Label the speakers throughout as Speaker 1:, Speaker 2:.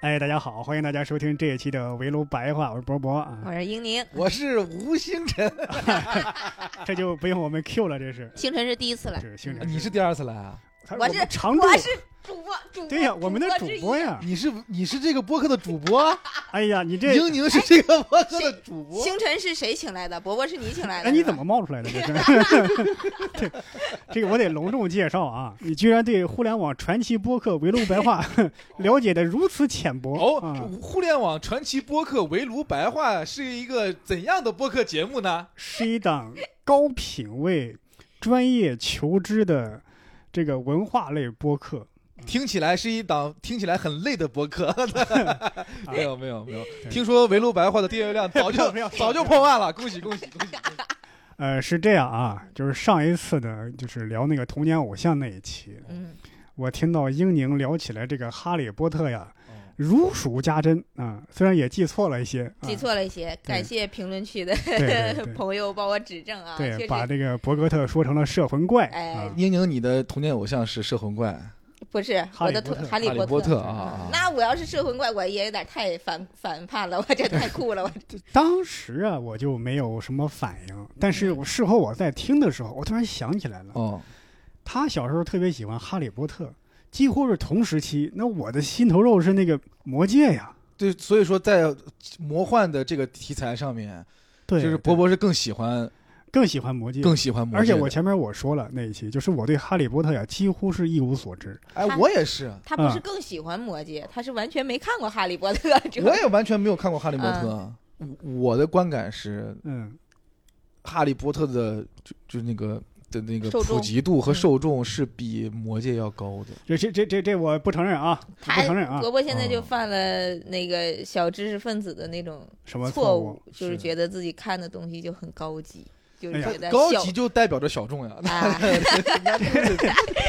Speaker 1: 哎，大家好，欢迎大家收听这一期的围炉白话，我是博博 啊，
Speaker 2: 我是英宁，
Speaker 3: 我是吴星辰，
Speaker 1: 这就不用我们 Q 了，这是
Speaker 2: 星辰是第一次来，
Speaker 1: 是星辰，
Speaker 3: 你是第二次来啊？
Speaker 1: 他
Speaker 2: 我是
Speaker 1: 们常驻
Speaker 2: 我是主播，主播
Speaker 1: 对呀，我们的主
Speaker 2: 之一
Speaker 1: 播。呀，
Speaker 3: 你是你是这个播客的主播，
Speaker 1: 哎呀，你 这
Speaker 3: 英宁是这哎个播客的主播。
Speaker 2: 星辰是谁请来的？伯伯是你请来的？
Speaker 1: 哎，你
Speaker 2: 是吧
Speaker 1: 怎么？冒出来的？这是， 这这个我得隆重介绍啊！你居然对互联网传奇播客围炉白话 了解的如此浅薄啊
Speaker 3: 哦！，互联网传奇播客《围炉白话》是一个怎样的播客节目呢？
Speaker 1: 是一档高品位、专业求知的这个文化类播客。
Speaker 3: 听起来是一档听起来很累的 播客。没有没有没有，听说《围炉白话》的订阅量早就
Speaker 1: 没有没有
Speaker 3: 早就破万了，恭喜恭喜 恭喜！
Speaker 1: 呃，是这样啊，就是上一次的，就是聊那个童年偶像那一期，
Speaker 2: 嗯，
Speaker 1: 我听到英宁聊起来这个《哈利波特》呀，如数家珍啊、虽然也记错了一些，啊
Speaker 2: 记错了一些，感谢评论区的
Speaker 1: 对对对
Speaker 2: 朋友帮我指正啊。确
Speaker 1: 对，
Speaker 2: 实
Speaker 1: 把这个博格特说成了摄魂怪。
Speaker 2: 哎
Speaker 1: 啊
Speaker 3: 英宁，你的童年偶像是摄魂怪
Speaker 2: 不是
Speaker 1: 哈
Speaker 2: 我
Speaker 1: 利
Speaker 2: 的
Speaker 1: 波特
Speaker 2: 同哈利
Speaker 3: 哈利
Speaker 2: 波
Speaker 3: 波。特啊啊！
Speaker 2: 那我要是摄魂怪，我也有点太反反叛了，我这太酷了，我
Speaker 1: 当时啊，我就没有什么反应，但是
Speaker 2: 嗯
Speaker 1: 我事后我在听的时候，我突然想起来了，
Speaker 3: 哦，
Speaker 1: 他小时候特别喜欢《哈利波特》，几乎是同时期。那我的心头肉是那个《魔戒》呀，
Speaker 3: 对，所以说在魔幻的这个题材上面，
Speaker 1: 对，
Speaker 3: 就是博博是更喜欢
Speaker 1: 更喜欢《魔戒》。
Speaker 3: 更喜欢魔戒
Speaker 1: 而且
Speaker 3: 的，
Speaker 1: 我前面我说了那一期，就是我对《哈利波特》呀几乎是一无所知。
Speaker 3: 哎
Speaker 2: 他，
Speaker 3: 我也是，
Speaker 2: 他不是更喜欢魔戒，他是完全没看过《哈利波特》 主要
Speaker 3: 我也完全没有看过《哈利波特》
Speaker 2: 嗯
Speaker 3: 我我的观感是，
Speaker 1: 嗯，
Speaker 3: 《哈利波特的》就就那个的那个
Speaker 2: 受众
Speaker 3: 普及度和受众是比魔戒要高的。
Speaker 1: 这这这这这我不承认啊，我
Speaker 2: 他
Speaker 1: 不承认啊，
Speaker 2: 伯伯现在就犯了那个小知识分子的那种
Speaker 1: 什么
Speaker 2: 错
Speaker 1: 误？
Speaker 2: 就是觉得自己看的东西就很高级，就是觉得
Speaker 3: 高
Speaker 2: 小
Speaker 3: 级就代表着 小众呀，
Speaker 2: 啊，
Speaker 3: 这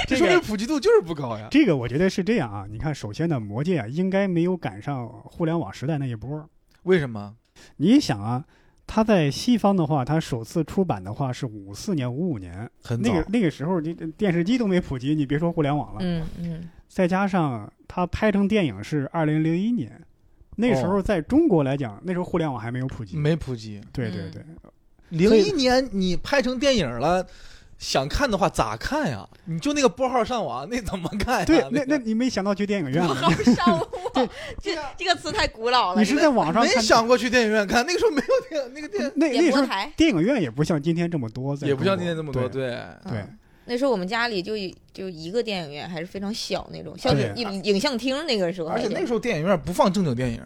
Speaker 1: 这
Speaker 3: 说明
Speaker 1: 个
Speaker 3: 普及度就是不高呀。
Speaker 1: 这个我觉得是这样啊。你看，首先呢，《魔戒》啊，应该没有赶上互联网时代那一波。
Speaker 3: 为什么？
Speaker 1: 你想啊，他在西方的话，他首次出版的话是五四年、五五年，
Speaker 3: 很
Speaker 1: 那
Speaker 3: 早，
Speaker 1: 个那个时候，你电视机都没普及，你别说互联网了。
Speaker 2: 嗯嗯，
Speaker 1: 再加上他拍成电影是二零零一年，那个时候在中国来讲，那时候互联网还没有普及。
Speaker 3: 哦没普及。
Speaker 1: 对对对，
Speaker 3: 零一年你拍成电影了。想看的话咋看呀？你就那个拨号上网，那怎么看呀？
Speaker 1: 对，那那
Speaker 3: 那
Speaker 1: 你没想到去电影院
Speaker 2: 我
Speaker 1: 了？
Speaker 2: 好上我，这
Speaker 3: 对啊
Speaker 2: 这个词太古老了。
Speaker 1: 你是在网上
Speaker 3: 没
Speaker 1: 看？
Speaker 3: 想过去电影院看，那个时候没有电 那个电，
Speaker 1: 那
Speaker 2: 点
Speaker 1: 那时
Speaker 2: 播
Speaker 1: 候
Speaker 2: 台
Speaker 1: 电影院也不像今天这么多，在
Speaker 3: 也不
Speaker 1: 中国
Speaker 3: 像今天这么多。对，
Speaker 1: 对
Speaker 2: 嗯那时候我们家里就一就一个电影院，还是非常小那种，像
Speaker 1: 对
Speaker 2: 影影像厅那个时候还
Speaker 3: 而且
Speaker 2: 叫，
Speaker 3: 那个时候电影院不放正经电影，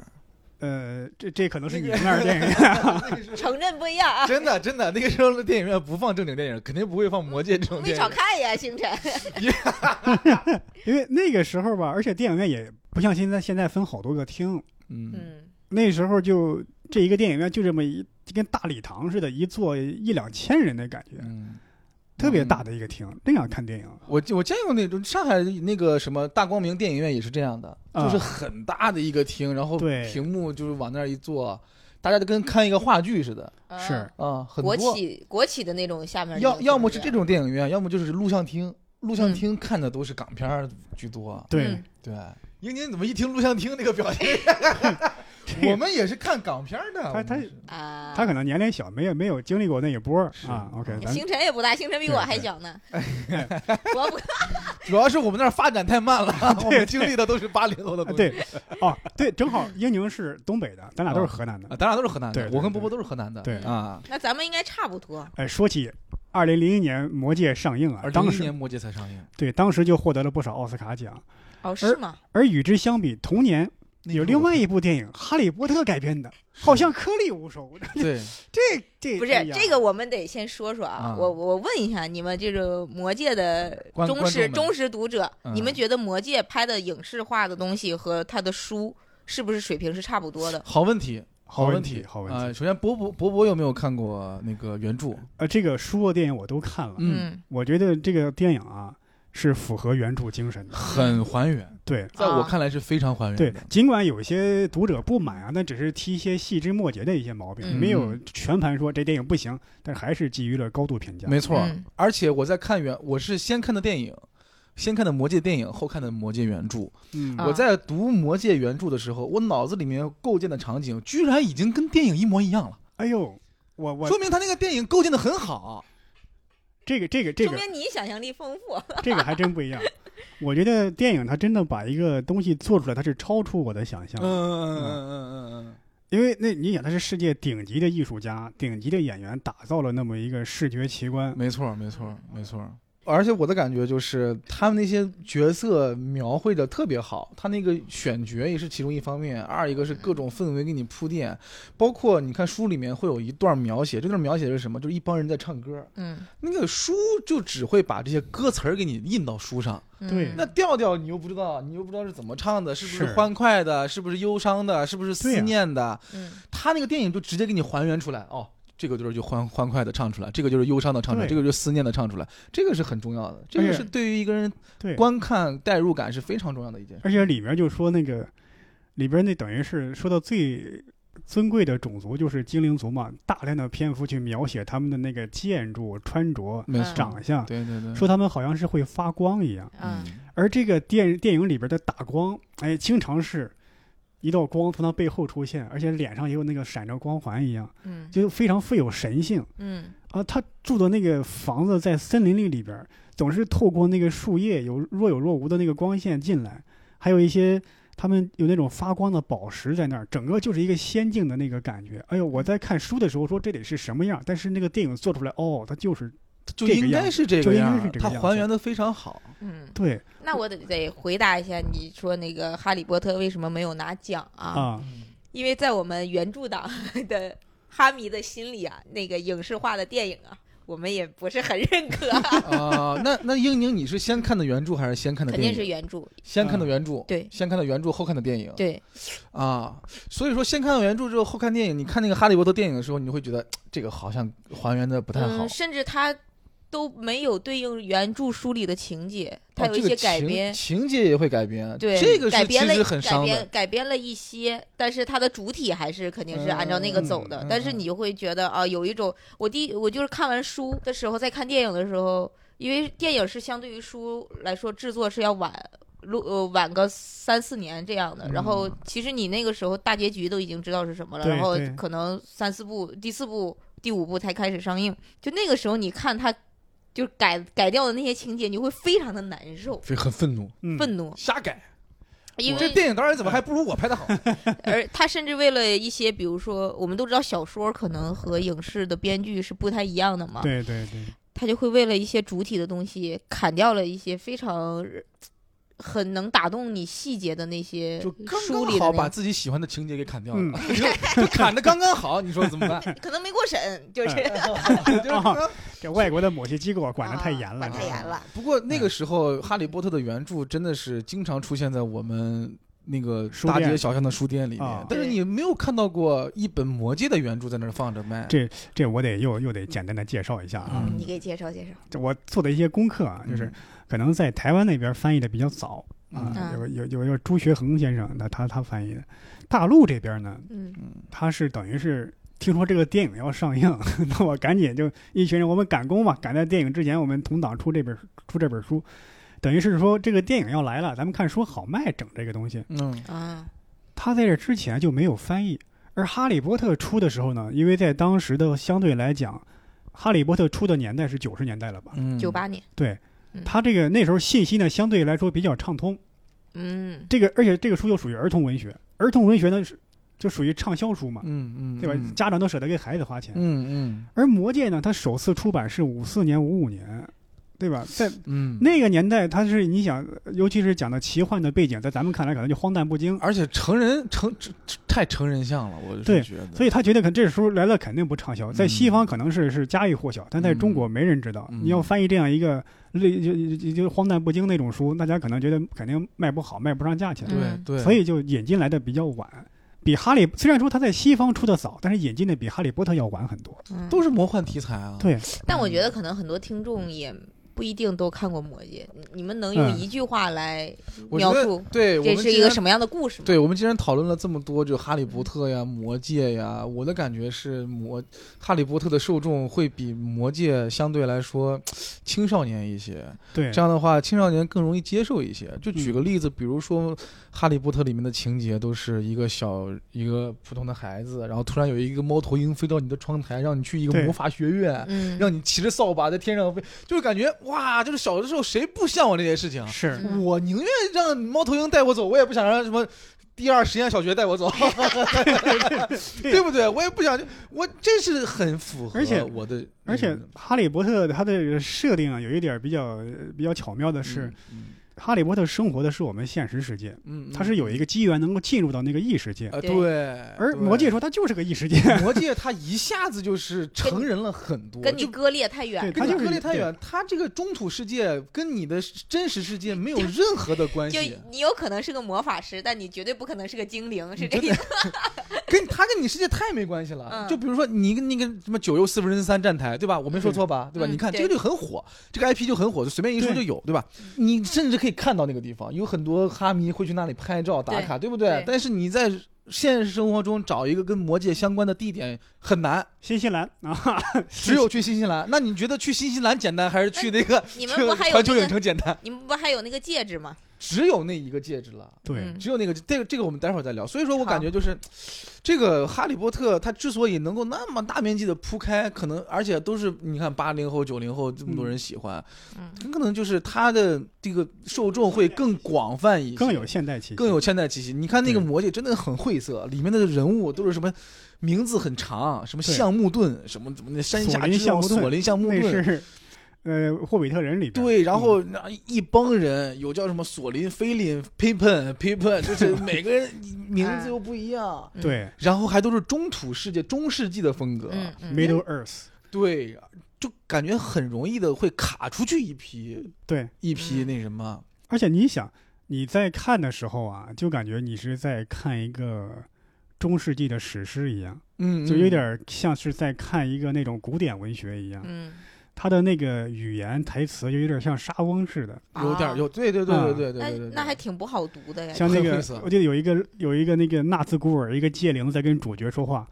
Speaker 1: 呃，这这可能是
Speaker 3: 那
Speaker 1: 你
Speaker 3: 个
Speaker 1: 们那儿的电影院。
Speaker 2: 城镇不一样啊，
Speaker 3: 真的真的，那个时候的电影院不放正经电影，肯定不会放《魔戒》这种
Speaker 2: 没
Speaker 3: 电
Speaker 2: 少
Speaker 3: 影。
Speaker 2: 看呀，星辰。
Speaker 1: 因为那个时候吧，而且电影院也不像现在，现在分好多个厅。
Speaker 3: 嗯，
Speaker 2: 嗯，
Speaker 1: 那时候就这一个电影院就这么一就跟大礼堂似的，一坐一两千人的感觉，
Speaker 3: 嗯
Speaker 1: 特别大的一个厅，那样看电影。
Speaker 3: 我我见过那种上海那个什么大光明电影院也是这样的，
Speaker 1: 啊
Speaker 3: 就是很大的一个厅，然后
Speaker 1: 对
Speaker 3: 屏幕就是往那儿一坐，大家都跟看一个话剧似的
Speaker 2: 啊
Speaker 1: 是
Speaker 3: 啊，很
Speaker 2: 国
Speaker 3: 多。
Speaker 2: 企国企的那种下面那
Speaker 3: 要
Speaker 2: 种
Speaker 3: 要么
Speaker 2: 厅
Speaker 3: 是这种电影院，要么就是录像厅，录像
Speaker 2: 嗯
Speaker 3: 厅看的都是港片儿居多。
Speaker 1: 对，
Speaker 2: 嗯
Speaker 3: 对，英宁怎么一听录像厅那个表 情，
Speaker 1: 这
Speaker 3: 我们也是看港片儿的。
Speaker 1: 他他
Speaker 3: 我们是
Speaker 2: 啊，
Speaker 1: 他可能年龄小，没有没有经历过那一波
Speaker 3: 是
Speaker 1: 啊。OK，咱
Speaker 2: 星辰也不大，星辰比我还 小呢。我不
Speaker 3: 主要是我们那儿发展太慢了， 我们经历的都是八零后的
Speaker 1: 啊
Speaker 3: 东西。
Speaker 1: 对哦对，正好英宁是东北的，咱俩都是河南的
Speaker 3: 啊，。咱俩都是河南
Speaker 1: 对
Speaker 3: 的，
Speaker 1: 对
Speaker 3: 我跟波波都是河南的。
Speaker 1: 对
Speaker 3: 啊，
Speaker 2: 那咱们应该差不多。
Speaker 1: 哎，说起二零零一年《魔戒》上映啊，
Speaker 3: 而
Speaker 1: 当
Speaker 3: 零一
Speaker 1: 时
Speaker 3: 年《魔戒》才上映，
Speaker 1: 对当时就获得了不少奥斯卡奖。
Speaker 3: 哎
Speaker 2: 哦，是吗？
Speaker 1: 而与之相比，同年有另外一部电影《哈利波特》改编的，好像颗粒无收。
Speaker 3: 对，
Speaker 1: 这这
Speaker 2: 不是
Speaker 1: 哎呀
Speaker 2: 这个，我们得先说说啊
Speaker 3: 啊。
Speaker 2: 我我问一下你们这个《魔戒》的
Speaker 3: 观
Speaker 2: 忠
Speaker 3: 观众
Speaker 2: 实
Speaker 3: 们
Speaker 2: 忠实读者，
Speaker 3: 嗯
Speaker 2: 你们觉得《魔戒》拍的影视化的东西和他的书是不是水平是差不多的？
Speaker 3: 好问题，
Speaker 1: 好
Speaker 3: 问
Speaker 1: 问
Speaker 3: 题嗯
Speaker 1: 题，呃好问题
Speaker 3: 啊首先，博博博博有没有看过那个原著？
Speaker 1: 呃，这个书和电影我都看了，
Speaker 3: 嗯，
Speaker 2: 嗯，
Speaker 1: 我觉得这个电影啊是符合原著精神 的。
Speaker 3: 很还原，
Speaker 1: 对
Speaker 3: 在我
Speaker 2: 啊
Speaker 3: 看来是非常还原
Speaker 1: 对
Speaker 3: 的。，
Speaker 1: 尽管有些读者不满啊，那只是提一些细枝末节的一些毛病，
Speaker 2: 嗯
Speaker 1: 没有全盘说这电影不行，但是还是给予了高度评价。
Speaker 3: 没错
Speaker 2: 嗯，
Speaker 3: 而且我在看原，我是先看的电影，先看的《魔戒》电影，后看的《魔戒》原著。
Speaker 1: 嗯，
Speaker 2: 啊
Speaker 3: 我在读《魔戒》原著的时候，我脑子里面构建的场景居然已经跟电影一模一样了，
Speaker 1: 哎呦，我我
Speaker 3: 说明他那个电影构建的很好。
Speaker 1: 这个这个这
Speaker 2: 说
Speaker 1: 个
Speaker 2: 明你想象力丰 富。
Speaker 1: 这个还真不一样。 我觉得电影它真的把一个东西做出来，它是超出我的想象
Speaker 3: 嗯
Speaker 1: 的。
Speaker 3: 嗯嗯嗯
Speaker 1: 因为那你想，他是世界顶级的艺术家、顶级的演员，打造了那么一个视觉奇观
Speaker 3: 嗯，。没错没错没错。而且我的感觉就是，他们那些角色描绘的特别好，他那个选角也是其中一方面，二一个是各种氛围给你铺垫，包括你看书里面会有一段描写，这段描写是什么？就是一帮人在唱歌，
Speaker 2: 嗯，
Speaker 3: 那个书就只会把这些歌词儿给你印到书上，
Speaker 2: 嗯
Speaker 1: 对
Speaker 3: 那调调你又不知道，你又不知道是怎么唱的，是不是
Speaker 1: 是
Speaker 3: 欢快的，是不是忧伤的，是不是思念的？
Speaker 2: 嗯
Speaker 3: 他那个电影就直接给你还原出来哦。这个就是就欢欢快的唱出来，这个就是忧伤的唱出来，
Speaker 1: 对
Speaker 3: 这个就是思念的唱出来，这个是很重要的，这个
Speaker 1: 而且
Speaker 3: 是对于一个人
Speaker 1: 对，
Speaker 3: 观看代入感是非常重要的一件事。
Speaker 1: 而且里面就说那个，里边那等于是说到最尊贵的种族就是精灵族嘛，大量的篇幅去描写他们的那个建筑、穿着、
Speaker 3: 没
Speaker 2: 嗯
Speaker 3: 错，
Speaker 1: 长相，
Speaker 3: 对对对，
Speaker 1: 说他们好像是会发光一样。
Speaker 2: 嗯
Speaker 1: 而这个电电影里边的打光，哎，经常是一道光从他背后出现，而且脸上也有那个闪着光环一样，
Speaker 2: 嗯
Speaker 1: 就非常富有神性。
Speaker 2: 嗯
Speaker 1: 啊，他住的那个房子在森林里里边儿，总是透过那个树叶有若有若无的那个光线进来，还有一些他们有那种发光的宝石在那儿，整个就是一个仙境的那个感觉。哎呦，我在看书的时候说这得是什么样，但是那个电影做出来，哦，它就是
Speaker 3: 就
Speaker 1: 这个
Speaker 3: 应该
Speaker 1: 样
Speaker 3: 是这
Speaker 1: 就
Speaker 3: 个
Speaker 1: 应该
Speaker 3: 样
Speaker 1: 是
Speaker 3: 儿，
Speaker 1: 这个
Speaker 3: 他
Speaker 1: 样
Speaker 3: 还
Speaker 1: 子
Speaker 3: 原的非常好。
Speaker 2: 嗯，
Speaker 1: 对
Speaker 2: 那我得得回答一下，你说那个《哈利波特》为什么没有拿奖啊？
Speaker 1: 啊，
Speaker 2: 因为在我们原著党 的哈迷的心里啊，那个影视化的电影啊，我们也不是很认可，
Speaker 3: 啊，那那英宁，你是先看的原著还是先看的
Speaker 2: 肯
Speaker 3: 电影？
Speaker 2: 定是原著。
Speaker 3: 先看的
Speaker 1: 嗯
Speaker 3: 原著，
Speaker 2: 对
Speaker 3: 先看的原著，后看的电影，
Speaker 2: 对，
Speaker 3: 啊，所以说先看到原著之后，后看电影。你看那个《哈利波特》电影的时候，你就会觉得嘖这个好像还原的不太好
Speaker 2: 嗯，，甚至他都没有对应原著书里的情节，他
Speaker 3: 哦
Speaker 2: 有
Speaker 3: 这
Speaker 2: 一
Speaker 3: 个
Speaker 2: 些改
Speaker 3: 情
Speaker 2: 编。
Speaker 3: 情节也会改编，
Speaker 2: 对，
Speaker 3: 这个
Speaker 2: 改
Speaker 3: 是其
Speaker 2: 编了
Speaker 3: 实很
Speaker 2: 改
Speaker 3: 伤的
Speaker 2: 编，改编了一些，但是它的主体还是肯定是按照那个走的。
Speaker 3: 嗯嗯嗯
Speaker 2: 但是你就会觉得啊、有一种我第一我就是看完书的时候，在看电影的时候，因为电影是相对于书来说制作是要晚。录呃晚个三四年这样
Speaker 3: 嗯
Speaker 2: 的，然后其实你那个时候大结局都已经知道是什么了，
Speaker 1: 对
Speaker 2: 然后
Speaker 1: 对
Speaker 2: 可能三四部、第四部、第五部才开始上映，就那个时候你看他就是改改掉的那些情节，你会非常的难受、
Speaker 3: 非很愤怒，
Speaker 1: 嗯，
Speaker 2: 愤怒，
Speaker 3: 瞎改。
Speaker 2: 因为
Speaker 3: 这电影导演怎么还不如我拍的好？
Speaker 2: 而他甚至为了一些，比如说，我们都知道小说可能和影视的编剧是不太一样的嘛，
Speaker 1: 对对对，
Speaker 2: 他就会为了一些主体的东西砍掉了一些非常很能打动你细节的那些
Speaker 3: 就刚
Speaker 2: 书
Speaker 3: 刚
Speaker 2: 里的
Speaker 3: 好
Speaker 2: 那
Speaker 3: 把自己喜欢的情节给砍掉
Speaker 1: 嗯
Speaker 3: 了，就就砍的刚刚好，你说 怎么办？
Speaker 2: 可能没过审，就是、
Speaker 3: 就是
Speaker 1: 啊
Speaker 3: 刚刚
Speaker 1: 这外国的某些机构啊管得太严了，啊
Speaker 2: 管太严了。
Speaker 3: 不过
Speaker 1: 嗯
Speaker 3: 那个时候，《哈利波特》的原著真的是经常出现在我们那个
Speaker 1: 书
Speaker 3: 大
Speaker 1: 店
Speaker 3: 街小巷的书店里面
Speaker 1: 啊，
Speaker 3: 但是
Speaker 2: 对
Speaker 3: 你没有看到过一本《魔戒》的原著在那儿放着卖。
Speaker 1: 这这我得又又得简单的介绍一下
Speaker 3: 嗯
Speaker 1: 啊，
Speaker 2: 嗯你给介绍介绍，
Speaker 1: 这我做的一些功课啊，就是可能在台湾那边翻译的比较早啊
Speaker 2: 嗯，
Speaker 1: 有有有有朱学恒先生，那他他翻译的，大陆这边呢，
Speaker 2: 嗯
Speaker 1: 他是等于是听说这个电影要上映， 那我赶紧就一群人我们赶工嘛，赶在电影之前，我们同党出这本出这本书，等于是说这个电影要来了，咱们看书好卖整这个东西。
Speaker 3: 嗯
Speaker 2: 啊，
Speaker 1: 他在这之前就没有翻译，而《哈利波特》出的时候呢，因为在当时的相对来讲，《哈利波特》出的年代是九十年代了吧？
Speaker 3: 嗯，
Speaker 2: 九八年，
Speaker 1: 对
Speaker 2: 嗯，
Speaker 1: 他这个那时候信息呢相对来说比较畅通，
Speaker 2: 嗯
Speaker 1: 这个而且这个书又属于儿童文学，儿童文学呢是就属于畅销书嘛，
Speaker 3: 嗯，嗯嗯，
Speaker 1: 对吧？家长都舍得给孩子花钱。
Speaker 3: 嗯嗯
Speaker 1: 而《魔戒》呢，它首次出版是五四年、五五年，对吧？在
Speaker 3: 嗯，
Speaker 1: 那个年代，它是你想，尤其是讲的奇幻的背景，在咱们看来可能就荒诞不经，
Speaker 3: 而且成人成这这太成人像了，我
Speaker 1: 对
Speaker 3: 是觉得。
Speaker 1: 所以他觉得可这书来了肯定不畅销，在西方可能是是家喻户晓，但在中国没人知道。
Speaker 3: 嗯
Speaker 1: 你要翻译这样一个类就就就就荒诞不经那种书，大家可能觉得肯定卖不好，卖不上价钱，
Speaker 3: 对
Speaker 2: 嗯
Speaker 3: 对，
Speaker 1: 所以就引进来的比较晚。比哈利虽然说他在西方出的早，但是引进的比哈利波特要晚很多。
Speaker 2: 嗯
Speaker 3: 都是魔幻题材啊。
Speaker 1: 对，
Speaker 2: 但我觉得可能很多听众也不一定都看过《魔戒》，你你们能用
Speaker 1: 嗯
Speaker 2: 一句话来
Speaker 3: 我觉
Speaker 2: 描
Speaker 3: 得
Speaker 2: 述
Speaker 3: 对，我
Speaker 2: 这
Speaker 3: 们
Speaker 2: 是
Speaker 3: 既
Speaker 2: 一个
Speaker 3: 然
Speaker 2: 什么样的故事吗？
Speaker 3: 对我们既然讨论了这么多，就《哈利波特》呀、《魔戒》呀，我的感觉是魔《哈利波特》的受众会比《魔戒》相对来说青少年一些。
Speaker 1: 对嗯
Speaker 3: 这样的话，青少年更容易接受一些。就举个例子，比如说《哈利波特》里面的情节都是一个小一个普通的孩子，然后突然有一个猫头鹰飞到你的窗台，让你去一个
Speaker 1: 对
Speaker 3: 魔法学院，
Speaker 2: 嗯，
Speaker 3: 让你骑着扫把在天上飞，就是感觉哇，就是小的时候谁不向往这些事情啊？
Speaker 1: 是
Speaker 2: 嗯
Speaker 3: 我宁愿让猫头鹰带我走，我也不想让什么第二实验小学带 我走，对不对？我也不想，我这是很符合
Speaker 1: 而且
Speaker 3: 我的，
Speaker 1: 而且《
Speaker 3: 嗯
Speaker 1: 哈利波特》它的设定啊，有一点儿比较呃比较巧妙的是，，
Speaker 3: 嗯
Speaker 1: 哈利波特生活的是我们现实世界，
Speaker 3: 嗯，嗯
Speaker 1: 他是有一个机缘能够进入到那个异世界，
Speaker 3: 呃
Speaker 2: 对
Speaker 3: 对，
Speaker 1: 而
Speaker 3: 对嗯
Speaker 1: 魔 戒。说它就是个异世界，
Speaker 3: 魔戒它一下子就是成人了很多，
Speaker 2: 跟你
Speaker 3: 就
Speaker 2: 割裂太远
Speaker 1: 对
Speaker 2: 了。
Speaker 1: 它
Speaker 3: 跟你
Speaker 1: 就是
Speaker 3: 割裂太
Speaker 1: 对
Speaker 3: 远，它这个中土世界跟你的真实世界没有任何的关
Speaker 2: 就
Speaker 3: 系，
Speaker 2: 你有可能是个魔法师，但你绝对不可能是个精灵，是这个
Speaker 3: 你
Speaker 2: 意思。
Speaker 3: 跟它跟你世界太没关系了。
Speaker 2: 嗯
Speaker 3: 就比如说你跟那个什么九又四分之三站台，对吧？我没说
Speaker 1: 嗯
Speaker 3: 错吧？对吧？
Speaker 2: 嗯
Speaker 3: 你看
Speaker 2: 对
Speaker 3: 这个就很火，这个 IP 就很火，就随便一说
Speaker 1: 对
Speaker 3: 就有，对吧？你甚至可以看到那个地方，有很多哈迷会去那里拍照打卡，对不对
Speaker 2: 对？
Speaker 3: 但是你在现实生活中找一个跟魔戒相关的地点很难，
Speaker 1: 新西兰啊，
Speaker 3: 嗯只有去新西兰。那你觉得去新西兰简单，还是去那个
Speaker 2: 你们不还有
Speaker 3: 环球
Speaker 2: 那
Speaker 3: 影
Speaker 2: 个
Speaker 3: 城简单？
Speaker 2: 你们不还有那个戒指吗？
Speaker 3: 只有那一个戒指了，
Speaker 1: 对
Speaker 2: 嗯
Speaker 3: 只有那个这个这个我们待会儿再聊。所以说我
Speaker 2: 好
Speaker 3: 感觉就是，这个《哈利波特》它之所以能够那么大面积的铺开，可能而且都是你看八零后、九零后这么多人喜欢，
Speaker 2: 嗯，
Speaker 3: 很可能就是它的这个受众会更广泛一些，
Speaker 1: 更有现代气息，
Speaker 3: 更有现代气息。你看那个《
Speaker 1: 对
Speaker 3: 魔戒》真的很晦涩，里面的人物都是什么名字很长，什么
Speaker 1: 对
Speaker 3: 橡木盾，什么什么那山
Speaker 1: 索
Speaker 3: 下
Speaker 1: 林
Speaker 3: 之
Speaker 1: 橡
Speaker 3: 王
Speaker 1: 木盾
Speaker 3: 索林橡木
Speaker 1: 那
Speaker 3: 盾，
Speaker 1: 是呃《霍比特人》里边，
Speaker 3: 对，然后那一帮人有叫什么索林、菲林、佩喷、佩 喷，就是每个人名字又不一样，
Speaker 1: 嗯对
Speaker 3: 然后还都是中土世界、中世纪的风格，
Speaker 2: 嗯嗯，
Speaker 1: Middle Earth，
Speaker 3: 对，就感觉很容易的会卡出去一批
Speaker 1: 对，
Speaker 3: 一批
Speaker 2: 嗯
Speaker 3: 那什么，
Speaker 1: 而且你想你在看的时候啊，就感觉你是在看一个中世纪的史诗一样，
Speaker 3: 嗯，
Speaker 1: 就有点像是在看一个那种古典文学一样，
Speaker 2: 嗯，
Speaker 1: 他的那个语言台词就有点像莎翁似的，
Speaker 3: 嗯有点
Speaker 2: 啊
Speaker 3: 有，对对对
Speaker 1: 嗯
Speaker 3: 对对对
Speaker 2: 那
Speaker 3: 对对，
Speaker 2: 那还挺不好读的呀。
Speaker 1: 像那
Speaker 3: 很
Speaker 1: 个
Speaker 3: 晦涩
Speaker 1: 我记得有一个有一个那个纳兹古尔一个戒灵在跟主角说话，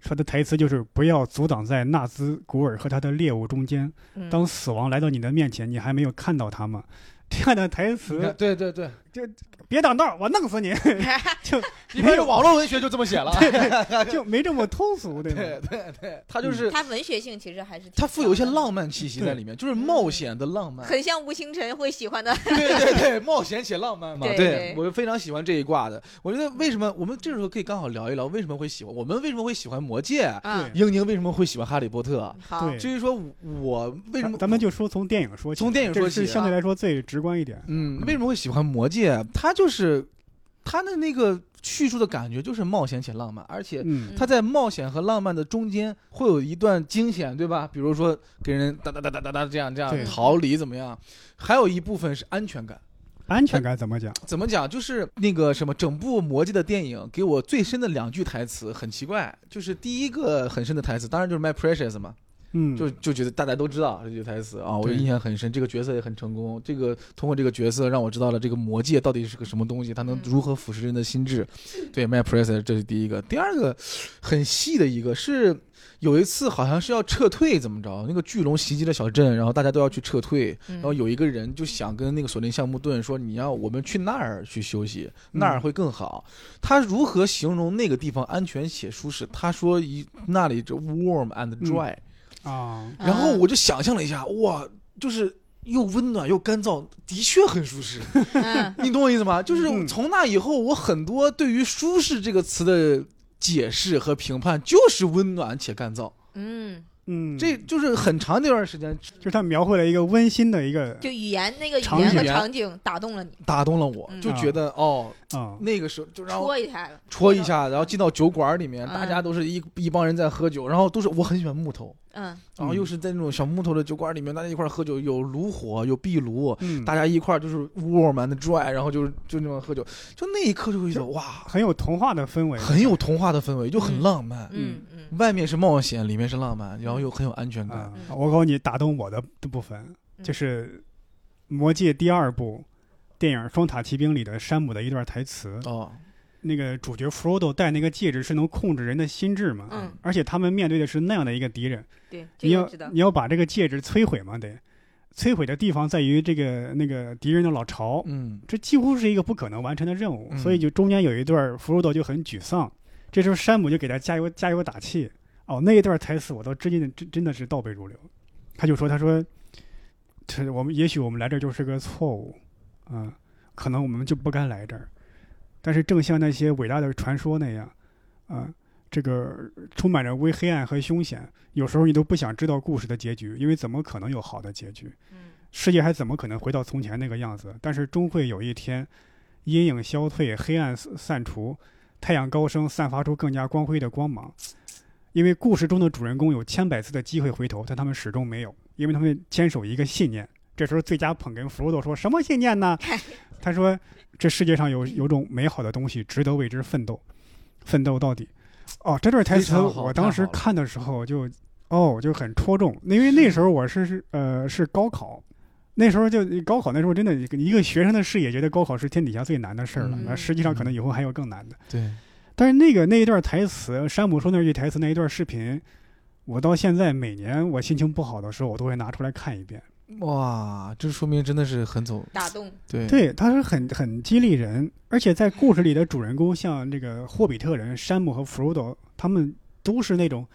Speaker 1: 说的台词就是不要阻挡在纳兹古尔和他的猎物中间，
Speaker 2: 嗯
Speaker 1: 当死亡来到你的面前，你还没有看到他吗？ 这样的台
Speaker 3: 你看
Speaker 1: 词，
Speaker 3: 对对 对，
Speaker 1: 别挡道，我弄死 你，就
Speaker 3: 一般是网络文学就这么写 了，啊
Speaker 1: 就没这么通俗，对
Speaker 3: 对
Speaker 1: 吧？
Speaker 3: 对对，它就是
Speaker 2: 它文学性其实还是挺
Speaker 3: 它富有一些
Speaker 2: 强的，
Speaker 3: 浪漫气息在里面，就是冒险的浪漫，
Speaker 2: 很像吴星辰会喜欢的。
Speaker 3: 对对对，冒险且浪漫嘛，
Speaker 2: 对对
Speaker 3: 我非常喜欢这一挂的。我觉得为什么我们这时候可以刚好聊一聊为什么会喜欢，我们为什么会喜欢魔戒，
Speaker 2: 啊，
Speaker 3: 英宁为什么会喜欢哈利波特，
Speaker 2: 好，
Speaker 1: 对
Speaker 3: 至于说我啊为什么
Speaker 1: 咱咱们就说从电影说起，
Speaker 3: 从电影
Speaker 1: 这
Speaker 3: 说
Speaker 1: 是
Speaker 3: 起啊
Speaker 1: 相对来说最直观一点。
Speaker 3: 嗯为什么会喜欢魔戒，它就是它的那个叙述的感觉就是冒险且浪漫，而且。
Speaker 1: 嗯，
Speaker 3: 它在冒险和浪漫的中间会有一段惊险，对吧？比如说给人哒哒哒哒哒哒这样这
Speaker 1: 对
Speaker 3: 样逃离怎么样？还有一部分是安全感，
Speaker 1: 安全感怎么讲？
Speaker 3: 怎么讲？就是那个什么，整部《魔戒》的电影给我最深的两句台词很奇怪，就是第一个很深的台词，当然就是 “My precious” 嘛，
Speaker 1: 嗯，
Speaker 3: 就就觉得大家都知道这句台词啊，我
Speaker 1: 对
Speaker 3: 印象很深。这个角色也很成功，这个通过这个角色让我知道了这个魔戒到底是个什么东西，它能
Speaker 2: 嗯
Speaker 3: 如何腐蚀人的心智。对，“My precious” 这是第一个，第二个很细的一个是有一次好像是要撤退，怎么着？那个巨龙袭击了小镇，然后大家都要去撤退，
Speaker 2: 嗯
Speaker 3: 然后有一个人就想跟那个索林橡木盾说：“你要我们去那儿去休息，
Speaker 1: 嗯
Speaker 3: 那儿会更好。他如何形容那个地方安全且舒适？他说一那里就 warm and dry、
Speaker 1: 啊，
Speaker 2: 啊
Speaker 3: 然后我就想象了一下，哇，就是又温暖又干燥，的确很舒适。
Speaker 2: 嗯
Speaker 3: 你懂我意思吗？就是
Speaker 1: 嗯
Speaker 3: 从那以后，我很多对于舒适这个词的解释和评判就是温暖且干燥。
Speaker 2: 嗯，
Speaker 1: 嗯，
Speaker 3: 这就是很长的一段时间
Speaker 1: 就是他描绘了一个温馨的一个
Speaker 2: 就语言那个
Speaker 1: 场
Speaker 2: 语言和
Speaker 3: 景
Speaker 2: 场景打动了你，
Speaker 3: 打动了我，
Speaker 2: 嗯
Speaker 3: 就觉得哦，
Speaker 1: 啊、
Speaker 3: 那个时候就让我
Speaker 2: 戳一下了，
Speaker 3: 戳一下，然后进到酒馆里面，
Speaker 2: 嗯
Speaker 3: 大家都是一一帮人在喝酒，然后都是我很喜欢木头，
Speaker 2: 嗯，
Speaker 3: 然后又是在那种小木头的酒馆里面，大家一块儿喝酒，有炉火，有壁炉。
Speaker 1: 嗯，
Speaker 3: 大家一块儿就是 warm and dry，然后就是就那么喝酒，就那一刻就会觉得哇，
Speaker 1: 很有童话的氛围，
Speaker 3: 很有童话的氛围，就很
Speaker 2: 嗯
Speaker 3: 浪漫。
Speaker 2: 嗯嗯
Speaker 3: 外面是冒险，里面是浪漫，然后又很有安全感。
Speaker 1: 啊、
Speaker 2: 嗯
Speaker 1: 我告诉你，打动我的部分
Speaker 3: 嗯
Speaker 1: 就是《魔戒》第二部电影《双塔奇兵》里的山姆的一段台词。
Speaker 3: 哦，
Speaker 1: 那个主角 Frodo 戴那个戒指是能控制人的心智嘛？
Speaker 2: 嗯
Speaker 1: 而且他们面对的是那样的一个敌人，
Speaker 2: 对，这
Speaker 1: 你
Speaker 2: 个我
Speaker 1: 要
Speaker 2: 知道，
Speaker 1: 你要把这个戒指摧毁嘛？得，摧毁的地方在于这个那个敌人的老巢，
Speaker 3: 嗯，
Speaker 1: 这几乎是一个不可能完成的任务，
Speaker 3: 嗯
Speaker 1: 所以就中间有一段弗罗多就很沮丧，这时候山姆就给他加油加油打气。哦，那一段台词我都真的真真的是倒背如流。他就说：“他说，这我们也许我们来这儿就是个错误，啊、可能我们就不该来这儿。但是正像那些伟大的传说那样，啊、这个充满着微黑暗和凶险，有时候你都不想知道故事的结局，因为怎么可能有好的结局？
Speaker 2: 嗯
Speaker 1: 世界还怎么可能回到从前那个样子？但是终会有一天，阴影消退，黑暗散散除，太阳高升，散发出更加光辉的光芒。因为故事中的主人公有千百次的机会回头，但他们始终没有，因为他们坚守一个信念。这时候，最佳捧哏弗罗多说什么信念呢？他说：“这世界上有有种美好的东西，值得为之奋斗，奋斗到底。”哦，这段台
Speaker 3: 非
Speaker 1: 词
Speaker 3: 常好
Speaker 1: 我
Speaker 3: 太
Speaker 1: 当时
Speaker 3: 好了
Speaker 1: 看的时候就哦，就很戳中，因为那时候我是是呃是高考，那时候就高考那时候真的一个学生的视野觉得高考是天底下最难的事儿了，
Speaker 2: 嗯
Speaker 1: 那实际上可能以后还有更难的。
Speaker 3: 对，
Speaker 1: 但是那个那一段台词，山姆说那句台词那一段视频，我到现在每年我心情不好的时候，我都会拿出来看一遍。
Speaker 3: 哇，这说明真的是很走，
Speaker 2: 打动，
Speaker 3: 对
Speaker 1: 对，他是很很激励人，而且在故事里的主人公，像这个霍比特人山姆和弗罗多，他们都是那种，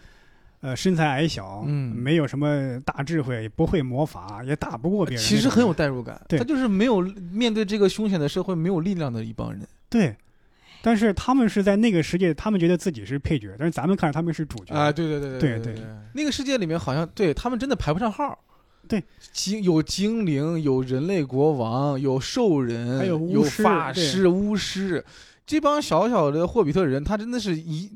Speaker 1: 呃，身材矮小，
Speaker 3: 嗯
Speaker 1: 没有什么大智慧，不会魔法，也打不过别人那种
Speaker 3: 其
Speaker 1: 人。
Speaker 3: 实很有代入感。
Speaker 1: 对
Speaker 3: 他就是没有面对这个凶险的社会没有力量的一帮人。
Speaker 1: 对，但是他们是在那个世界，他们觉得自己是配角，但是咱们看着他们是主角。
Speaker 3: 啊，对对对
Speaker 1: 对对
Speaker 3: 对，那个世界里面好像对他们真的排不上号。
Speaker 1: 对，
Speaker 3: 精有精灵，有人类国王，有兽人，
Speaker 1: 还有巫
Speaker 3: 有
Speaker 1: 师
Speaker 3: 法
Speaker 1: 对
Speaker 3: 师、巫师，这帮小小的霍比特人，他真的是一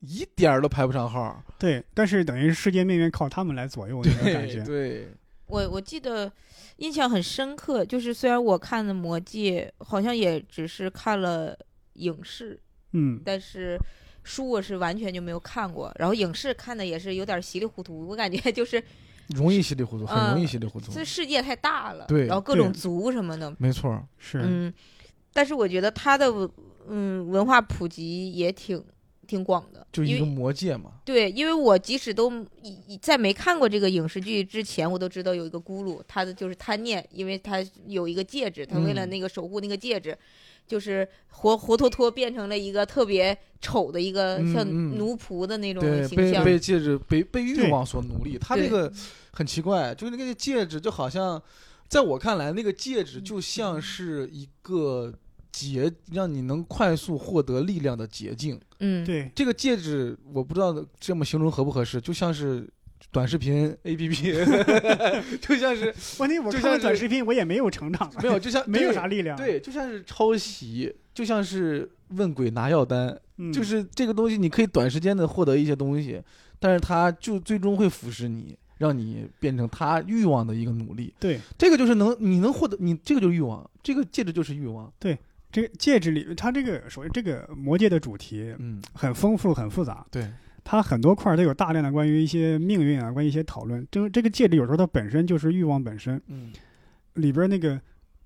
Speaker 3: 一点儿都排不上号。
Speaker 1: 对，但是等于是世界命运靠他们来左右那种感
Speaker 3: 对
Speaker 1: 觉。
Speaker 3: 对，
Speaker 2: 我我记得印象很深刻，就是虽然我看的《魔戒》好像也只是看了影视，
Speaker 1: 嗯，
Speaker 2: 但是书我是完全就没有看过，然后影视看的也是有点稀里糊涂，我感觉 就是
Speaker 3: 容易稀里糊涂，很容易
Speaker 2: 嗯
Speaker 3: 稀里糊涂。
Speaker 2: 这世界太大了，
Speaker 3: 对
Speaker 2: 然后各种
Speaker 1: 对
Speaker 2: 族什么的，
Speaker 3: 没错儿，
Speaker 1: 是，
Speaker 2: 嗯，但是我觉得它的文嗯文化普及也挺挺广的，
Speaker 3: 就
Speaker 2: 因
Speaker 3: 一个
Speaker 2: 为
Speaker 3: 魔戒嘛。
Speaker 2: 对，因为我即使都以以在没看过这个影视剧之前，我都知道有一个咕噜，他的就是贪念，因为他有一个戒指，他为了
Speaker 3: 嗯
Speaker 2: 那个守护那个戒指，就是活活脱脱变成了一个特别丑的一个
Speaker 3: 嗯
Speaker 2: 像
Speaker 3: 嗯
Speaker 2: 奴仆的那种
Speaker 3: 对，
Speaker 2: 形
Speaker 3: 被
Speaker 2: 象。
Speaker 3: 被戒指被被欲
Speaker 1: 对
Speaker 3: 望所奴隶，他
Speaker 2: 对
Speaker 3: 这个很奇怪，就是那个戒指就好像，在我看来，那个戒指就像是一个捷，让你能快速获得力量的捷径。
Speaker 2: 嗯，
Speaker 1: 对，
Speaker 3: 这个戒指我不知道这么形容合不合适，就像是短视 频 APP，就 像是
Speaker 1: 问题我
Speaker 3: 就
Speaker 1: 看
Speaker 3: 像
Speaker 1: 了短
Speaker 3: 是
Speaker 1: 视频，我也没有成长，
Speaker 3: 没有，就像
Speaker 1: 没有
Speaker 3: 对
Speaker 1: 啥力量。，
Speaker 3: 对，就像是抄袭，就像是问鬼拿药单。
Speaker 1: 嗯、
Speaker 3: 就是这个东西，你可以短时间的获得一些东西，但是它就最终会腐蚀你，让你变成他欲望的一个奴隶。
Speaker 1: 对
Speaker 3: 这个就是能，你能获得，你这个就是欲望，这个戒指就是欲望。
Speaker 1: 这个戒指里，它这个首先这个魔戒的主题
Speaker 3: 嗯，
Speaker 1: 很丰富很复杂，
Speaker 3: 对，
Speaker 1: 它很多块儿都有大量的关于一些命运啊，关于一些讨论。这这个戒指有时候它本身就是欲望本身，
Speaker 3: 嗯，
Speaker 1: 里边那个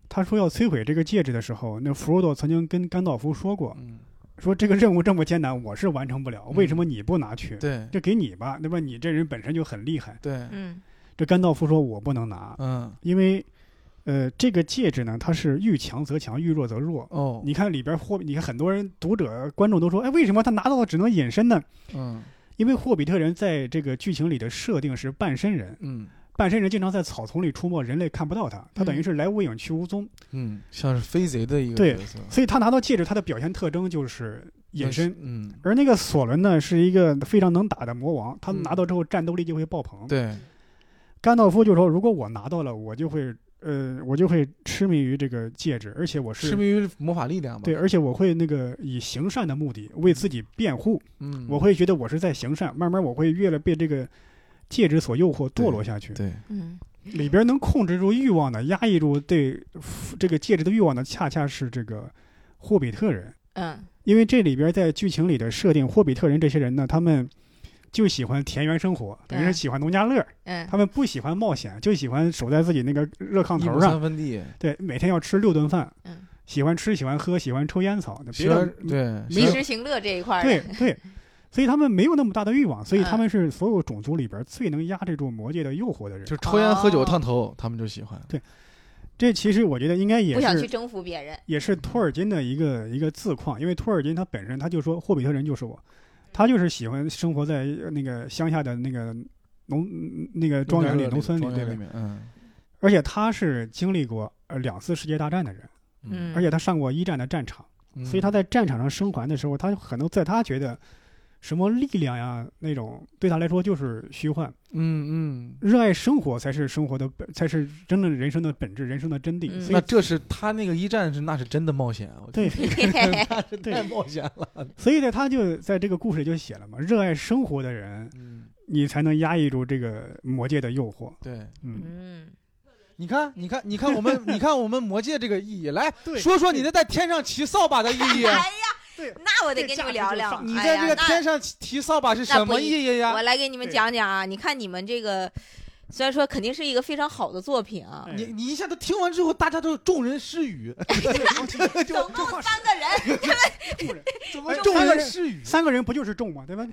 Speaker 1: 他说要摧毁这个戒指的时候，那弗罗多曾经跟甘道夫说过，
Speaker 3: 嗯，
Speaker 1: 说这个任务这么艰难，我是完成不了，
Speaker 3: 嗯
Speaker 1: 为什么你不拿去？
Speaker 3: 对，
Speaker 1: 这给你吧，对吧？你这人本身就很厉害。
Speaker 3: 对，
Speaker 2: 嗯
Speaker 1: 这甘道夫说我不能拿，
Speaker 3: 嗯，
Speaker 1: 因为，呃，这个戒指呢，它是遇强则强，遇弱则弱。
Speaker 3: 哦，
Speaker 1: 你看里边霍，你看很多人读者观众都说，哎，为什么他拿到了只能隐身呢？
Speaker 3: 嗯
Speaker 1: 因为霍比特人在这个剧情里的设定是半身人，
Speaker 3: 嗯
Speaker 1: 半身人经常在草丛里出没，人类看不到他，他等于是来无影去无踪。
Speaker 3: 嗯，像是飞贼的一个
Speaker 1: 对
Speaker 3: 角色。
Speaker 1: 所以他拿到戒指，他的表现特征就是隐身。
Speaker 3: 嗯，
Speaker 1: 而那个索伦呢，是一个非常能打的魔王，他
Speaker 3: 嗯
Speaker 1: 拿到之后战斗力就会爆棚。
Speaker 3: 对，
Speaker 1: 甘道夫就说：“如果我拿到了，我就会呃，我就会痴迷于这个戒指，而且我
Speaker 3: 痴
Speaker 1: 是
Speaker 3: 迷于魔法力量嘛。
Speaker 1: 对，，而且我会那个以行善的目的为自己辩护，
Speaker 3: 嗯，
Speaker 1: 我会觉得我是在行善，慢慢我会越来被这个戒指所诱惑，
Speaker 3: 对
Speaker 1: 堕落下去。
Speaker 3: 对，
Speaker 2: 嗯，
Speaker 1: 里边能控制住欲望的、压抑住对这个戒指的欲望的，恰恰是这个霍比特人。
Speaker 2: 嗯，
Speaker 1: 因为这里边在剧情里的设定，霍比特人这些人呢，他们就喜欢田园生活，等于是
Speaker 2: 对
Speaker 1: 喜欢农家乐，
Speaker 2: 嗯，
Speaker 1: 他们不喜欢冒险，就喜欢守在自己那个热炕
Speaker 3: 一
Speaker 1: 头
Speaker 3: 亩
Speaker 1: 上
Speaker 3: 三，分地，
Speaker 1: 对，每天要吃六顿饭，
Speaker 2: 嗯
Speaker 1: 喜欢吃，喜欢喝，喜欢抽烟草，别
Speaker 3: 学
Speaker 1: 的
Speaker 3: 对
Speaker 2: 及
Speaker 3: 学
Speaker 2: 时行乐这一块儿，
Speaker 1: 对 对，所以他们没有那么大的欲望，所以他
Speaker 2: 哎嗯
Speaker 1: 们是所有种族里边最能压制住魔界的诱惑的人。
Speaker 3: 就抽烟喝酒
Speaker 2: 哦
Speaker 3: 烫头，他们就喜
Speaker 1: 啊
Speaker 3: 欢。
Speaker 1: 这其实我觉得应该也
Speaker 2: 不想去
Speaker 1: 是
Speaker 2: 征服别人，
Speaker 1: 也是托尔金的一个一个自况，因为托尔金他本身他就说霍比特人就是我，
Speaker 2: 嗯
Speaker 1: 他就是喜欢生活在呃那个乡下的那个农那个庄园里、农村里，
Speaker 3: 庄
Speaker 1: 对
Speaker 3: 园
Speaker 1: 不
Speaker 3: 里
Speaker 1: 对？
Speaker 3: 面，嗯，
Speaker 1: 而且他是经历过呃两次世界大战的人，
Speaker 2: 嗯，
Speaker 1: 而且他上过一战的战场。
Speaker 3: 嗯
Speaker 1: 所以他在战场上生还的时候，他可能在他觉得什么力量呀那种对他来说就是虚幻，
Speaker 3: 嗯嗯，
Speaker 1: 热爱生活才是生活的本，才是真正人生的本质，人生的真谛。
Speaker 2: 嗯
Speaker 1: 所
Speaker 3: 那
Speaker 1: 以，
Speaker 3: 这是他那个一战是那是真的冒险，啊 我
Speaker 1: 对，
Speaker 3: 那是
Speaker 1: 对
Speaker 3: 太冒险了。
Speaker 1: 所以呢，他就在这个故事里就写了嘛，热爱生活的人，
Speaker 3: 嗯，
Speaker 1: 你才能压抑住这个魔界的诱惑。
Speaker 3: 对，
Speaker 1: 嗯，
Speaker 2: 嗯，
Speaker 3: 你看，你看，你看我 们，你看我们魔界这个意义，来
Speaker 1: 对
Speaker 3: 说说你的在天上骑扫把的意义。啊
Speaker 2: 哎呀，
Speaker 1: 对
Speaker 2: 那我得
Speaker 1: 这
Speaker 2: 跟你
Speaker 1: 价
Speaker 2: 们
Speaker 1: 值
Speaker 2: 聊
Speaker 1: 就
Speaker 2: 聊，
Speaker 1: 上
Speaker 3: 你
Speaker 2: 哎
Speaker 3: 在
Speaker 2: 呀
Speaker 3: 这个
Speaker 2: 那
Speaker 3: 天上骑骑扫把是什么意义
Speaker 2: 我
Speaker 3: 呀？
Speaker 2: 来给你们
Speaker 1: 对
Speaker 2: 讲讲啊，你看你们这个，虽然说肯定是一个非常好的作品啊，
Speaker 1: 哎
Speaker 3: 你你一下子听完之后，大家都众人失语，就
Speaker 2: 总
Speaker 1: 这话
Speaker 2: 共三个人，
Speaker 1: 怎
Speaker 3: 哎众
Speaker 1: 三个
Speaker 3: 人
Speaker 1: 人
Speaker 3: 失语。
Speaker 1: 三个人不就是众吗？对吧？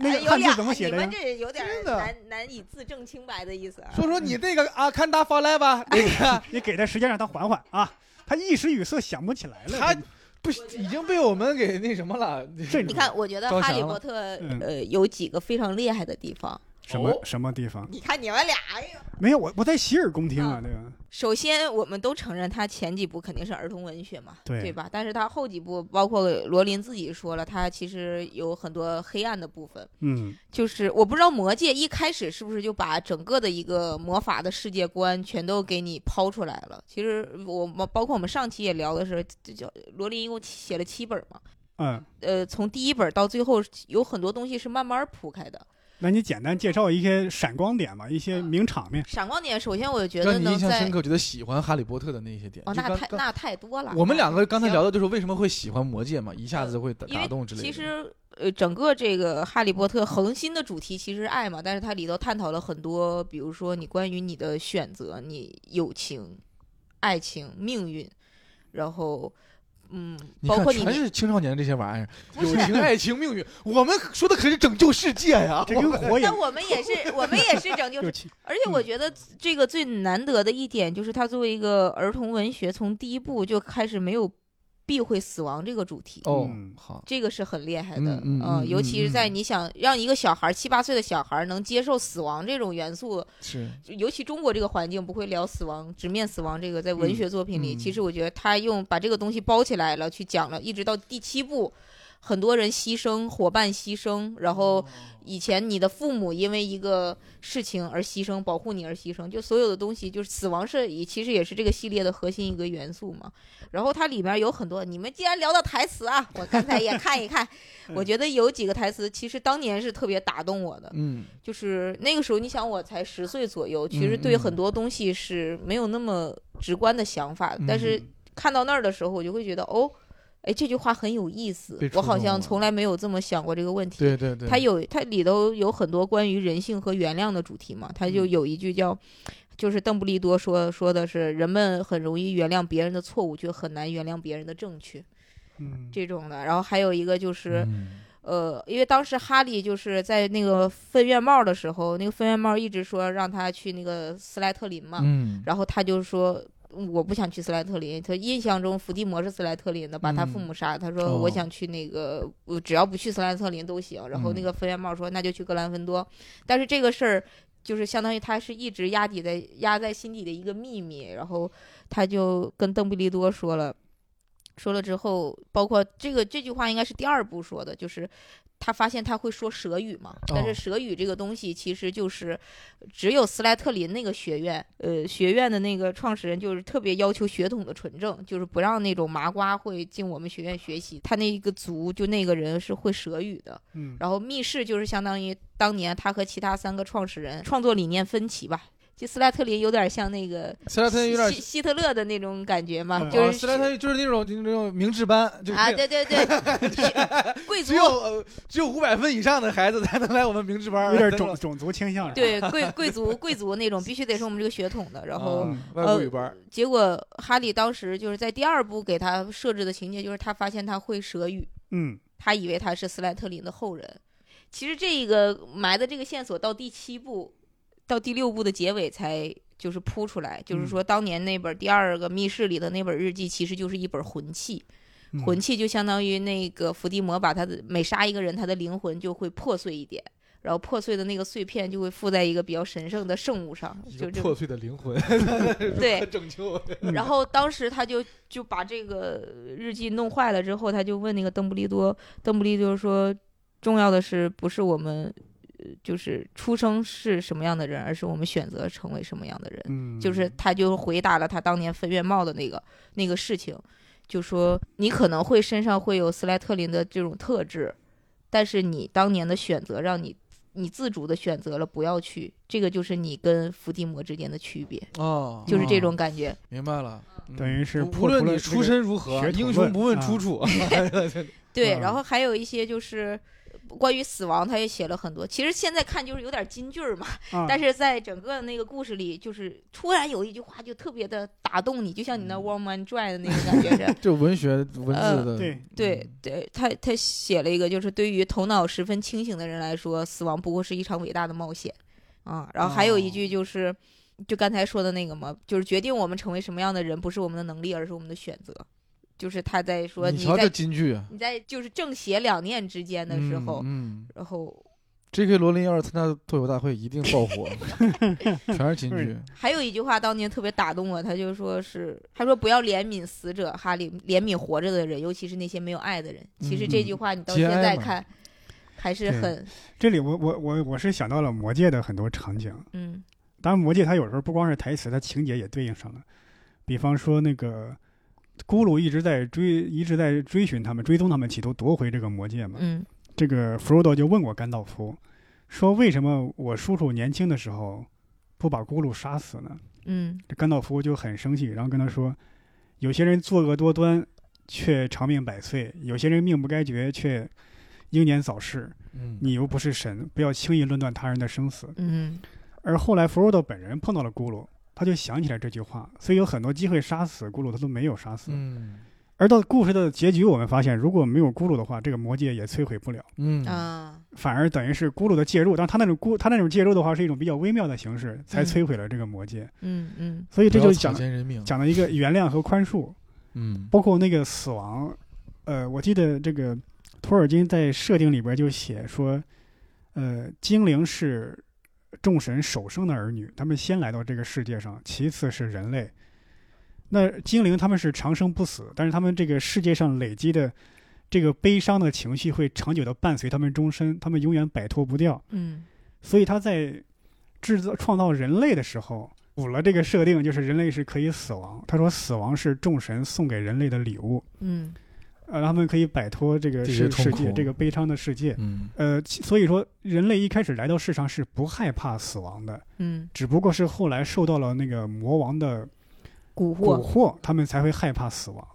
Speaker 1: 那
Speaker 2: 哎
Speaker 1: 个
Speaker 2: 有
Speaker 1: 汉
Speaker 2: 俩
Speaker 1: 字怎么写
Speaker 2: 你
Speaker 1: 的
Speaker 2: 们
Speaker 1: 呀？
Speaker 2: 这有点
Speaker 3: 真的
Speaker 2: 难难以自证清白的意思啊。
Speaker 3: 说说你这个啊，看他发来吧，那个
Speaker 1: 你给他时间让他缓缓啊，他一时语塞想不起来了。
Speaker 3: 他不已经被我们给那什么了。
Speaker 1: 这
Speaker 2: 你看，我觉得
Speaker 3: 招
Speaker 2: 《哈
Speaker 3: 降
Speaker 2: 利
Speaker 3: 了
Speaker 2: 波特》
Speaker 1: 嗯
Speaker 2: 呃有几个非常厉害的地方。
Speaker 1: 什么
Speaker 3: 哦
Speaker 1: 什么地方？
Speaker 2: 你看你们俩，哎呦
Speaker 1: 没有，我我在洗耳恭听啊，
Speaker 2: 嗯
Speaker 1: 对吧？
Speaker 2: 首先我们都承认他前几部肯定是儿童文学嘛，
Speaker 1: 对
Speaker 2: 吧？但是他后几部，包括罗琳自己说了，他其实有很多黑暗的部分。
Speaker 1: 嗯，
Speaker 2: 就是我不知道魔界一开始是不是就把整个的一个魔法的世界观全都给你抛出来了。其实我们包括我们上期也聊的是，这叫罗琳一共写了七本嘛，
Speaker 1: 嗯，
Speaker 2: 呃，从第一本到最后有很多东西是慢慢铺开的。
Speaker 1: 那你简单介绍一些闪光点吧，一
Speaker 2: 嗯
Speaker 1: 些名场面。
Speaker 2: 闪光点，首先我觉得
Speaker 3: 让你
Speaker 2: 能
Speaker 3: 印象
Speaker 2: 在
Speaker 3: 深刻，觉得喜欢哈利波特的那些点。
Speaker 2: 哦，
Speaker 3: 就
Speaker 2: 那
Speaker 3: 刚
Speaker 2: 太
Speaker 3: 刚
Speaker 2: 那太多了。
Speaker 3: 我们两个刚才
Speaker 2: 行
Speaker 3: 聊的就是为什么会喜欢魔戒嘛，一下子会打
Speaker 2: 因为
Speaker 3: 打动之类的。
Speaker 2: 其实，呃，整个这个《哈利波特》恒心的主题其实是爱嘛，但是它里头探讨了很多，比如说你关于你的选择、你友情、爱情、命运，然后，嗯，
Speaker 3: 你
Speaker 2: 包
Speaker 3: 看，
Speaker 2: 括你
Speaker 3: 全是青少年这些玩意儿，
Speaker 2: 不
Speaker 3: 友
Speaker 2: 是。
Speaker 3: 情、爱情、命运，我们说的可是拯救世界呀！
Speaker 1: 这跟火影
Speaker 2: 但我们也是，我们也是拯救
Speaker 1: 就，起
Speaker 2: 而且
Speaker 3: 嗯
Speaker 2: 我觉得这个最难得的一点就是，它作为一个儿童文学，从第一部就开始没有避讳死亡这个主题。
Speaker 3: 哦
Speaker 1: 嗯，
Speaker 3: 好，
Speaker 2: 这个是很厉害的，
Speaker 3: 嗯嗯嗯
Speaker 2: 尤其
Speaker 3: 嗯
Speaker 2: 是在
Speaker 3: 嗯
Speaker 2: 你想让一个小孩儿七八岁的小孩儿能接受死亡这种元素，
Speaker 3: 是
Speaker 2: 就尤其中国这个环境不会聊死亡、直面死亡这个，在文学作品里，
Speaker 3: 嗯
Speaker 2: 其实我觉得他用把这个东西包起来了去讲了，一直到第七部，很多人牺牲，伙伴牺牲，然后
Speaker 3: 哦
Speaker 2: 以前你的父母因为一个事情而牺牲，保护你而牺牲，就所有的东西，就是死亡是以其实也是这个系列的核心一个元素嘛。然后它里面有很多，你们既然聊到台词啊，我刚才也看一看
Speaker 1: 嗯，
Speaker 2: 我觉得有几个台词其实当年是特别打动我的，
Speaker 3: 嗯，
Speaker 2: 就是那个时候，你想我才十岁左右，其实
Speaker 3: 嗯
Speaker 2: 对很多东西是没有那么直观的想法，
Speaker 3: 嗯
Speaker 2: 但是看到那儿的时候，我就会觉得哦，哎，这句话很有意思
Speaker 3: 被，触
Speaker 2: 我
Speaker 3: 动
Speaker 2: 好像
Speaker 3: 了
Speaker 2: 从来没有这么想过这个问题。
Speaker 3: 对对对，
Speaker 2: 它有它里头有很多关于人性和原谅的主题嘛，它就
Speaker 3: 嗯
Speaker 2: 有一句叫，就是邓布利多说说的是人们很容易原谅别人的错误，却很难原谅别人的正确
Speaker 1: 嗯，
Speaker 2: 这种的。然后还有一个就是。
Speaker 3: 嗯
Speaker 2: 呃，因为当时哈利就是在那个分院帽的时候，那个分院帽一直说让他去那个斯莱特林嘛，
Speaker 3: 嗯，
Speaker 2: 然后他就说嗯我不想去斯莱特林，他印象中伏地魔是斯莱特林的，把他父母杀了，他说
Speaker 3: 哦
Speaker 2: 我想去那个，我只要不去斯莱特林都行。然后那
Speaker 3: 嗯
Speaker 2: 个分院帽说那就去格兰芬多，但是这个事儿。就是相当于他是一直压底在压在心底的一个秘密，然后他就跟邓布利多说了，说了之后，包括这个这句话应该是第二部说的，就是他发现他会说蛇语嘛，但
Speaker 3: 哦
Speaker 2: 是蛇语这个东西其实就是只有斯莱特林那个学院，呃，学院的那个创始人就是特别要求血统的纯正，就是不让那种麻瓜会进我们学院学习。他那个族就那个人是会蛇语的，
Speaker 1: 嗯，
Speaker 2: 然后密室就是相当于当年他和其他三个创始人创作理念分歧吧。就斯莱特林有点像那个
Speaker 3: 斯莱特林有点
Speaker 2: 希希特勒的那种感觉嘛，
Speaker 1: 嗯
Speaker 2: 就
Speaker 3: 哦
Speaker 2: 是
Speaker 3: 斯莱特林就是那种就是那种明智班，就是
Speaker 2: 啊，对对对，学 贵族
Speaker 3: 只有呃只有五百分以上的孩子才能来我们明智班，
Speaker 1: 有点种种族倾向。，
Speaker 2: 对贵贵族贵族那种必须得是我们这个血统的。然后呃
Speaker 3: 啊外国语班儿
Speaker 2: 结果哈利当时就是在第二部给他设置的情节就是他发现他会蛇语，
Speaker 1: 嗯，
Speaker 2: 他以为他是斯莱特林的后人。其实这一个埋的这个线索到第七部，到第六部的结尾才就是铺出来，就是
Speaker 1: 嗯
Speaker 2: 说当年那本第二个密室里的那本日记，其实就是一本魂器。
Speaker 1: 嗯
Speaker 2: 魂器就相当于那个伏地魔把他的每杀一个人，他的灵魂就会破碎一点，然后破碎的那个碎片就会附在一个比较神圣的圣物上，
Speaker 3: 一
Speaker 2: 就
Speaker 3: 个
Speaker 2: 这
Speaker 3: 破碎的灵魂，
Speaker 2: 对
Speaker 3: 拯救。
Speaker 1: 嗯
Speaker 2: 然后当时他就就把这个日记弄坏了之后，他就问那个邓布利多，邓布利多说，重要的是不是我们呃就是出生是什么样的人，而是我们选择成为什么样的人。
Speaker 1: 嗯，
Speaker 2: 就是他就回答了他当年分院帽的那个那个事情，就说你可能会身上会有斯莱特林的这种特质，但是你当年的选择让你你自主的选择了不要去，这个就是你跟伏地魔之间的区别，
Speaker 3: 哦，
Speaker 2: 就是这
Speaker 3: 哦
Speaker 2: 种感觉。
Speaker 3: 明白了，
Speaker 1: 等于是
Speaker 3: 嗯
Speaker 1: 破除
Speaker 3: 无论
Speaker 1: 了
Speaker 3: 你
Speaker 1: 这
Speaker 3: 出
Speaker 1: 个
Speaker 3: 身如何，
Speaker 1: 血统
Speaker 3: 英雄
Speaker 1: 论
Speaker 3: 不问
Speaker 1: 啊
Speaker 3: 出处。
Speaker 2: 对，
Speaker 1: 嗯
Speaker 2: 然后还有一些就是。关于死亡，他也写了很多。其实现在看就是有点金句儿嘛，
Speaker 1: 啊，
Speaker 2: 但是在整个那个故事里，就是突然有一句话就特别的打动你，就像你那《Warm Man Dry》的那个感觉似的。
Speaker 3: 就文学文字
Speaker 2: 呃
Speaker 3: 的，
Speaker 1: 对
Speaker 3: 嗯
Speaker 2: 对对，他他写了一个，就是对于头脑十分清醒的人来说，死亡不过是一场伟大的冒险啊。然后还有一
Speaker 3: 哦
Speaker 2: 句就是，就刚才说的那个嘛，就是决定我们成为什么样的人，不是我们的能力，而是我们的选择。就是他在说
Speaker 3: 你
Speaker 2: 你
Speaker 3: 瞧这
Speaker 2: 在
Speaker 3: 金句啊
Speaker 2: 你在就是正邪两念之间的时候，
Speaker 3: 嗯嗯
Speaker 2: 然后
Speaker 3: ，J.K. 罗琳要是参加脱口大会，一定爆 火，全是金句
Speaker 1: 是。
Speaker 2: 还有一句话当年特别打动我，他就说是他说不要怜悯死者，哈利怜悯活着的人，尤其是那些没有爱的人。其实这句话你到
Speaker 3: 嗯节
Speaker 2: 现
Speaker 3: 哀
Speaker 2: 在
Speaker 3: 嘛
Speaker 2: 看还是
Speaker 1: 对
Speaker 2: 很
Speaker 1: 这里我我我我是想到了魔戒的很多场景，
Speaker 2: 嗯
Speaker 1: 当然魔戒它有时候不光是台词，它情节也对应上了。比方说那个咕噜一直在追，一直在追寻他们，追踪他们，企图夺回这个魔戒嘛。
Speaker 2: 嗯
Speaker 1: 这个弗罗多就问过甘道夫，说为什么我叔叔年轻的时候不把咕噜杀死呢？
Speaker 2: 嗯
Speaker 1: 这甘道夫就很生气，然后跟他说：“有些人作恶多端，却长命百岁；有些人命不该绝，却英年早逝。
Speaker 3: 嗯，
Speaker 1: 你又不是神，不要轻易论断他人的生死。
Speaker 2: 嗯”
Speaker 1: 而后来，弗罗多本人碰到了咕噜，他就想起来这句话，所以有很多机会杀死咕噜，他都没有杀死。
Speaker 3: 嗯
Speaker 1: 而到故事的结局，我们发现，如果没有咕噜的话，这个魔戒也摧毁不了。
Speaker 3: 嗯，
Speaker 2: 啊。
Speaker 1: 反而等于是咕噜的介入，但是他那种咕，他那种介入的话是一种比较微妙的形式，才摧毁了这个魔戒。
Speaker 2: 嗯嗯
Speaker 1: 所以这
Speaker 3: 不要
Speaker 1: 就
Speaker 3: 草
Speaker 1: 讲
Speaker 3: 菅人命。
Speaker 1: 讲了一个原谅和宽恕。
Speaker 3: 嗯
Speaker 1: 包括那个死亡，呃，我记得这个托尔金在设定里边就写说，呃，精灵是众神首生的儿女，他们先来到这个世界上，其次是人类。那精灵他们是长生不死，但是他们这个世界上累积的这个悲伤的情绪会长久的伴随他们终身，他们永远摆脱不掉。
Speaker 2: 嗯
Speaker 1: 所以他在制造创造人类的时候，补了这个设定，就是人类是可以死亡。他说，死亡是众神送给人类的礼物，
Speaker 2: 嗯
Speaker 1: 呃，让他们可以摆脱这个
Speaker 3: 这些
Speaker 1: 世
Speaker 3: 痛
Speaker 1: 世
Speaker 3: 苦
Speaker 1: 界这个悲伤的世界。
Speaker 3: 嗯
Speaker 1: 呃，其所以说人类一开始来到世上是不害怕死亡的，
Speaker 2: 嗯，
Speaker 1: 只不过是后来受到了那个魔王的
Speaker 2: 蛊
Speaker 1: 蛊
Speaker 2: 惑，
Speaker 1: 惑，他们才会害怕死亡。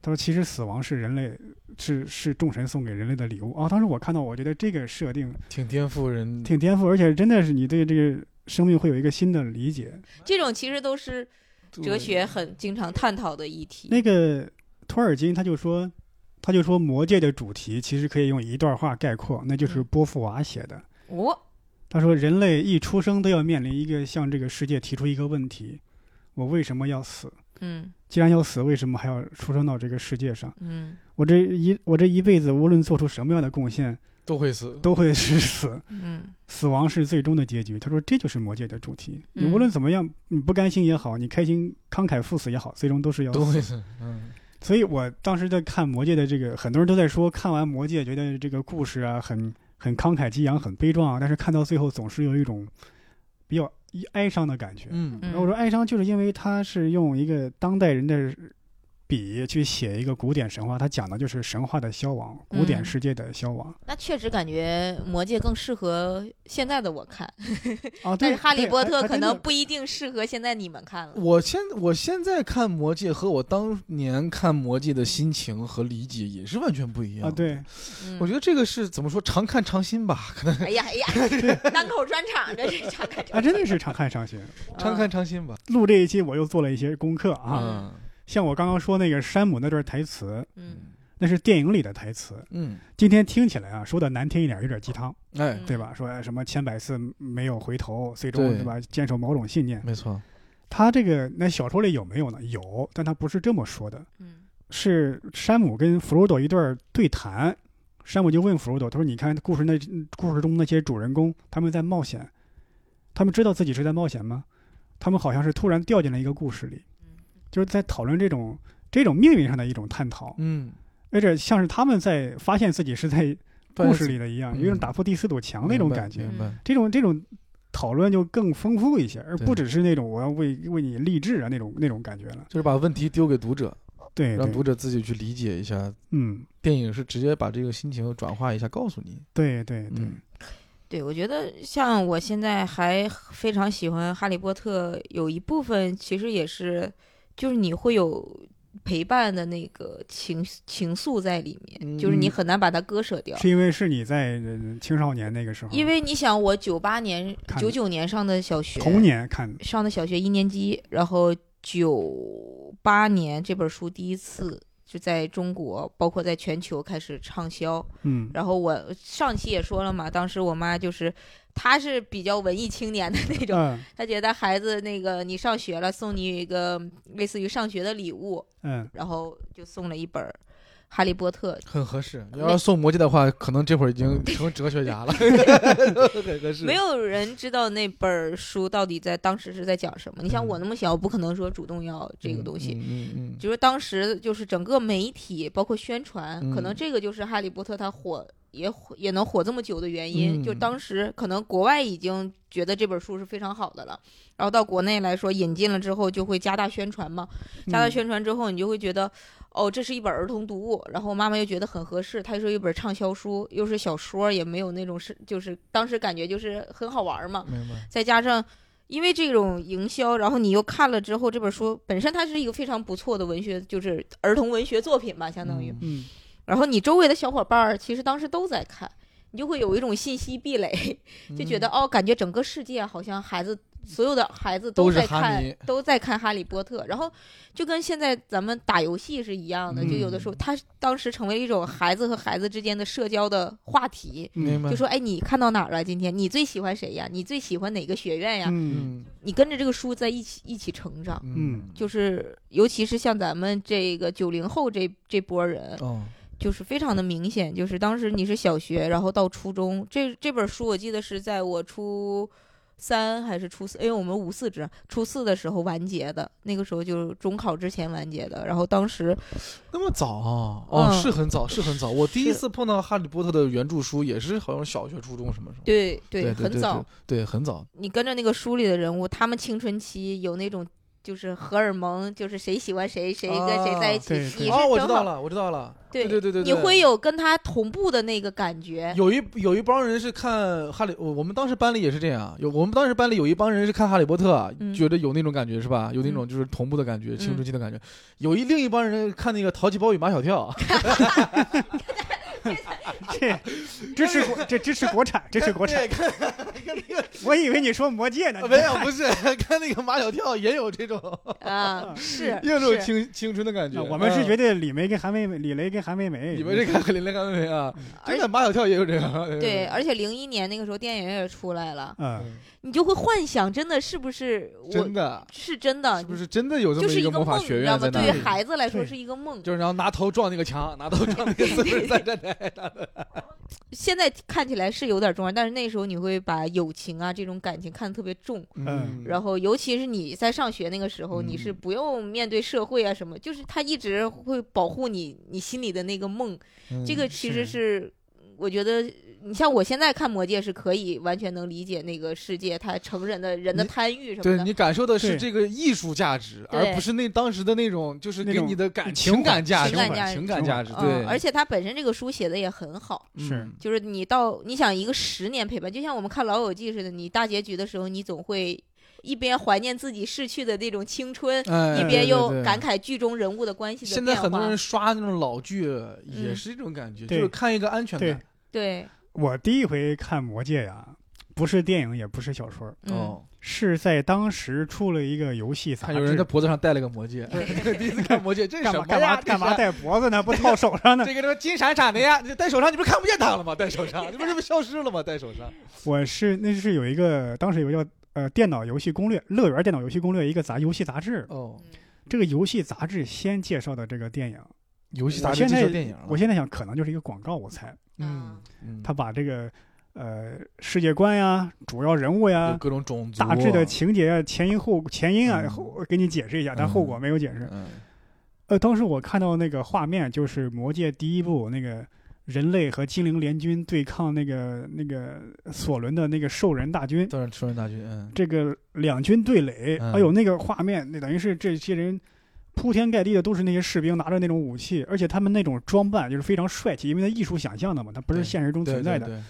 Speaker 1: 他说：“其实死亡是人类，是是众神送给人类的礼物啊！”当时我看到，我觉得这个设定
Speaker 3: 挺颠覆人。
Speaker 1: 挺颠覆，而且真的是你对这个生命会有一个新的理解。
Speaker 2: 这种其实都是
Speaker 3: 对
Speaker 2: 哲学很经常探讨的议题。
Speaker 1: 那个托尔金他就说，他就说《魔戒》的主题其实可以用一段话概括，那就是
Speaker 2: 嗯
Speaker 1: 波伏娃写的。
Speaker 2: 哦，
Speaker 1: 他说，人类一出生都要面临一个向这个世界提出一个问题：我为什么要死？
Speaker 2: 嗯
Speaker 1: 既然要死，为什么还要出生到这个世界上？
Speaker 2: 嗯
Speaker 1: 我这一我这一辈子，无论做出什么样的贡献，
Speaker 3: 都会死。
Speaker 1: 都会是死。
Speaker 2: 嗯
Speaker 1: 死亡是最终的结局。他说，这就是魔界的主题。你
Speaker 2: 嗯
Speaker 1: 无论怎么样，你不甘心也好，你开心慷慨赴死也好，最终都是要
Speaker 3: 都
Speaker 1: 死。
Speaker 3: 会死。嗯，
Speaker 1: 所以我当时在看《魔戒》的这个，很多人都在说看完《魔戒》觉得这个故事啊很很慷慨激昂，很悲壮啊，但是看到最后总是有一种比较哀伤的感觉。
Speaker 3: 嗯
Speaker 2: 嗯
Speaker 1: 然后我说哀伤，就是因为他是用一个当代人的笔去写一个古典神话，他讲的就是神话的消亡，古典
Speaker 2: 嗯
Speaker 1: 世界的消亡、
Speaker 2: 那确实感觉《魔戒》更适合现在的我看，
Speaker 1: 啊。
Speaker 2: 但
Speaker 1: 对
Speaker 2: 是《哈利
Speaker 1: 对
Speaker 2: 波
Speaker 1: 还
Speaker 2: 特
Speaker 1: 还》
Speaker 2: 可
Speaker 1: 真
Speaker 2: 能
Speaker 1: 的
Speaker 2: 不一定适合现在你们看了。
Speaker 3: 我现我现在看《魔戒》和我当年看《魔戒》的心情和理解也是完全不一样
Speaker 1: 啊，对，
Speaker 2: 嗯
Speaker 3: 我觉得这个是怎么说，常看常新吧，可能
Speaker 2: 哎呀哎呀，单口专场，这是常看
Speaker 1: 啊，真的是常看常新。
Speaker 2: 嗯
Speaker 3: 常看常新吧。
Speaker 1: 录这一期我又做了一些功课啊，
Speaker 3: 嗯
Speaker 1: 像我刚刚说那个山姆那段台词，
Speaker 2: 嗯
Speaker 1: 那是电影里的台词。
Speaker 3: 嗯，
Speaker 1: 今天听起来啊，说的难听一点，有点鸡汤，
Speaker 3: 哎，
Speaker 2: 嗯
Speaker 1: 对吧？说哎什么千百次没有回头，最终
Speaker 3: 对
Speaker 1: 对吧坚守某种信念。
Speaker 3: 没错，
Speaker 1: 他这个那小说里有没有呢？有，但他不是这么说的。
Speaker 2: 嗯
Speaker 1: 是山姆跟弗罗多一段对谈，山姆就问弗罗多，他说：“你看故事那故事中那些主人公，他们在冒险，他们知道自己是在冒险吗？他们好像是突然掉进了一个故事里，就是在讨论这种这种命运上的一种探讨，
Speaker 3: 嗯，
Speaker 1: 而且像是他们在发现自己是在故事里的一样，
Speaker 3: 嗯
Speaker 1: 有一种打破第四堵墙那种感觉。
Speaker 3: 明白。明白
Speaker 1: 这种这种讨论就更丰富一些，而
Speaker 3: 对
Speaker 1: 不只是那种我要为为你励志啊那种那种感觉了。
Speaker 3: 就是把问题丢给读者，
Speaker 1: 对
Speaker 3: 让
Speaker 1: 对
Speaker 3: 读，者自己去理解一下。
Speaker 1: 嗯，
Speaker 3: 电影是直接把这个心情转化一下，告诉你。
Speaker 1: 对对对。
Speaker 3: 嗯
Speaker 2: 对，我觉得像我现在还非常喜欢《哈利波特》，有一部分其实也是，就是你会有陪伴的那个情情愫在里面，就是你
Speaker 1: 嗯
Speaker 2: 很难把它割舍掉。
Speaker 1: 是因为是你在呃青少年那个时候，
Speaker 2: 因为你想，我九八年、
Speaker 1: 看
Speaker 2: 九九年上的小学，
Speaker 1: 童年看的，
Speaker 2: 上的小学一年级，然后九八年这本书第一次就在中国，包括在全球开始畅销。
Speaker 1: 嗯，
Speaker 2: 然后我上期也说了嘛，当时我妈就是，她是比较文艺青年的那种，
Speaker 1: 嗯
Speaker 2: 她觉得孩子那个你上学了，送你一个类似于上学的礼物，
Speaker 1: 嗯，
Speaker 2: 然后就送了一本儿《哈利波特》。
Speaker 3: 很合适。你要是送魔戒的话，可能这会儿已经成哲 学家了，很合适。
Speaker 2: 没有人知道那本儿书到底在当时是在讲什么。你像我那么小，我不可能说主动要这个东西，
Speaker 3: 嗯嗯
Speaker 2: 就是当时就是整个媒体包括宣传，
Speaker 3: 嗯
Speaker 2: 可能这个就是《哈利波特》它火也火也能火这么久的原因。
Speaker 3: 嗯
Speaker 2: 就当时可能国外已经觉得这本书是非常好的了，然后到国内来说引进了之后就会加大宣传嘛，
Speaker 1: 嗯
Speaker 2: 加
Speaker 3: 嗯
Speaker 2: 大宣传之后你就会觉得。哦，这是一本儿童读物，然后妈妈又觉得很合适，它是一本畅销书，又是小说，也没有那种是，就是当时感觉就是很好玩儿嘛，
Speaker 3: 嗯，明白。
Speaker 2: 再加上因为这种营销，然后你又看了之后，这本书本身它是一个非常不错的文学，就是儿童文学作品吧，相当于。
Speaker 3: 嗯
Speaker 1: 嗯，
Speaker 2: 然后你周围的小伙伴儿其实当时都在看，你就会有一种信息壁垒，
Speaker 3: 嗯
Speaker 2: 就觉得哦，感觉整个世界好像孩子。所有的孩子
Speaker 3: 都是
Speaker 2: 在
Speaker 3: 哈
Speaker 2: 看
Speaker 3: 迷，
Speaker 2: 都在看《哈利波特》，然后就跟现在咱们打游戏是一样的，就有的
Speaker 3: 嗯
Speaker 2: 时候，它当时成为一种孩子和孩子之间的社交的话题，
Speaker 1: 嗯
Speaker 3: 明白。
Speaker 2: 就说哎，你看到哪儿了？今天你最喜欢谁呀？你最喜欢哪个学院呀？
Speaker 1: 嗯，
Speaker 3: 嗯
Speaker 2: 你跟着这个书在一起一起成长，
Speaker 1: 嗯
Speaker 2: 就是尤其是像咱们这个九零后这这波人，
Speaker 3: 哦，
Speaker 2: 就是非常的明显。就是当时你是小学，然后到初中，这这本书我记得是在我初三还是初四，因为我们五四制，初四的时候完结的，那个时候就是中考之前完结的。然后当
Speaker 3: 哦
Speaker 2: 时
Speaker 3: 那么早啊？哦，
Speaker 2: 嗯
Speaker 3: 是很早，是很早。我第一
Speaker 2: 是
Speaker 3: 次碰到《哈利波特》的原著书，也是好像小学、初中什么时候。
Speaker 2: 对
Speaker 3: 对，对
Speaker 2: 很早，，
Speaker 3: 对，对很早。
Speaker 2: 你跟着那个书里的人物，他们青春期有那种。就是荷尔蒙，就是谁喜欢谁，谁跟谁在一起。
Speaker 1: 啊对
Speaker 2: 你
Speaker 1: 对
Speaker 2: 是
Speaker 3: 哦，我知
Speaker 2: 正好
Speaker 3: 道了，我知道了。
Speaker 2: 对
Speaker 3: 对对对，
Speaker 2: 你
Speaker 3: 对
Speaker 2: 会有跟他同步的那个感觉。
Speaker 3: 有一有一帮人是看哈利，我我们当时班里也是这样，有我们当时班里有一帮人是看哈利波特，啊
Speaker 2: 嗯
Speaker 3: 觉得有那种感觉是吧？有那种
Speaker 2: 嗯
Speaker 3: 就是同步的感觉，青春期的感觉。有一另一帮人看那个《淘气包与马小跳》，
Speaker 1: 这支持国， 这支持国产，支持国产。
Speaker 3: 对，看看那个
Speaker 1: 我以为你说《魔戒》呢，
Speaker 3: 没有不是 看那个马小跳也有 这种
Speaker 2: 啊，是
Speaker 3: 也有这种
Speaker 2: 是
Speaker 3: 青青春的感觉。
Speaker 1: 啊我们是
Speaker 3: 得
Speaker 1: 觉得李梅跟韩梅梅，李雷跟韩梅
Speaker 2: 哎
Speaker 1: 梅，
Speaker 3: 你们这看《林林看没啊？真的马小跳也有这 样。
Speaker 2: 嗯对，而且零一年那个时候电影也出来了，
Speaker 1: 嗯，
Speaker 3: 嗯
Speaker 2: 你就会幻想，真的是不是我
Speaker 3: 真的
Speaker 2: 是真的，
Speaker 3: 是不是真的有这
Speaker 2: 就
Speaker 3: 么
Speaker 2: 是
Speaker 3: 个
Speaker 2: 个
Speaker 3: 魔法
Speaker 2: 梦，你
Speaker 3: 学
Speaker 2: 知道
Speaker 3: 院
Speaker 2: 吗？
Speaker 3: 在那
Speaker 2: 对于
Speaker 3: 里？
Speaker 2: 孩子来说
Speaker 1: 对
Speaker 2: 是一个梦，
Speaker 3: 就是然后拿头撞那个墙，拿头撞那个四十三站台，
Speaker 2: 现在看起来是有点重要，但是那时候你会把友情啊这种感情看得特别重。
Speaker 1: 嗯
Speaker 2: 然后，尤其是你在上学那个时候，
Speaker 3: 嗯
Speaker 2: 你是不用面对社会啊什么，就是他一直会保护你，你心里的那个梦。
Speaker 3: 嗯
Speaker 2: 这个其实
Speaker 1: 是
Speaker 2: 是，我觉得你像我现在看《魔戒》是可以完全能理解那个世界，他成人的人的
Speaker 3: 你
Speaker 2: 贪欲什么
Speaker 3: 对
Speaker 2: 的。
Speaker 3: 你感受的是
Speaker 1: 对
Speaker 3: 这个艺术价值，
Speaker 2: 对
Speaker 3: 而不是那当时的那种，就是
Speaker 1: 那
Speaker 3: 给
Speaker 1: 种
Speaker 3: 你的感
Speaker 1: 情怀
Speaker 3: 情感价值
Speaker 2: 情感价、值
Speaker 3: 情感价值，对，
Speaker 2: 嗯，而且他本身这个书写的也很好，
Speaker 1: 是
Speaker 3: 嗯
Speaker 2: 就是你到你想一个十年陪伴，就像我们看《老友记》似的，你大结局的时候，你总会一边怀念自己逝去的那种青春，
Speaker 3: 哎
Speaker 2: 一
Speaker 1: 对
Speaker 2: 边
Speaker 3: 对
Speaker 2: 又
Speaker 3: 对
Speaker 2: 感慨剧中人物的关系的
Speaker 3: 现
Speaker 2: 变
Speaker 3: 在
Speaker 2: 化。嗯
Speaker 3: 很多人刷那种老剧，也是这种感觉，就
Speaker 1: 对
Speaker 3: 是看一个安全
Speaker 1: 对
Speaker 3: 感。
Speaker 2: 对，
Speaker 1: 我第一回看《魔戒》呀，不是电影，也不是小说，
Speaker 2: 嗯，
Speaker 3: 哦，
Speaker 1: 是在当时出了一个游戏杂
Speaker 3: 看
Speaker 1: 志。
Speaker 3: 有人在脖子上戴了个魔戒， 第一次看魔戒，这是
Speaker 1: 干
Speaker 3: 什
Speaker 1: 嘛
Speaker 3: 么
Speaker 1: 干
Speaker 3: 呀
Speaker 1: 嘛干嘛？
Speaker 3: 这是
Speaker 1: 戴脖子呢？不套手上呢？
Speaker 3: 这个这个金闪闪的呀，你戴手上你不是看不见它了吗？戴手 上，你不是不是消失了吗？戴手上，
Speaker 1: 我是那是有一个当时有一个叫呃电脑游戏攻略乐园电脑游戏攻略一个杂游戏杂志，
Speaker 3: 哦，
Speaker 1: 这个游戏杂志先介绍的这个电影。
Speaker 3: 游戏
Speaker 1: 我
Speaker 3: 杂志
Speaker 1: 现
Speaker 3: 介
Speaker 1: 在
Speaker 3: 绍电影了，
Speaker 1: 我现在想，可能就是一个广告，我猜
Speaker 3: 嗯
Speaker 2: 嗯，
Speaker 3: 嗯
Speaker 1: 他把这个呃世界观呀、主要人物呀
Speaker 3: 有、各种种族
Speaker 1: 大致的情节啊、前因后前因啊
Speaker 3: 嗯
Speaker 1: 后给你解释一下，但
Speaker 3: 嗯
Speaker 1: 后果没有解释。
Speaker 3: 嗯
Speaker 1: 呃，当时我看到那个画面，就是《魔戒》第一部那个人类和精灵联军对抗那个那个索伦的那个兽人大军，
Speaker 3: 都是出人大军，嗯，
Speaker 1: 这个两军对垒，
Speaker 3: 嗯
Speaker 1: 哎呦，那个画面，那等于是这些人铺天盖地的都是那些士兵拿着那种武器，而且他们那种装扮就是非常帅气，因为他艺术想象的嘛，他不是
Speaker 3: 对
Speaker 1: 现实中
Speaker 3: 对
Speaker 1: 存在的。
Speaker 3: 对对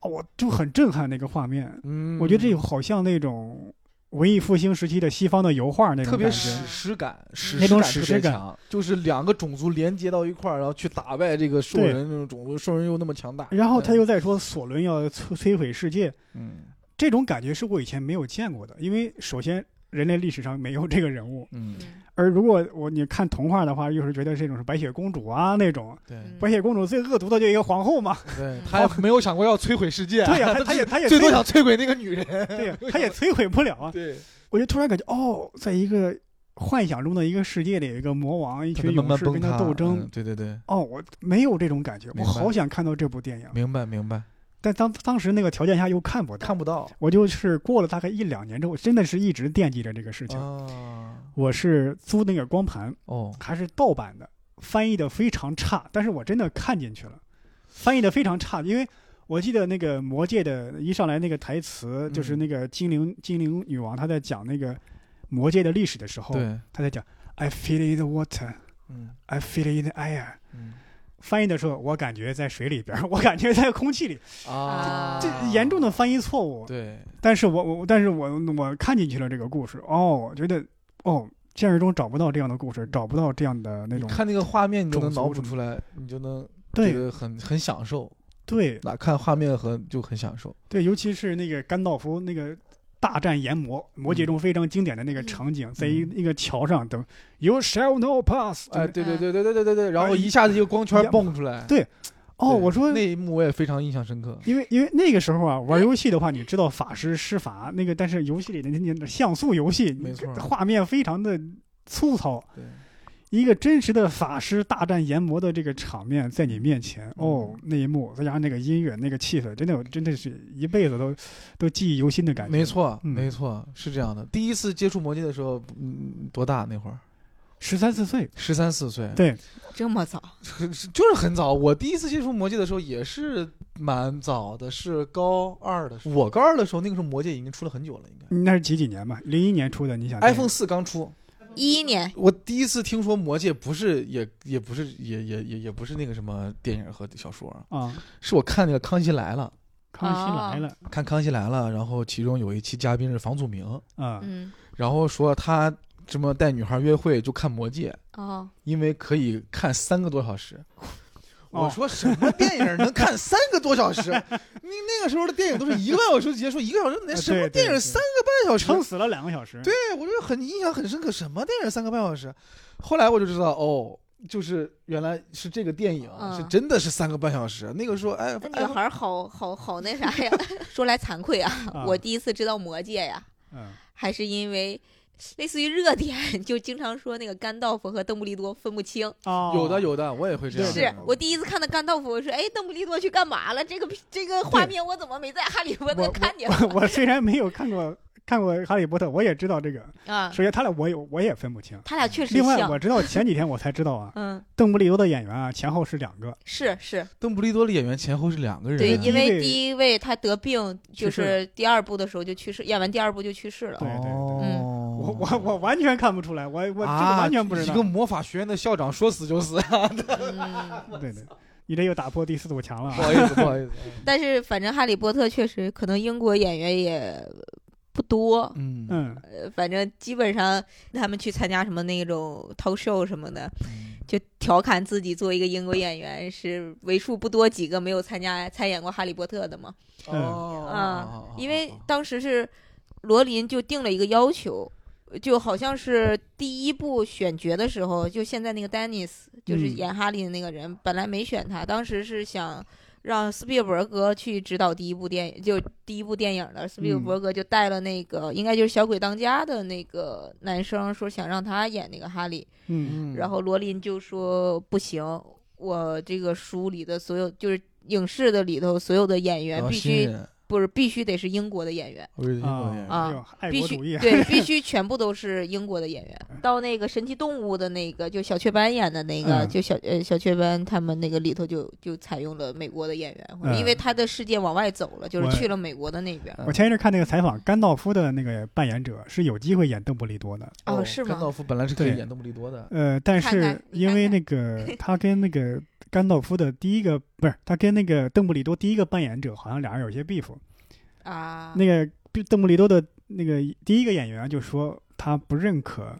Speaker 1: 哦，我就很震撼那个画面，
Speaker 3: 嗯，
Speaker 1: 我觉得这好像那种文艺复兴时期的西方的油画那种
Speaker 3: 特别
Speaker 1: 感觉
Speaker 3: 史诗感，史
Speaker 1: 那种
Speaker 3: 感
Speaker 1: 史
Speaker 3: 特
Speaker 1: 诗
Speaker 3: 别
Speaker 1: 感
Speaker 3: 强，就是两个种族连接到一块儿，然后去打败这个兽
Speaker 1: 对
Speaker 3: 人那种种族，兽人又那么强大。
Speaker 1: 然后他
Speaker 3: 嗯
Speaker 1: 又在说索伦要摧摧毁世界，
Speaker 3: 嗯
Speaker 1: 这种感觉是我以前没有见过的，因为首先人类历史上没有这个人物，
Speaker 3: 嗯，
Speaker 2: 嗯
Speaker 1: 而如果我你看童话的话，又是觉得这种是白雪公主啊那种，
Speaker 3: 对
Speaker 2: 嗯
Speaker 1: 白雪公主最恶毒的就一个皇后嘛，
Speaker 3: 对，他也没有想过要摧毁世界，
Speaker 1: 对 呀、她她也她也
Speaker 3: 啊最多
Speaker 1: 摧
Speaker 3: 想摧毁那个女 人。
Speaker 1: 对呀、她也摧毁不了啊。
Speaker 3: 对，
Speaker 1: 我就突然感觉哦，在一个幻想中的一个世界里，有一个魔王，一
Speaker 3: 他
Speaker 1: 群
Speaker 3: 慢
Speaker 1: 勇
Speaker 3: 慢
Speaker 1: 士
Speaker 3: 崩
Speaker 1: 跟他
Speaker 3: 塌
Speaker 1: 斗争。
Speaker 3: 嗯对对对，
Speaker 1: 哦，我没有这种感觉，我
Speaker 3: 明白
Speaker 1: 好想看到这部电影，
Speaker 3: 明白明白，
Speaker 1: 但当当时那个条件下又看不到。
Speaker 3: 看不到
Speaker 1: 我就是过了大概一两年之后，真的是一直惦记着这个事情。
Speaker 3: 啊。
Speaker 1: 我是租那个光盘，
Speaker 3: 哦，
Speaker 1: 还是盗版的，翻译的非常差，但是我真的看进去了，翻译的非常差，因为我记得那个《魔戒》的一上来那个台词，
Speaker 3: 嗯
Speaker 1: 就是那个精灵精灵女王她在讲那个魔戒的历史的时候，
Speaker 3: 对，
Speaker 1: 她在讲 I feel it in the water,
Speaker 3: 嗯
Speaker 1: I feel it in the air。
Speaker 3: 嗯
Speaker 1: 翻译的时候，我感觉在水里边儿，我感觉在空气里，
Speaker 3: 啊，
Speaker 1: 这严重的翻译错误。
Speaker 3: 对，
Speaker 1: 但是我我但是我我看进去了这个故事，哦，我觉得哦，现实中找不到这样的故事，找不到这样的那
Speaker 3: 你
Speaker 1: 种
Speaker 3: 看那个画面，你就
Speaker 1: 种
Speaker 3: 能
Speaker 1: 族
Speaker 3: 脑补
Speaker 1: 什么
Speaker 3: 出来，你就能
Speaker 1: 对
Speaker 3: 这个很很享受。
Speaker 1: 对
Speaker 3: 那看画面和就很享受。
Speaker 1: 对，尤其是那个甘道夫那个大战炎魔，
Speaker 3: 嗯
Speaker 1: 魔戒中非常经典的那个场景，在一一个桥上等 You shall no pass，
Speaker 3: 哎，
Speaker 1: 就是
Speaker 2: 嗯
Speaker 3: 对对对对对对对对，然后一下子一个光圈蹦出来。
Speaker 1: 对哦，
Speaker 3: 对
Speaker 1: 我说。
Speaker 3: 那一幕我也非常印象深刻。
Speaker 1: 因为因为那个时候啊，玩游戏的话，你知道法师施法那个，但是游戏里的那那像素游戏，
Speaker 3: 没错
Speaker 1: 画面非常的粗糙，
Speaker 3: 对，
Speaker 1: 一个真实的法师大战炎魔的这个场面在你面前，
Speaker 3: 嗯
Speaker 1: 哦，那一幕再加上那个音乐、那个气氛，真的我真的是一辈子都都记忆犹新的感觉。
Speaker 3: 没，错，
Speaker 1: 嗯
Speaker 3: 没错，是这样的。第一次接触魔戒的时候，嗯，多大那会儿？
Speaker 1: 十三四岁，
Speaker 3: 十三四岁，
Speaker 1: 对
Speaker 2: 这么早，
Speaker 3: 很 就是很早。我第一次接触魔戒的时候也是蛮早的，是高二的时候。我高二的时候，那个时候魔戒已经出了很久了，应该。
Speaker 1: 那是几几年吧？零一年出的，你想
Speaker 3: iPhone 四刚出，
Speaker 2: 一一年，
Speaker 3: 啊我第一次听说《魔戒》不是也也不是也也也也不是那个什么电影和小说啊，
Speaker 1: 啊，
Speaker 3: 是我看那个《康熙来了》，
Speaker 1: 康熙来了
Speaker 3: 看《康熙来了》，然后其中有一期嘉宾是房祖名，
Speaker 1: 啊，
Speaker 2: 嗯，
Speaker 3: 然后说他什么带女孩约会就看《魔戒》，
Speaker 2: 哦，
Speaker 3: 因为可以看三个多小时。
Speaker 1: 哦
Speaker 3: 我说什么电影能看三个多 小时？你那个时候的电影都是一个半小时结束，一个小时那
Speaker 1: 啊
Speaker 3: 什么
Speaker 1: 对对
Speaker 3: 电影
Speaker 1: 对
Speaker 3: 三个半小
Speaker 1: 撑
Speaker 3: 时？
Speaker 1: 死了两个小时。
Speaker 3: 嗯对，我就很印象很深刻，什么电影三个半小时？后来我就知道哦。就是原来是这个电影，
Speaker 2: 嗯呃
Speaker 3: 是真的是三个半小时。那个时候，哎，
Speaker 2: 那女
Speaker 3: 哎
Speaker 2: 孩儿好好好那 啥呀，说来惭愧啊，
Speaker 1: 啊
Speaker 2: 我第一次知道魔戒呀，
Speaker 1: 嗯，
Speaker 2: 还是因为类似于热点， 就经常说那个甘道夫和邓布利多分不清。
Speaker 1: 哦，
Speaker 3: 有的有的，我也会这样。
Speaker 1: 对
Speaker 2: 是我第一次看到甘道夫，我说哎，邓布利多去干嘛了？这个这个画面我怎么没在哈利波特
Speaker 1: 我
Speaker 2: 看见
Speaker 1: 我我虽然没有看过看过《哈利波特》，我也知道这个。
Speaker 2: 啊？
Speaker 1: 首先，他俩我有我也分不清。
Speaker 2: 他俩确实
Speaker 1: 另外，
Speaker 2: 像，
Speaker 1: 我知道前几天我才知道啊，
Speaker 2: 嗯，
Speaker 1: 邓布利多的演员啊前后是两个，
Speaker 2: 是是，
Speaker 3: 邓布利多的演员前后是两个人，
Speaker 2: 对，
Speaker 1: 第一
Speaker 2: 因为
Speaker 1: 位
Speaker 2: 第一位他得病，就
Speaker 1: 去世了
Speaker 2: 是第二部的时候就去世，演完第二部就去世了
Speaker 1: 对。对对
Speaker 3: 哦
Speaker 1: 我我我完全看不出来，我我这个
Speaker 3: 啊
Speaker 1: 完全不知道。啊
Speaker 3: 一个魔法学院的校长说死就死，
Speaker 2: 嗯，
Speaker 1: 对对，你这又打破第四堵墙了
Speaker 3: 不
Speaker 1: 啊。
Speaker 3: 好意思，不好意思。
Speaker 2: 但是反正《哈利波特》确实可能英国演员也不多，
Speaker 3: 嗯 嗯，
Speaker 1: 嗯，
Speaker 2: 呃反正基本上他们去参加什么那种 talk show 什么
Speaker 3: 嗯
Speaker 2: 的，就调侃自己作为一个英国演员是为数不多几个没有参加参演过《哈利波特》的嘛。
Speaker 1: 嗯
Speaker 3: 哦
Speaker 2: 啊，因为当时是罗琳就定了一个要求，就好像是第一部选角的时候，就现在那个丹尼斯，就是
Speaker 1: 嗯
Speaker 2: 演哈利的那个人，本来没选他，当时是想让斯皮尔伯格去指导第一部电影，就第一部电影的斯
Speaker 3: 嗯
Speaker 2: 皮尔伯格就带了那个、应该就是《小鬼当家》的那个男生，说想让他演那个哈利，
Speaker 1: 嗯
Speaker 3: 嗯
Speaker 2: 然后罗琳就说不行，我这个书里的所有就是。影视的里头所有的演员
Speaker 3: 哦
Speaker 2: 必
Speaker 3: 新
Speaker 2: 须
Speaker 3: 人
Speaker 2: 不是必须得是英国的演员，
Speaker 3: 我以为英国演员
Speaker 1: 啊，哎呦爱
Speaker 2: 必
Speaker 1: 国
Speaker 2: 须
Speaker 1: 主义啊， 嗯
Speaker 2: 对，必须全部都是英国的演员。 到那个神奇动物的那个，就小雀斑演的那个，
Speaker 1: 嗯
Speaker 2: 就小呃小雀斑他们那个里头就就采用了美国的演员，
Speaker 1: 嗯
Speaker 2: 因为他的世界往外走了，就是
Speaker 1: 我嗯
Speaker 2: 去了美国的那边。
Speaker 1: 我前一阵看那个采访，甘道夫的那个扮演者是有机会演邓布利多的，
Speaker 2: 哦是吗
Speaker 3: 甘道夫本来是可以
Speaker 1: 对
Speaker 3: 演邓布利多的，
Speaker 1: 呃，但
Speaker 2: 看看
Speaker 1: 是
Speaker 2: 你
Speaker 1: 因
Speaker 2: 看
Speaker 1: 为
Speaker 2: 看
Speaker 1: 那个 他跟那个甘道夫的第一个不是他跟那个邓布利多第一个扮演者好像俩人有些 beef，
Speaker 2: 啊，
Speaker 1: 那个邓布利多的那个第一个演员就说他不认可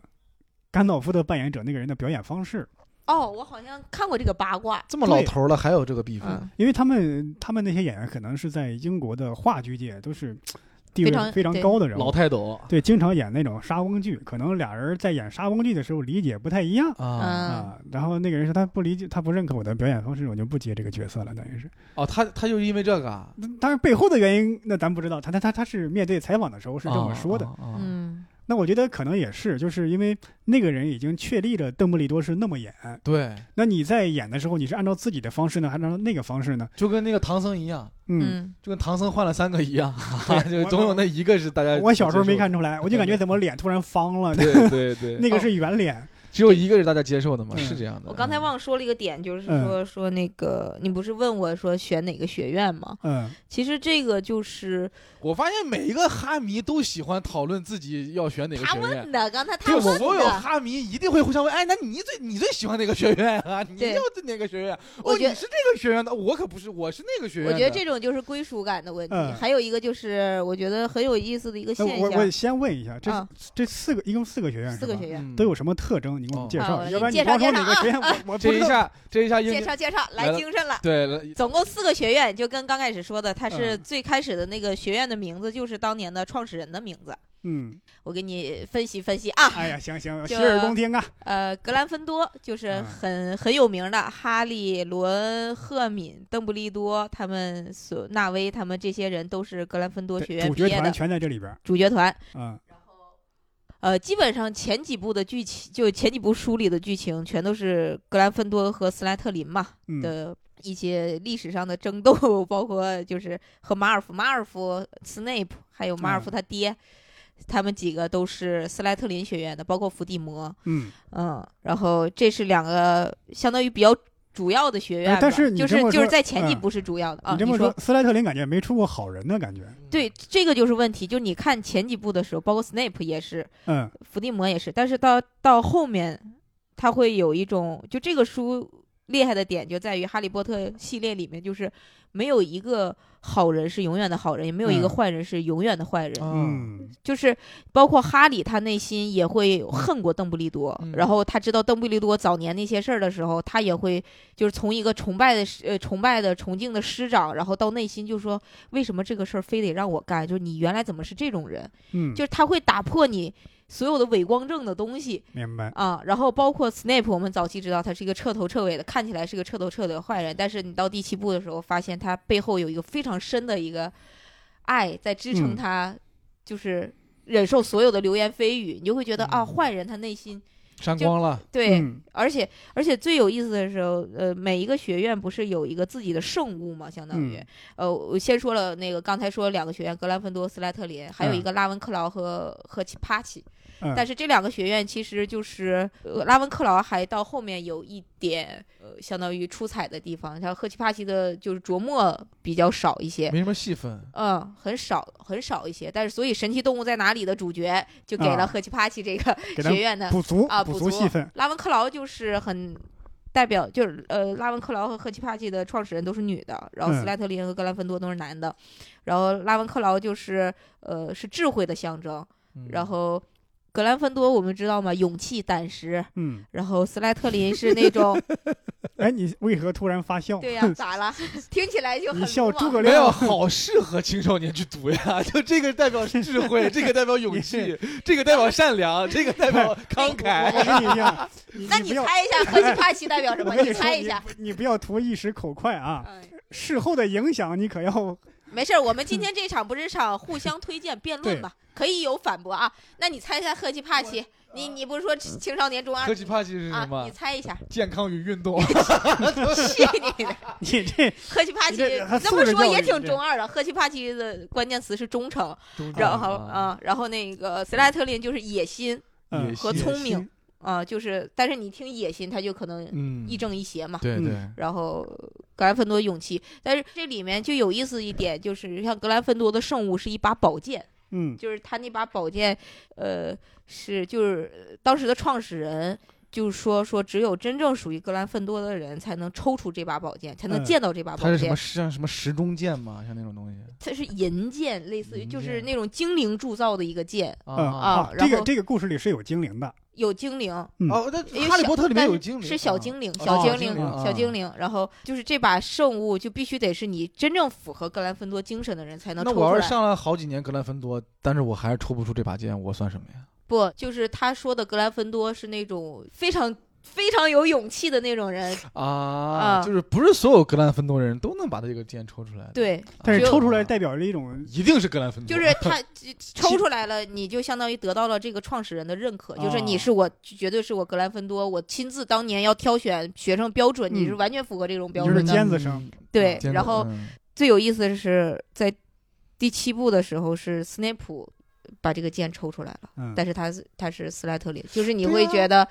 Speaker 1: 甘道夫的扮演者那个人的表演方式，
Speaker 2: 哦，我好像看过这个八卦，
Speaker 3: 这么老
Speaker 1: 对
Speaker 3: 头儿了还有这个比分，
Speaker 2: 嗯，
Speaker 1: 因为他们他们那些演员可能是在英国的话剧界都是地
Speaker 2: 非
Speaker 1: 位
Speaker 2: 常
Speaker 1: 非常
Speaker 2: 对
Speaker 1: 高的人
Speaker 3: 老
Speaker 1: 物，
Speaker 3: 泰斗
Speaker 1: 对，经常演那种莎翁剧，可能俩人在演莎翁剧的时候理解不太一样。
Speaker 3: 啊
Speaker 2: 嗯
Speaker 1: 啊，然后那个人说他不理解，他不认可我的表演方式，我就不接这个角色了，等于是。
Speaker 3: 哦，他他就是因为这个啊
Speaker 1: 那当然背后的原因，那咱不知道。他他他他是面对采访的时候是这么说的。，
Speaker 3: 啊啊啊
Speaker 2: 嗯，
Speaker 1: 那我觉得可能也是，就是因为那个人已经确立了邓布利多是那么演，
Speaker 3: 对，
Speaker 1: 那你在演的时候，你是按照自己的方式呢，还是按照那个方式呢？
Speaker 3: 就跟那个唐僧一样，
Speaker 1: 嗯，
Speaker 2: 嗯，
Speaker 3: 就跟唐僧换了三个一样， 就
Speaker 1: 对
Speaker 3: 总有那一个是大
Speaker 2: 呃
Speaker 3: 家
Speaker 1: 我小时候没
Speaker 3: 接受
Speaker 1: 看出来，我就感觉怎么脸突然方了，
Speaker 3: 的， 对对对，
Speaker 1: 那个
Speaker 3: 哦
Speaker 1: 是圆脸。
Speaker 3: 只有一个是大家接受的嘛，
Speaker 1: 嗯
Speaker 3: 是这样的。
Speaker 2: 我刚才忘了说了一个点，就是
Speaker 1: 嗯
Speaker 2: 说说那个，你不是问我说选哪个学院吗？
Speaker 1: 嗯，
Speaker 2: 其实这个就是
Speaker 3: 我发现每一个哈迷都喜欢讨论自己要选哪个
Speaker 2: 他
Speaker 3: 学院
Speaker 2: 问。的，刚才他
Speaker 3: 对，
Speaker 2: 问的。
Speaker 3: 所有哈迷一定会互相问，哎，那你最你最喜欢哪个学院啊？你
Speaker 2: 对
Speaker 3: 要哪个学院？
Speaker 2: 我
Speaker 3: 哦，
Speaker 2: 觉
Speaker 3: 你是这个学院的，我可不是，我是那个学院
Speaker 2: 我
Speaker 3: 的。
Speaker 2: 觉得这种就是归属感的问题。
Speaker 1: 嗯
Speaker 2: 还有一个就是，我觉得很有意思的一个
Speaker 1: 那
Speaker 2: 现
Speaker 1: 我
Speaker 2: 象，
Speaker 1: 我先问一下，这、
Speaker 2: 啊
Speaker 1: 这四个一共四个学院是吧？
Speaker 2: 四个学院。
Speaker 3: 嗯
Speaker 1: 都有什么特征？你给我们介绍，
Speaker 2: 哦啊
Speaker 1: 要不然你
Speaker 2: 介绍
Speaker 1: 光说
Speaker 2: 介绍
Speaker 1: 哪个
Speaker 2: 啊
Speaker 1: 学院，我我不
Speaker 3: 这
Speaker 1: 知
Speaker 3: 一
Speaker 1: 道。
Speaker 3: 下，这一下应
Speaker 2: 介绍介绍，
Speaker 3: 嗯来
Speaker 2: 来
Speaker 3: 了
Speaker 2: 精神了。
Speaker 3: 对了，
Speaker 2: 总共四个学院，就跟刚开始说的，它是
Speaker 1: 嗯
Speaker 2: 最开始的那个学院的名字就是当年的创始人的名字。
Speaker 1: 嗯，
Speaker 2: 我给你分析分析啊，
Speaker 1: 哎呀，行行，洗
Speaker 2: 就
Speaker 1: 耳恭听啊。
Speaker 2: 呃，格兰芬多就是
Speaker 1: 嗯
Speaker 2: 很、很有名的，哈利、罗恩、赫敏、邓布利多他们所纳威他们这些人都是格兰芬多学
Speaker 1: 对
Speaker 2: 院
Speaker 1: 主
Speaker 2: 毕
Speaker 1: 角
Speaker 2: 业的
Speaker 1: 团全在这里边儿。
Speaker 2: 主角团。
Speaker 1: 嗯
Speaker 2: 呃，基本上前几部的剧情，就前几部书里的剧情，全都是格兰芬多和斯莱特林嘛
Speaker 1: 嗯
Speaker 2: 的一些历史上的争斗， 包括就是和马尔福、马尔福、斯内普，还有马尔
Speaker 1: 啊
Speaker 2: 福他爹，他们几个都是斯莱特林学院的，包括伏地魔，
Speaker 1: 嗯，
Speaker 2: 嗯，然后这是两个相当于比较主要的学院吧，
Speaker 1: 哎但是你
Speaker 2: 就
Speaker 1: 这
Speaker 2: 是
Speaker 1: 么
Speaker 2: 就是
Speaker 1: 说
Speaker 2: 在前几
Speaker 1: 嗯
Speaker 2: 部是主要的、啊，
Speaker 1: 你这么说，斯莱特林感觉没出过好人的感觉。
Speaker 2: 对，这个就是问题，就你看前几部的时候，包括 Snape 也是，
Speaker 1: 嗯
Speaker 2: 伏地魔也是，但是到到后面，他会有一种，就这个书厉害的点就在于《哈利波特》系列里面，就是没有一个好人是永远的好人，也没有一个
Speaker 1: 嗯
Speaker 2: 坏人是永远的坏人，
Speaker 3: 嗯，
Speaker 1: 嗯
Speaker 2: 就是包括哈利，他内心也会恨过邓布利多，
Speaker 3: 嗯
Speaker 2: 然后他知道邓布利多早年那些事儿的时候，他也会就是从一个崇拜的师呃崇拜的崇敬的师长，然后到内心就说，为什么这个事儿非得让我干？就是你原来怎么是这种人？
Speaker 1: 嗯，
Speaker 2: 就是他会打破你所有的伪光正的东西
Speaker 1: 明白。
Speaker 2: 啊。然后包括 Snape，我们早期知道他是一个彻头彻尾的，看起来是个彻头彻尾的坏人，但是你到第七部的时候，发现他背后有一个非常深的一个爱在支撑
Speaker 1: 嗯
Speaker 2: 他，就是忍受所有的流言蜚语，你就会觉得啊，坏人他内心
Speaker 3: 删光了，
Speaker 2: 对，
Speaker 1: 嗯
Speaker 2: 而且而且最有意思的时候，呃，每一个学院不是有一个自己的圣物嘛，相当于，
Speaker 1: 嗯
Speaker 2: 呃，我先说了那个刚才说两个学院，格兰芬多、斯莱特林，还有一个拉文克劳和、和奇帕奇，
Speaker 1: 嗯
Speaker 2: 但是这两个学院其实就是、呃、拉文克劳还到后面有一点呃，相当于出彩的地方，像赫奇帕奇的就是琢磨比较少一些。
Speaker 3: 没什么戏份。
Speaker 2: 嗯，很少很少一些，但是所以《神奇动物在哪里》的主角就给了
Speaker 1: 啊
Speaker 2: 赫奇帕奇这个
Speaker 1: 给他
Speaker 2: 学院的
Speaker 1: 补足
Speaker 2: 啊，
Speaker 1: 补
Speaker 2: 足
Speaker 1: 足戏份。
Speaker 2: 拉文克劳就是很代表，就是呃，拉文克劳和赫奇帕奇的创始人都是女的，然后
Speaker 1: 嗯
Speaker 2: 斯莱特林和格兰芬多都是男的，然后拉文克劳就是呃是智慧的象征，
Speaker 3: 嗯
Speaker 2: 然后格兰芬多我们知道嘛，勇气、胆识，
Speaker 1: 嗯，
Speaker 2: 然后斯莱特林是那 种
Speaker 1: 哎，你为何突然发笑？
Speaker 2: 对呀、咋了？ 听起来就很
Speaker 1: 你笑
Speaker 2: 鲁莽
Speaker 1: 诸葛
Speaker 3: 没
Speaker 1: 亮
Speaker 3: 有，好适合青少年去读呀。 就这个代表智 慧，这个代表勇气，这个代表善良，这个代表慷
Speaker 2: 哎
Speaker 1: 我
Speaker 3: 慨。
Speaker 1: 跟你一样，
Speaker 2: 那
Speaker 1: 你
Speaker 2: 你
Speaker 1: 不要
Speaker 2: 猜一下赫奇帕奇代表什么？
Speaker 1: 我跟
Speaker 2: 你
Speaker 1: 你
Speaker 2: 猜
Speaker 1: 说，
Speaker 2: 一下。
Speaker 1: 你你不要图一时口快啊，
Speaker 2: 嗯，
Speaker 1: 事后的影响你可要
Speaker 2: 没事儿，我们
Speaker 3: 嗯
Speaker 2: 今天这场不是场互相推荐辩论
Speaker 1: 对
Speaker 2: 嘛，可以有反驳啊。那你猜一下赫奇帕奇，你你不是说青少年中二
Speaker 3: 科技帕奇是什
Speaker 2: 啊？
Speaker 3: 么
Speaker 2: 你？猜一下，
Speaker 3: 健康与 运动。
Speaker 2: 去你的！
Speaker 1: 你这
Speaker 2: 赫奇帕奇，
Speaker 1: 你这还
Speaker 2: 你这
Speaker 1: 素
Speaker 2: 么
Speaker 1: 质
Speaker 2: 说
Speaker 1: 教育
Speaker 2: 也挺
Speaker 1: 这
Speaker 2: 中二的。赫奇帕奇的关键词是忠诚，
Speaker 1: 然
Speaker 2: 然后，啊，然后那个斯莱特林就是野心
Speaker 1: 嗯
Speaker 3: 野
Speaker 2: 和
Speaker 3: 心
Speaker 2: 聪明啊，就是但是你听野心，他就可能
Speaker 3: 嗯
Speaker 2: 亦正亦邪嘛。
Speaker 3: 对
Speaker 1: 嗯
Speaker 3: 对，
Speaker 2: 然后格兰芬多勇气，但是这里面就有意思一点，就是像格兰芬多的圣物是一把宝剑。
Speaker 1: 嗯
Speaker 2: 就是他那把宝剑，呃，是就是呃当时的创始人就说说，只有真正属于格兰芬多的人才能抽出这把宝剑，才能
Speaker 1: 嗯
Speaker 2: 见到这把
Speaker 3: 它
Speaker 2: 啊宝
Speaker 3: 是什
Speaker 2: 剑。
Speaker 3: 么像什么时钟剑吗？像那种东西
Speaker 2: 它是银剑，类似于
Speaker 3: 银
Speaker 2: 就是
Speaker 3: 剑
Speaker 2: 那种精灵铸造的一个剑，
Speaker 1: 嗯
Speaker 2: 啊
Speaker 1: 啊，
Speaker 2: 然
Speaker 1: 这
Speaker 2: 后
Speaker 1: 个
Speaker 2: 哦
Speaker 1: 这个故事里是有精灵的，
Speaker 2: 有精灵，
Speaker 1: 嗯
Speaker 3: 哦，那
Speaker 2: 因为
Speaker 3: 哈利
Speaker 2: 小
Speaker 3: 波特里面
Speaker 2: 但
Speaker 3: 有
Speaker 2: 是
Speaker 3: 精灵，
Speaker 2: 是小精灵，小
Speaker 3: 哦
Speaker 1: 小
Speaker 2: 精
Speaker 1: 精
Speaker 2: 灵
Speaker 1: 灵，
Speaker 2: 小
Speaker 3: 啊
Speaker 2: 精灵。然后就是这把圣物就必须得是你真正符合格兰芬多精神的人才能
Speaker 3: 那
Speaker 2: 抽
Speaker 3: 我
Speaker 2: 出
Speaker 3: 要是
Speaker 2: 来。
Speaker 3: 上了好几年格兰芬多，但是我还是抽不出这把剑，我算什么呀？
Speaker 2: 不，就是他说的格兰芬多是那种非常非常有勇气的那种人，
Speaker 3: 啊
Speaker 2: 啊
Speaker 3: 就是不是所有格兰芬多人都能把这个剑抽出来的。
Speaker 2: 对，
Speaker 3: 啊，
Speaker 1: 但是
Speaker 2: 只有
Speaker 1: 抽出来代表了一
Speaker 2: 哦
Speaker 1: 种
Speaker 3: 一定是格兰芬 多，
Speaker 2: 就是他就抽出来了，你就相当于得到了这个创始人的认可，就是你
Speaker 1: 哦
Speaker 2: 是我，绝对是我格兰芬多，我亲自当年要挑选学生标准，你
Speaker 1: 嗯
Speaker 2: 是完全符合这种标
Speaker 1: 就是
Speaker 2: 准的。
Speaker 1: 尖子生
Speaker 2: 对
Speaker 3: 尖，子
Speaker 2: 然后
Speaker 3: 嗯
Speaker 2: 最有意思的是在第七部的时候，是斯内普把这个剑抽出来了，
Speaker 1: 嗯
Speaker 2: 但是他是他是斯莱特林，就是你
Speaker 3: 对
Speaker 2: 会
Speaker 3: 啊
Speaker 2: 觉得。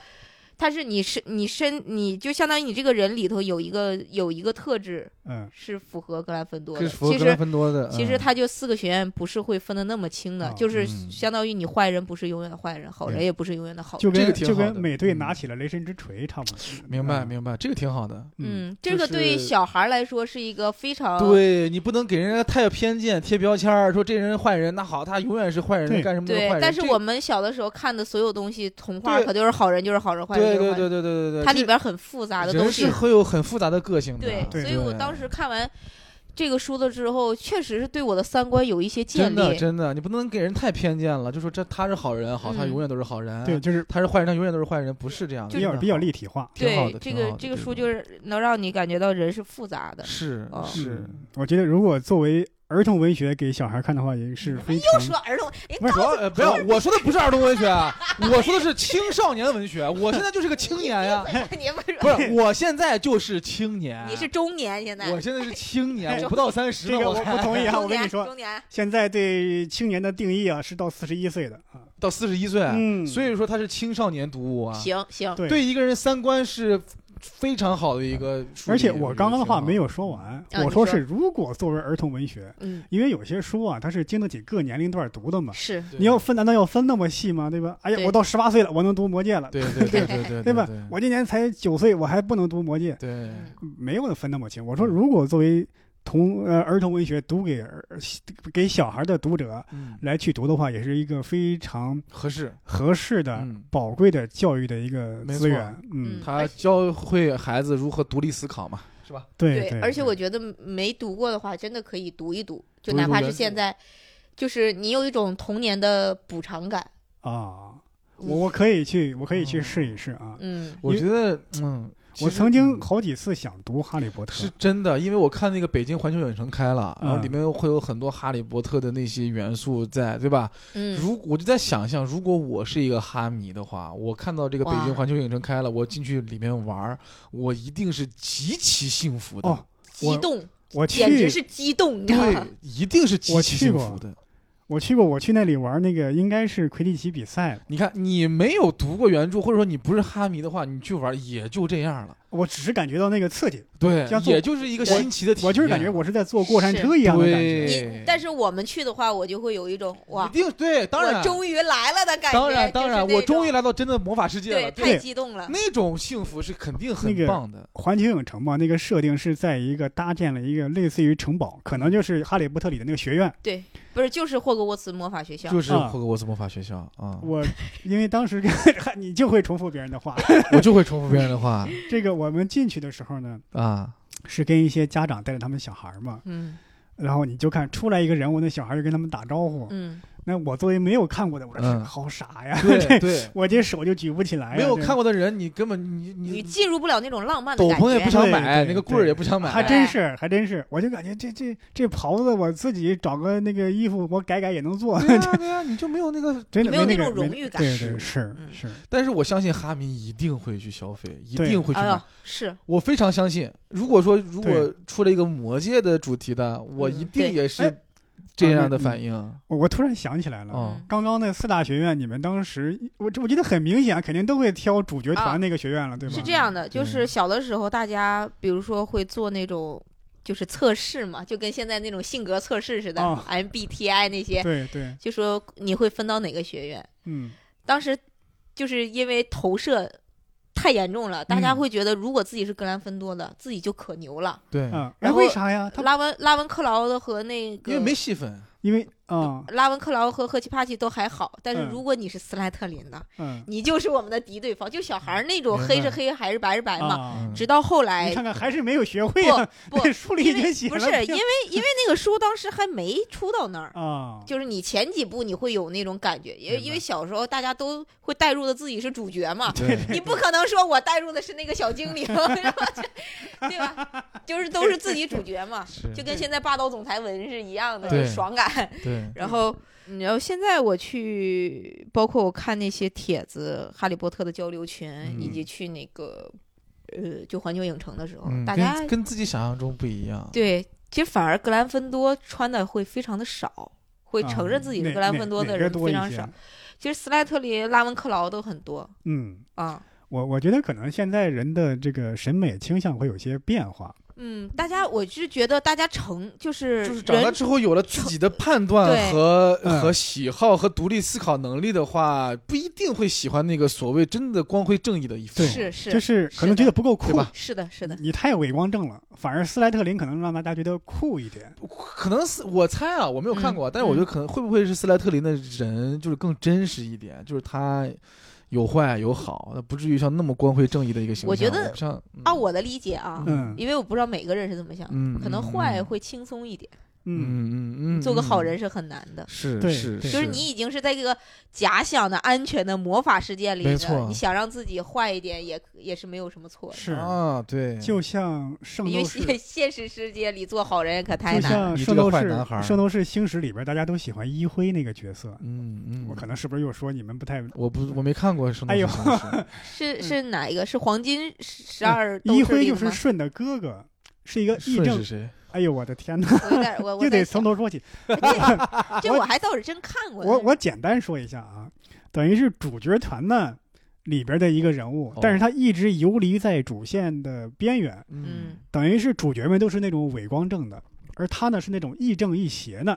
Speaker 2: 他是你身你身你就相当于你这个人里头有一个有一个特质
Speaker 1: 嗯
Speaker 2: 是符合格兰芬多
Speaker 3: 这
Speaker 2: 的，
Speaker 3: 是符合
Speaker 2: 其
Speaker 3: 格
Speaker 2: 实
Speaker 3: 兰芬多的。
Speaker 2: 其
Speaker 3: 嗯
Speaker 2: 实他就四个学院不是会分的那么清的，
Speaker 1: 哦
Speaker 2: 就是
Speaker 3: 嗯
Speaker 2: 相当于你坏人不是永远的坏人，好人
Speaker 3: 对
Speaker 2: 也不是永远的好人。
Speaker 1: 就
Speaker 3: 这
Speaker 1: 跟
Speaker 3: 个挺
Speaker 1: 就
Speaker 3: 好
Speaker 1: 跟
Speaker 3: 的
Speaker 1: 美队
Speaker 3: 嗯
Speaker 1: 拿起了雷神之锤差不多，
Speaker 3: 明白
Speaker 1: 嗯
Speaker 3: 明白，这个挺好的。
Speaker 1: 嗯
Speaker 2: 嗯，这个
Speaker 3: 就是
Speaker 2: 对于小孩来说是一个非常
Speaker 3: 对你不能给人家太有偏见，贴标签儿，说这人坏人，那好，他永远是坏人，
Speaker 1: 对
Speaker 3: 干什么都是坏
Speaker 2: 对
Speaker 3: 人。
Speaker 2: 但是
Speaker 3: 这
Speaker 2: 我们小的时候看的所有东西，童话
Speaker 3: 对
Speaker 2: 可就是好人就是好人，坏人就是坏
Speaker 3: 对对
Speaker 2: 人，
Speaker 3: 对对对对对，
Speaker 2: 它
Speaker 3: 这
Speaker 2: 里边很复杂的东
Speaker 3: 人
Speaker 2: 西
Speaker 3: 是。会有很复杂的个性的。
Speaker 2: 对，
Speaker 1: 对
Speaker 2: 所以我
Speaker 3: 对
Speaker 2: 当时看完这个书的之后，确实是对我的三观有一些建
Speaker 3: 真的
Speaker 2: 立。
Speaker 3: 真的，你不能给人太偏见了，就说这他是好人，好，他
Speaker 2: 嗯
Speaker 3: 永远都是好人。
Speaker 1: 对，，就是
Speaker 3: 他是坏人，他永远都是坏人，不是啊这样的。
Speaker 1: 比较
Speaker 3: 真的
Speaker 1: 比较立体化。
Speaker 3: 挺好
Speaker 2: 对
Speaker 3: 的，
Speaker 2: 这
Speaker 3: 挺好
Speaker 2: 个
Speaker 3: 的
Speaker 2: 这个
Speaker 3: 对
Speaker 2: 书
Speaker 3: 的
Speaker 2: 就是能让你感觉到人是复杂的。
Speaker 3: 是
Speaker 2: 哦
Speaker 3: 是，
Speaker 1: 嗯，我觉得如果作为儿童文学给小孩看的话，也是非
Speaker 2: 又
Speaker 1: 常
Speaker 2: 说儿童，哎
Speaker 1: 不是
Speaker 3: 主要呃不要，我说的不是儿童文学，啊，我说的是青少年文学。我现在就是个青年 呀，
Speaker 2: 你不是
Speaker 3: 不是，我现在就是青年。
Speaker 2: 你是中年现在？
Speaker 3: 我现在是青年，
Speaker 1: 哎
Speaker 3: 我不到三十
Speaker 1: 这
Speaker 3: 呢，
Speaker 1: 个我
Speaker 3: 才
Speaker 1: 不同意啊！我
Speaker 2: 中
Speaker 1: 跟
Speaker 2: 年，
Speaker 1: 你说，
Speaker 2: 中年，
Speaker 1: 现在对青年的定义啊是到四十一岁的啊。
Speaker 3: 到四十一岁，
Speaker 1: 嗯
Speaker 3: 哎所以说他是青少年读物啊。
Speaker 2: 行行，
Speaker 1: 对
Speaker 3: 对一个人三观是非常好的一个树立。
Speaker 1: 而且我刚刚的话
Speaker 3: 挺好
Speaker 1: 没有说完，
Speaker 2: 啊
Speaker 1: 我
Speaker 2: 你说
Speaker 1: 是如果作为儿童文学，
Speaker 2: 嗯，
Speaker 1: 因为有些书啊，它是经得起各年龄段读的
Speaker 3: 啊
Speaker 1: 嘛。
Speaker 2: 是
Speaker 3: 对
Speaker 1: 你要分，难道要分那么细吗？对吧？哎呀，
Speaker 2: 对
Speaker 1: 我到十八岁了，我能读《魔戒》了，
Speaker 3: 对对对对对
Speaker 1: 对吧
Speaker 3: 对？
Speaker 1: 我今嗯年才九岁，我还不能读《魔戒》，
Speaker 3: 对
Speaker 2: 嗯
Speaker 1: 没有分那么清。我
Speaker 3: 嗯
Speaker 1: 说，如果作为童呃儿童文学读给儿给小孩的读者
Speaker 3: 嗯
Speaker 1: 来去读的话，也是一个非常
Speaker 3: 合适。
Speaker 1: 合适的、
Speaker 3: 嗯，
Speaker 1: 宝贵的教育的一个
Speaker 3: 没
Speaker 1: 资
Speaker 3: 错
Speaker 1: 源。嗯
Speaker 2: 嗯，
Speaker 3: 他教会孩子如何独立思考嘛，是吧？
Speaker 1: 对
Speaker 2: 而且我觉得没读过的话，真的可以读一读，就
Speaker 3: 读一
Speaker 2: 哪
Speaker 3: 读
Speaker 2: 怕
Speaker 3: 原
Speaker 2: 是现在，就是你有一种童年的补偿感。
Speaker 1: 啊，我我可以去，我可以去试一试啊。
Speaker 2: 嗯
Speaker 3: 我觉得，嗯，其
Speaker 1: 我
Speaker 3: 实
Speaker 1: 曾经
Speaker 3: 嗯
Speaker 1: 好几次想读《哈利波特
Speaker 3: 是》，真的，因为我看那个北京环球影城开了，然后
Speaker 1: 嗯
Speaker 3: 里面会有很多哈利波特的那些元素在，对吧？
Speaker 2: 嗯，
Speaker 3: 如我就在想象，如果我是一个哈迷的话，我看到这个北京
Speaker 2: 哇
Speaker 3: 环球影城开了，我进去里面玩儿，我一定是极其幸福的。
Speaker 1: 哦
Speaker 2: 激动，
Speaker 1: 我
Speaker 2: 简直
Speaker 1: 去，
Speaker 2: 是激动， 你知道
Speaker 3: 对
Speaker 2: 吗？，
Speaker 3: 一定是极
Speaker 1: 我
Speaker 3: 其
Speaker 1: 去
Speaker 3: 幸
Speaker 1: 过
Speaker 3: 福的。
Speaker 1: 我去过，我去那里玩那个应该是魁地奇比赛了，
Speaker 3: 你看，你没有读过原著，或者说你不是哈迷的话，你去玩儿也就这样了。
Speaker 1: 我只是感觉到那个刺激，
Speaker 3: 对
Speaker 1: 像，做
Speaker 3: 也就是一个新奇的体验。啊
Speaker 1: 我就是感觉我是在坐过山车一样的感觉。
Speaker 3: 对
Speaker 2: 你但是我们去的话，我就会有一种哇
Speaker 3: 一，定对，当然
Speaker 2: 我，终于来了的感觉。
Speaker 3: 当然，当然，我终于
Speaker 2: 来
Speaker 3: 来到真的魔法世界
Speaker 2: 对，
Speaker 3: 了。
Speaker 2: 太激动了。
Speaker 3: 那种幸福是肯定很
Speaker 1: 那个
Speaker 3: 棒的。
Speaker 1: 环球影城嘛，那个设定是在一个搭建了一个类似于城堡，可能就是《哈利波特》里的那个学院。
Speaker 2: 对，不是就是霍格沃茨魔法学校，
Speaker 3: 就是
Speaker 1: 啊
Speaker 3: 霍格沃茨魔法学校啊，
Speaker 1: 我 因为当时 你就会重复别人的话，
Speaker 3: 我就会重复别人的话
Speaker 1: 这个我们进去的时候呢，
Speaker 3: 啊。
Speaker 1: 是跟一些家长带着他们小孩儿嘛，
Speaker 2: 嗯
Speaker 1: 然后你就看出来一个人物，那小孩儿就跟他们打招呼。
Speaker 2: 嗯，
Speaker 1: 那我作为没有看过的，我说、
Speaker 3: 嗯
Speaker 1: 好傻哎呀，
Speaker 3: 对对，
Speaker 1: 我这手就举不起来哎呀。
Speaker 3: 没有
Speaker 1: 这
Speaker 3: 看过的人，你根本你
Speaker 2: 你
Speaker 3: 你
Speaker 2: 进入不了那种浪漫的
Speaker 3: 斗
Speaker 2: 感
Speaker 3: 篷也不
Speaker 2: 觉。
Speaker 3: 想
Speaker 1: 对
Speaker 3: 买，
Speaker 1: 对
Speaker 3: 那个棍儿也不想买，
Speaker 1: 还真是，还真是，我就感觉这这这袍子，我自己找个那个衣服，我改改也能做，
Speaker 3: 对呀对呀，啊你就没有那个。
Speaker 1: 真的
Speaker 2: 嗯没有
Speaker 1: 那
Speaker 2: 那
Speaker 1: 个
Speaker 2: 种
Speaker 1: 没
Speaker 2: 荣誉感
Speaker 1: 对对
Speaker 3: 是
Speaker 1: 是
Speaker 2: 嗯
Speaker 1: 是，
Speaker 3: 但是我相信哈迷一定会去消费，一
Speaker 1: 对
Speaker 3: 定会去
Speaker 2: 哎
Speaker 3: 买
Speaker 2: 呦。，是
Speaker 3: 我非常相信，如果说如果
Speaker 1: 对
Speaker 3: 出了一个魔界的主题的，我一
Speaker 2: 嗯
Speaker 3: 定
Speaker 2: 对
Speaker 3: 也是
Speaker 1: 哎
Speaker 3: 这
Speaker 1: 啊
Speaker 3: 样
Speaker 1: 那
Speaker 3: 的
Speaker 1: 嗯
Speaker 3: 反应。
Speaker 1: 我我突然想起来了。
Speaker 3: 哦
Speaker 2: 嗯
Speaker 1: 刚刚那四大学院，你们当时我这我记得很明显，肯定都会挑主角
Speaker 2: 啊
Speaker 1: 团那个学院了，对吧？
Speaker 2: 是这样的，就是
Speaker 3: 对
Speaker 2: 小的时候大家比如说会做那种。就是测试嘛，就跟现在那种性格测试似的、
Speaker 1: 哦
Speaker 2: m b t i 那些，
Speaker 1: 对对，
Speaker 2: 就说你会分到哪个学院。
Speaker 1: 嗯，
Speaker 2: 当时就是因为投射太严重了，大家
Speaker 1: 嗯
Speaker 2: 会觉得如果自己是格兰芬多的，自己就可牛了。
Speaker 3: 对，
Speaker 1: 啊，哎，
Speaker 2: 然后
Speaker 1: 为啥呀？他
Speaker 2: 拉文拉文克劳的和那个
Speaker 3: 嗯因为没戏份。
Speaker 1: 因为啊，
Speaker 2: 拉文克劳和赫奇帕奇都还好，但是
Speaker 1: 嗯
Speaker 2: 如果你是斯莱特林的，
Speaker 1: 嗯，
Speaker 2: 你就是我们的敌对方，就小孩儿那种
Speaker 3: 明
Speaker 2: 黑是
Speaker 3: 白
Speaker 2: 黑还是白是白嘛。
Speaker 1: 啊
Speaker 3: 嗯
Speaker 2: 直到后来
Speaker 1: 你看看还是没有学会啊，
Speaker 2: 不
Speaker 1: 书里已
Speaker 2: 因
Speaker 1: 经
Speaker 2: 为
Speaker 1: 写了，
Speaker 2: 不是因为 因为那个书当时还没出到那儿。
Speaker 1: 啊，
Speaker 2: 就是你前几部你会有那种感觉，因为
Speaker 1: 明白
Speaker 2: 因为小时候大家都会带入的自己是主角 嘛，
Speaker 3: 对
Speaker 2: 你不可能说我带入的是那个小精灵， 然后就对吧？就是都是自己主角 嘛，
Speaker 3: 是
Speaker 2: 就跟现在霸道总裁文是一样的，
Speaker 3: 对
Speaker 2: 就是爽 感。
Speaker 3: 对，
Speaker 2: 然后，嗯然后现在我去，包括我看那些帖子，《哈利波特》的交流群，以及去那个呃，就环球影城的时候，
Speaker 3: 嗯，
Speaker 2: 大家
Speaker 3: 跟跟自己想象中不一样。
Speaker 2: 对，其实反而格兰芬多穿的会非常的少，会
Speaker 1: 啊
Speaker 2: 承认自己是
Speaker 1: 哪
Speaker 2: 格兰
Speaker 1: 哪
Speaker 2: 芬多
Speaker 1: 哪
Speaker 2: 的
Speaker 1: 个
Speaker 2: 人
Speaker 1: 多
Speaker 2: 非
Speaker 1: 一
Speaker 2: 常
Speaker 1: 些
Speaker 2: 少。其实斯莱特林、拉文克劳都很多
Speaker 1: 嗯。
Speaker 2: 啊。
Speaker 1: 我我觉得可能现在人的这个审美倾向会有些变化，
Speaker 2: 嗯，大家我是觉得大家成就是
Speaker 3: 就是长大
Speaker 2: 人
Speaker 3: 之后有了自己的判
Speaker 2: 对
Speaker 3: 断和
Speaker 1: 嗯
Speaker 3: 和喜好和独立思考能力的话，不一定会喜欢那个所谓真的光辉正义的一方。
Speaker 1: 对
Speaker 2: 是
Speaker 1: 就是嗯是可能
Speaker 2: 是的
Speaker 1: 觉得不够酷
Speaker 3: 对吧？
Speaker 2: 是的是的，
Speaker 1: 你太伪光正了，反而斯莱特林可能让大家觉得酷一点。
Speaker 3: 可能是我猜啊，我没有看过，
Speaker 2: 嗯
Speaker 3: 但是我觉得可能会不会是斯莱特林的人就是更真实一点，就是他有坏有好，那不至于像那么光辉正义的一个形象。
Speaker 2: 我觉得
Speaker 3: 不像
Speaker 2: 按、我的理解啊，
Speaker 1: 嗯
Speaker 2: 因为我不知道每个人是怎么想的，
Speaker 3: 嗯，
Speaker 2: 可能坏会轻松一点，
Speaker 1: 嗯，
Speaker 3: 嗯，嗯嗯嗯，
Speaker 2: 做个好人是很难的。
Speaker 3: 是
Speaker 1: 对
Speaker 3: 是，
Speaker 1: 对
Speaker 2: 就是你已经是在这个假想的安全的魔法世界里
Speaker 3: 没错
Speaker 2: 的，你想让自己坏一点也也是没有什么错的。
Speaker 1: 是，
Speaker 3: 啊，对，
Speaker 1: 就像圣
Speaker 2: 因为
Speaker 1: 斗士，
Speaker 2: 现现实世界里做好人可太
Speaker 1: 就
Speaker 2: 难了。
Speaker 1: 像
Speaker 3: 你这
Speaker 1: 圣
Speaker 3: 个
Speaker 1: 斗
Speaker 3: 坏
Speaker 1: 士
Speaker 3: 男孩儿
Speaker 1: 圣斗士星矢里边，大家都喜欢一辉那个角色。
Speaker 3: 嗯嗯，
Speaker 1: 我可能是不是又说你们不太
Speaker 3: 我不我没看过《圣斗
Speaker 1: 哎
Speaker 3: 士
Speaker 1: 呦
Speaker 3: 星矢》
Speaker 2: 是
Speaker 1: 嗯
Speaker 2: 是哪一个？是黄金十十二斗
Speaker 1: 一
Speaker 2: 士
Speaker 1: 辉
Speaker 2: 里
Speaker 1: 就
Speaker 2: 的
Speaker 1: 是
Speaker 2: 吗？
Speaker 1: 舜的哥哥，是一个 议
Speaker 3: 顺
Speaker 1: 政
Speaker 3: 是。谁？
Speaker 1: 哎呦我的天哪，
Speaker 2: 我有点 我
Speaker 1: 又
Speaker 2: 我
Speaker 1: 得
Speaker 2: 在
Speaker 1: 从
Speaker 2: 想
Speaker 1: 头说起。
Speaker 2: 这我还倒是真看过。
Speaker 1: 我我简单说一下啊，等于是主角团呢里边的一个人物
Speaker 3: 哦，
Speaker 1: 但是他一直游离在主线的边缘，
Speaker 2: 嗯
Speaker 1: 等于是主角们都是那种伪光正的，而他呢是那种亦正亦邪的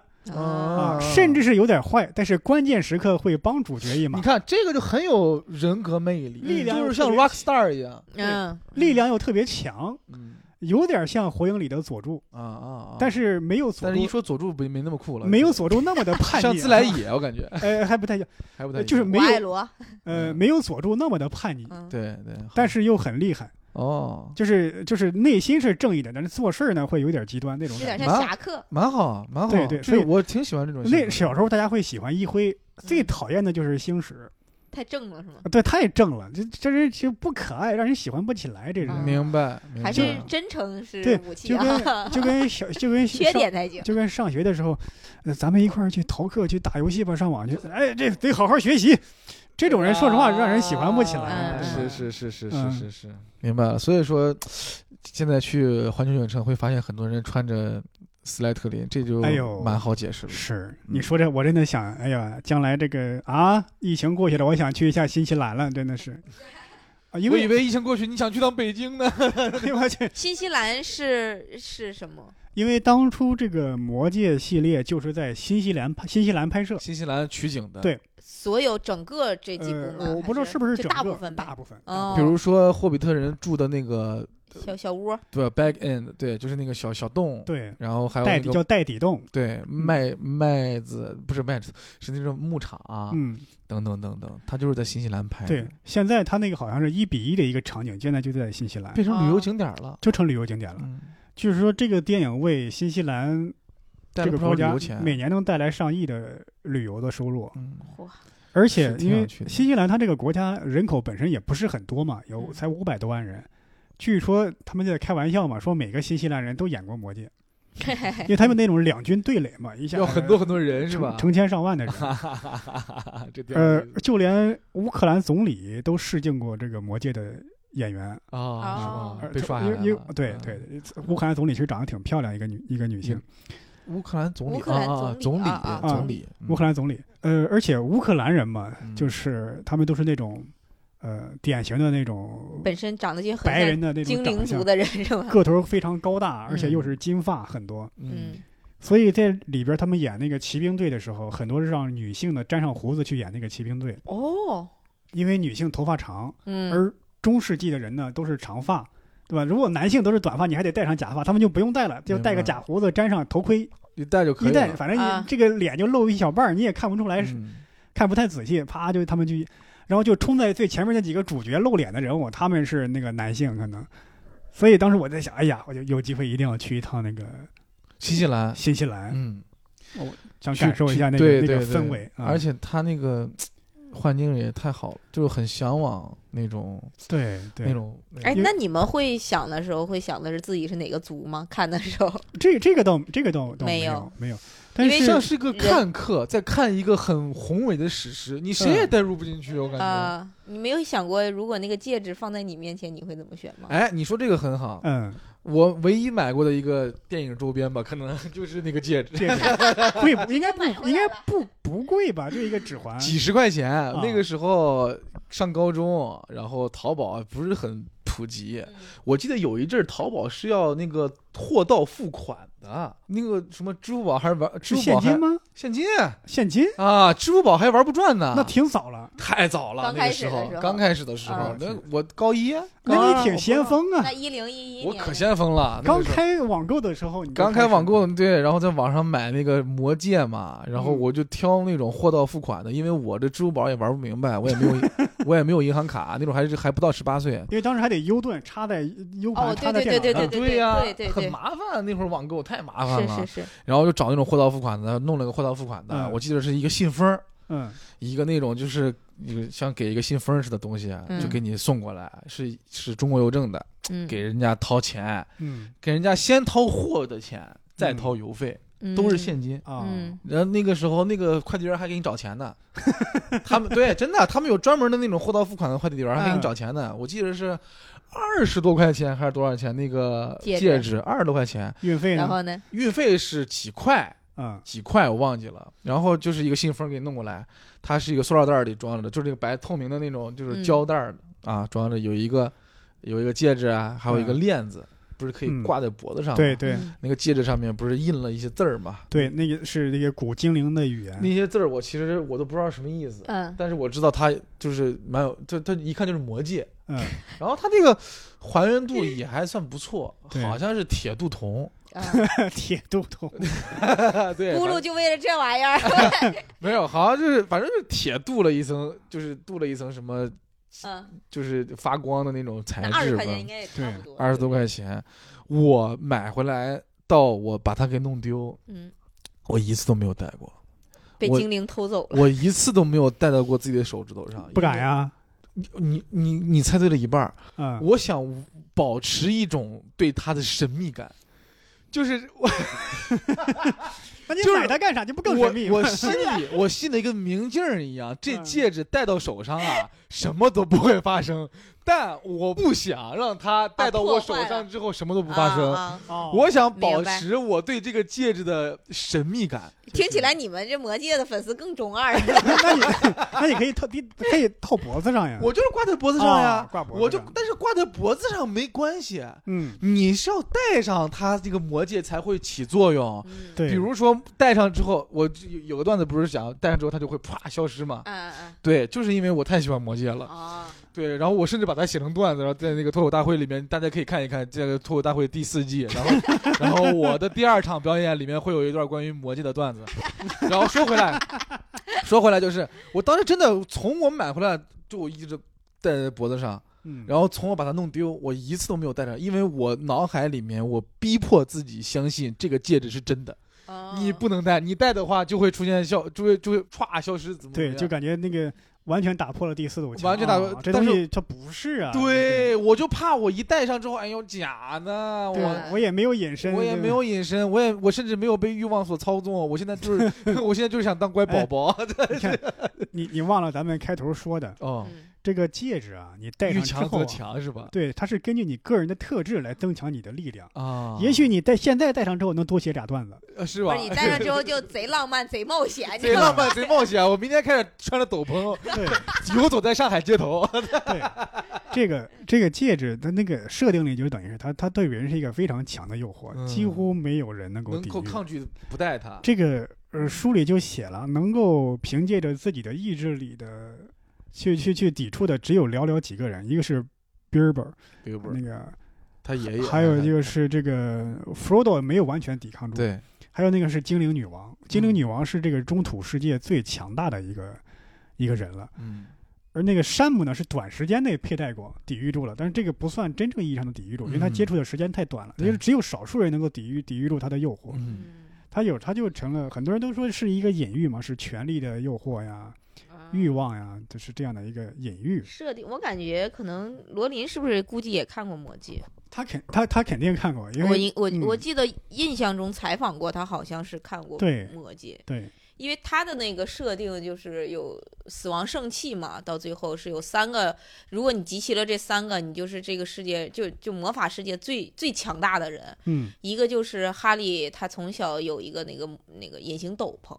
Speaker 1: 啊，
Speaker 2: 啊
Speaker 1: 甚至是有点坏，但是关键时刻会帮主角一
Speaker 3: 你
Speaker 1: 马，
Speaker 3: 看这个就很有人格魅力，
Speaker 1: 力量
Speaker 3: 就
Speaker 1: 又
Speaker 3: 是像
Speaker 1: 特别
Speaker 3: rock star 一样。
Speaker 2: 嗯
Speaker 1: 力量又特别强，
Speaker 3: 嗯
Speaker 1: 有点像火影里的佐助，
Speaker 3: 啊啊啊！
Speaker 1: 但是没有佐
Speaker 3: 但是一
Speaker 1: 助
Speaker 3: 说佐助不没那么酷了，
Speaker 1: 没有佐助那么的 叛逆，啊
Speaker 3: 像自 来，也，我感觉
Speaker 1: 呃，还不太一样，
Speaker 3: 还 不太一样
Speaker 1: 就是没
Speaker 2: 我爱
Speaker 1: 有
Speaker 2: 罗，
Speaker 1: 呃
Speaker 3: 嗯
Speaker 1: 没有佐助那么的叛逆，
Speaker 2: 嗯
Speaker 3: 对对，
Speaker 1: 但
Speaker 3: 是
Speaker 1: 是又很厉害。
Speaker 3: 哦，
Speaker 1: 就是就是内心是正义的，但是做事儿呢会有点极端那种
Speaker 2: 有
Speaker 1: 感
Speaker 2: 点
Speaker 1: 觉。
Speaker 2: 像
Speaker 3: 啊
Speaker 2: 侠客。
Speaker 3: 蛮好蛮好，
Speaker 1: 对对
Speaker 3: 这
Speaker 1: 所以
Speaker 3: 我挺喜欢这种性格。
Speaker 2: 嗯
Speaker 1: 那小时候大家会喜欢一辉，最讨厌的就是星矢，啊
Speaker 2: 太正了，是吗？
Speaker 1: 对，太正了，这这人就不可爱，让人喜欢不起来，这人、
Speaker 2: 嗯
Speaker 3: 明白，明白
Speaker 2: 还是真诚是
Speaker 1: 对
Speaker 2: 武器
Speaker 1: 就
Speaker 2: 啊
Speaker 1: 跟，就跟小就跟
Speaker 2: 缺
Speaker 1: 小。
Speaker 2: 点才行。
Speaker 1: 就跟上学的时候，呃，咱们一块儿去逃课、去打游戏吧，上网去。哎，这得好好学习。这种人，说实话，让人喜欢不起来。
Speaker 2: 哦
Speaker 1: 啊
Speaker 2: 嗯
Speaker 3: 是
Speaker 2: 嗯
Speaker 3: 是是是是
Speaker 1: 嗯
Speaker 3: 是是，明白了。所以说，现在去环球影城会发现很多人穿着斯莱特林，这就
Speaker 1: 哎呦
Speaker 3: 蛮好解释了。
Speaker 1: 是，你说这，我真的想，哎呀，将来这个啊，疫情过去了，我想去一下新西兰了，真的是。啊，因
Speaker 3: 我以
Speaker 1: 为
Speaker 3: 为疫情过去，你想去趟北京呢？
Speaker 1: 我去，
Speaker 2: 新西兰是是什么？
Speaker 1: 因为当初这个《魔戒》系列就是在新西兰拍新西兰拍摄。
Speaker 3: 新西兰取景的，
Speaker 1: 对
Speaker 2: 所有整个这几部
Speaker 1: 呃，
Speaker 2: 吗？
Speaker 1: 我不知道
Speaker 2: 还
Speaker 1: 是
Speaker 2: 是
Speaker 1: 不是
Speaker 2: 就
Speaker 1: 整
Speaker 2: 大
Speaker 1: 个
Speaker 2: 部分吧
Speaker 1: 大部分。
Speaker 2: 哦
Speaker 3: 比如说霍比特人住的那个
Speaker 2: 小小窝儿，
Speaker 3: 对 back end，对，就是那个小小洞，
Speaker 1: 对，
Speaker 3: 然后还有
Speaker 1: 带
Speaker 3: 那
Speaker 1: 底
Speaker 3: 个
Speaker 1: 叫带底洞。
Speaker 3: 对麦麦子不是麦子，是那种牧场啊，
Speaker 1: 嗯，
Speaker 3: 等等等等，它就是在新西兰拍的，
Speaker 1: 对，现在他那个好像是一比一的一个场景，现在就在新西兰，
Speaker 3: 变成旅游景点了。
Speaker 1: 就成旅游景点了。
Speaker 3: 嗯，
Speaker 1: 就是说，这个电影为新西兰
Speaker 3: 带
Speaker 1: 这
Speaker 3: 了
Speaker 1: 个
Speaker 3: 不少
Speaker 1: 国
Speaker 3: 旅
Speaker 1: 家
Speaker 3: 游钱，
Speaker 1: 每年能带来上亿的旅游的收入，
Speaker 3: 嗯，
Speaker 2: 嚯，
Speaker 1: 而且
Speaker 3: 是挺
Speaker 1: 因为
Speaker 3: 有趣的
Speaker 1: 新西兰它这个国家人口本身也不是很多嘛，有
Speaker 2: 嗯
Speaker 1: 才五百多万人。据说他们就在开玩笑嘛，说每个新西兰人都演过《魔戒》，
Speaker 3: 哎
Speaker 1: 因为他们那种两军对垒嘛，一下
Speaker 3: 要很多很多人是吧
Speaker 1: 成？成千上万的人。
Speaker 3: 这点
Speaker 1: 呃，就连乌克兰总理都试镜过这个《魔戒》的演员，
Speaker 3: 啊，
Speaker 2: 哦
Speaker 3: 是吧？
Speaker 1: 呃
Speaker 3: 被刷下
Speaker 1: 因
Speaker 3: 来
Speaker 1: 为因为
Speaker 3: 了。
Speaker 1: 对
Speaker 3: 嗯
Speaker 1: 对，乌克兰总理其实长得挺漂亮，一个女一个女性。
Speaker 3: 乌克兰总理，
Speaker 2: 乌克兰
Speaker 3: 啊啊
Speaker 2: 总
Speaker 3: 总
Speaker 2: 理
Speaker 3: 理
Speaker 2: 啊啊
Speaker 1: 啊
Speaker 3: 总理，
Speaker 1: 乌克兰总理。呃，而且乌克兰人嘛，
Speaker 3: 嗯
Speaker 1: 就是他们都是那种，呃，典型的那种
Speaker 2: 本身长得就很
Speaker 1: 白
Speaker 2: 像
Speaker 1: 人的那种
Speaker 2: 精灵
Speaker 1: 长
Speaker 2: 族
Speaker 1: 相，
Speaker 2: 的人是吧？
Speaker 1: 个头非常高大，而且
Speaker 3: 嗯
Speaker 1: 又是金发很多。
Speaker 2: 嗯，
Speaker 1: 所以在里边他们演那个骑兵队的时候，很多是让女性的粘上胡子去演那个骑兵队，
Speaker 2: 哦，
Speaker 1: 因为女性头发长，
Speaker 2: 嗯，
Speaker 1: 而中世纪的人呢都是长发。对吧？如果男性都是短发，你还得戴上假发，他们就不用戴了，就戴个
Speaker 3: 明白
Speaker 1: 假胡子，粘上头盔，
Speaker 3: 一戴就可
Speaker 1: 一
Speaker 3: 以
Speaker 1: 戴
Speaker 3: 了。
Speaker 1: 反正
Speaker 2: 啊
Speaker 1: 你这个脸就露一小半儿，你也看不出来是
Speaker 3: 嗯
Speaker 1: 看不太仔细，啪就他们就，然后就冲在最前面那几个主角露脸的人物，他们是那个男性可能，所以当时我在想，哎呀，我就有机会一定要去一趟那个
Speaker 3: 新西兰，
Speaker 1: 新西兰，
Speaker 3: 嗯，
Speaker 1: 想
Speaker 3: 去
Speaker 1: 感受一下那
Speaker 3: 去对
Speaker 1: 个那
Speaker 3: 对
Speaker 1: 个
Speaker 3: 对
Speaker 1: 氛围。啊
Speaker 3: 而且他那个环境也太好了，就是很向往那种
Speaker 1: 对
Speaker 3: 那
Speaker 1: 对，
Speaker 3: 种。那
Speaker 2: 哎，
Speaker 3: 种
Speaker 2: 那你们会想的时候会想的是自己是哪个族吗？看的时候，
Speaker 1: 这这个倒这个倒倒
Speaker 2: 没有
Speaker 1: 有没有，但
Speaker 2: 因为
Speaker 1: 是
Speaker 3: 像是个
Speaker 2: 人
Speaker 3: 看客在看一个很宏伟的史
Speaker 1: 嗯
Speaker 3: 诗，你谁也代入不进去，我感觉。
Speaker 2: 啊，你没有想过如果那个戒指放在你面前，你会怎么选吗？
Speaker 3: 哎，你说这个很好，
Speaker 1: 嗯，
Speaker 3: 我唯一买过的一个电影周边吧，可能就是那个戒指，
Speaker 1: 这个贵不应该
Speaker 2: 买回
Speaker 1: 不
Speaker 2: 来
Speaker 1: 应该
Speaker 2: 吧
Speaker 1: 不不贵吧？就一个指环，
Speaker 3: 几十块钱。
Speaker 1: 啊
Speaker 3: 那个时候上高中，然后淘宝不是很普及，
Speaker 1: 嗯
Speaker 3: 我记得有一阵儿淘宝是要那个货到付款的，那个什么支付宝还是玩支
Speaker 1: 是
Speaker 3: 付
Speaker 1: 现
Speaker 3: 宝还
Speaker 1: 金吗？
Speaker 3: 现金
Speaker 1: 现金？
Speaker 3: 啊，支付宝还玩不转呢，
Speaker 1: 那挺早了，
Speaker 3: 太早了，
Speaker 2: 刚
Speaker 3: 那
Speaker 2: 开
Speaker 3: 个
Speaker 2: 始
Speaker 3: 时
Speaker 2: 的
Speaker 3: 候
Speaker 2: 时候，
Speaker 3: 刚开始的时候
Speaker 2: 啊，
Speaker 3: 那我高一，啊
Speaker 1: 那
Speaker 3: 高
Speaker 1: 你
Speaker 3: 二
Speaker 1: 挺先锋啊
Speaker 2: 那！一零一一
Speaker 3: 我
Speaker 2: 年，
Speaker 3: 可先锋了，那
Speaker 1: 刚
Speaker 3: 个时候
Speaker 1: 开网购的时候，你就
Speaker 3: 刚开
Speaker 1: 始
Speaker 3: 网购，对，然后在网上买那个魔戒嘛，然后
Speaker 1: 嗯
Speaker 3: 我就挑那种货到付款的，因为我这支付宝也玩不明白，我也没 有我也没有银行卡，那种还是还不到十八岁。
Speaker 1: 因为当时还得 U 盾插在 U
Speaker 2: 哦
Speaker 1: 盘
Speaker 2: 对
Speaker 1: 插在
Speaker 2: 对
Speaker 1: 电脑上，
Speaker 2: 对对对
Speaker 3: 啊呀
Speaker 2: 对对，对
Speaker 3: 很麻烦，那会儿网购太麻烦
Speaker 2: 是
Speaker 3: 了
Speaker 2: 是。是，
Speaker 3: 然后就找那种货到付款的，弄了个货到付款的，
Speaker 1: 嗯
Speaker 3: 我记得是一个信封儿，
Speaker 1: 嗯
Speaker 3: 一个那种就是一个像给一个信封儿似的东西，啊
Speaker 2: 嗯
Speaker 3: 就给你送过来，是是中国邮政的，
Speaker 2: 嗯，
Speaker 3: 给人家掏钱，
Speaker 1: 嗯
Speaker 3: 给人家先掏货的钱，再掏邮费，都是现金。
Speaker 1: 啊，
Speaker 2: 嗯，
Speaker 3: 然后那个时候，那个快递员还给你找钱 呢，他们对，真的，他们有专门的那种货到付款的快递员，还给你找钱
Speaker 2: 嗯
Speaker 3: 呢。我记得是二十多块钱还是多少钱？那个
Speaker 2: 戒指
Speaker 3: 戒指二十多块钱，
Speaker 1: 运费
Speaker 2: 嗯。然
Speaker 1: 呢？
Speaker 2: 后呢？
Speaker 3: 运费是几块，
Speaker 1: 嗯，
Speaker 3: 几块我忘记了。然后就是一个信封给你弄过来，它是一个塑料袋里装着的，就是那个白透明的那种，就是胶带儿的、啊，装着有一个有一个戒指啊，还有一个
Speaker 1: 嗯
Speaker 3: 链子，不是可以
Speaker 1: 嗯
Speaker 3: 挂在脖子上吗？
Speaker 1: 对对
Speaker 2: 嗯，
Speaker 3: 那个戒指上面不是印了一些字儿吗？
Speaker 1: 对，那个是那个古精灵的语言，
Speaker 3: 那些字儿我其实我都不知道什么意思，
Speaker 2: 嗯，
Speaker 3: 但是我知道它就是蛮有，就它一看就是魔戒，
Speaker 1: 嗯，
Speaker 3: 然后它这个还原度也还算不错，
Speaker 1: 对
Speaker 3: 好像是铁镀铜，
Speaker 2: 啊
Speaker 1: 铁肚头，
Speaker 3: 对，
Speaker 2: 咕
Speaker 3: 反
Speaker 2: 噜
Speaker 3: 正
Speaker 2: 就为了这玩意 儿，
Speaker 3: 没有，好像就是反正是铁镀了一层，就是镀了一层什么，
Speaker 2: 嗯，
Speaker 3: 就是发光的那种材
Speaker 2: 那二十
Speaker 3: 质吧
Speaker 2: 块，钱应该也差不多。
Speaker 3: 二十多块钱，我买回来到我把它给弄丢，
Speaker 2: 嗯，
Speaker 3: 我一次都没有戴过。
Speaker 2: 被
Speaker 3: 我
Speaker 2: 精灵偷走了。
Speaker 3: 我一次都没有戴到过自己的手指头上，
Speaker 1: 不敢呀、
Speaker 3: 因为你。你你你猜对了一半儿，
Speaker 1: 嗯，
Speaker 3: 我想保持一种对它的神秘感，就是我
Speaker 1: 那你
Speaker 3: 就是
Speaker 1: 买它干啥？就不更神秘
Speaker 3: 我
Speaker 1: 吗？
Speaker 3: 我心里我心里跟明镜儿一样，这
Speaker 1: 嗯
Speaker 3: 戒指戴到手上啊，什么都不会发生，但我不想让它戴到我手
Speaker 2: 破坏了
Speaker 3: 上之后什么都不发生。
Speaker 2: 啊啊
Speaker 1: 哦
Speaker 3: 我想保
Speaker 2: 明白
Speaker 3: 持我对这个戒指的神秘感，
Speaker 2: 听起来你们这魔界的粉丝更中二。
Speaker 1: 那你那你可以套，你可以套脖子上呀。
Speaker 3: 我就是挂在脖子上呀，
Speaker 1: 嗯哦挂脖子上
Speaker 3: 我就但是挂在脖子上没关系，
Speaker 1: 嗯，
Speaker 3: 你是要戴上它这个魔戒才会起作用。
Speaker 2: 嗯
Speaker 1: 对，
Speaker 3: 比如说戴上之后，我就有有个段子不是讲戴上之后它就会啪消失嘛？
Speaker 2: 嗯嗯
Speaker 3: 对，就是因为我太喜欢魔戒
Speaker 2: 嗯。
Speaker 3: 了
Speaker 2: 啊，
Speaker 3: 对，然后我甚至把它写成段子，然后在那个脱口大会里面，大家可以看一看这个脱口大会第四季。然后，然后我的第二场表演里面会有一段关于魔戒的段子。然后说回来，说回来就是，我当时真的从我买回来就我一直戴在脖子上，
Speaker 1: 嗯，
Speaker 3: 然后从我把它弄丢，我一次都没有戴上，因为我脑海里面我逼迫自己相信这个戒指是真的。
Speaker 2: 哦
Speaker 3: 你不能戴，你戴的话就会出现消，就会就会歘消失，怎么怎么
Speaker 1: 对，
Speaker 3: 样
Speaker 1: 就感觉那个完全打破了第四堵墙啊，
Speaker 3: 完全打破
Speaker 1: 这
Speaker 3: 但
Speaker 1: 东
Speaker 3: 是
Speaker 1: 西它不是啊。
Speaker 3: 对，我就怕我一戴上之后，哎呦假呢，
Speaker 1: 对，
Speaker 3: 我
Speaker 1: 我我也没有隐身，
Speaker 3: 我也
Speaker 1: 对
Speaker 3: 没有隐身，我也我甚至没有被欲望所操纵，我现在就是 我现在就是想当乖
Speaker 1: 哎
Speaker 3: 宝宝。
Speaker 1: 你你忘了咱们开头说的
Speaker 3: 哦，
Speaker 2: 嗯
Speaker 1: 这个戒指啊，你戴
Speaker 3: 遇
Speaker 1: 上之
Speaker 3: 强
Speaker 1: 后
Speaker 3: 则
Speaker 1: 啊，
Speaker 3: 强是吧？
Speaker 1: 对，它是根据你个人的特质来增强你的力量。
Speaker 3: 啊，
Speaker 1: 也许你戴现在戴上之后能多写俩段子，
Speaker 3: 呃是
Speaker 2: 不
Speaker 3: 吧
Speaker 2: 是？你戴上之后就贼浪漫、贼冒险，你
Speaker 3: 贼
Speaker 2: 知道
Speaker 3: 浪
Speaker 2: 吗
Speaker 3: 漫，贼冒险！我明天开始穿着斗篷
Speaker 1: 对
Speaker 3: 游走在上海街头。
Speaker 1: 对，这个这个戒指它那个设定里就等于是它它对人是一个非常强的诱惑，
Speaker 3: 嗯
Speaker 1: 几乎没有人能够
Speaker 3: 能
Speaker 1: 抵
Speaker 3: 够
Speaker 1: 御。
Speaker 3: 抗拒不戴它，
Speaker 1: 这个呃书里就写了，能够凭借着自己的意志力的去去去抵触的只有寥寥几个人，一个是 Bilbo
Speaker 3: 比如不
Speaker 1: 那
Speaker 3: 是
Speaker 1: 个，
Speaker 3: 他爷爷，
Speaker 1: 还有就是这个 Frodo 没有完全抵抗住，
Speaker 3: 对，
Speaker 1: 还有那个是精灵女王，精灵
Speaker 3: 嗯
Speaker 1: 女王是这个中土世界最强大的一个一个人了。
Speaker 3: 嗯，
Speaker 1: 而那个山姆呢，是短时间内佩戴过，抵御住了，但是这个不算真正意义上的抵御住，因为他
Speaker 3: 嗯
Speaker 1: 接触的时间太短了，
Speaker 3: 对
Speaker 1: 也就是只有少数人能够抵御抵御住他的诱惑。
Speaker 3: 嗯，
Speaker 2: 嗯
Speaker 1: 他有，他就成了很多人都说是一个隐喻嘛，是权力的诱惑呀、
Speaker 2: 啊
Speaker 3: 嗯
Speaker 1: 欲望呀，就是这样的一个隐喻。
Speaker 2: 设定，我感觉可能罗琳是不是估计也看过《魔戒
Speaker 1: 他肯他他肯定看过，》？因
Speaker 2: 我
Speaker 1: 为
Speaker 2: 印我
Speaker 1: 嗯
Speaker 2: 我记得印象中采访过他，好像是看过
Speaker 1: 对
Speaker 2: 《魔戒》，
Speaker 1: 对
Speaker 2: 因为他的那个设定就是有死亡圣器嘛，到最后是有三个，如果你集齐了这三个，你就是这个世界就就魔法世界最最强大的人。
Speaker 1: 嗯
Speaker 2: 一个就是哈利，他从小有一个那个那个隐形斗篷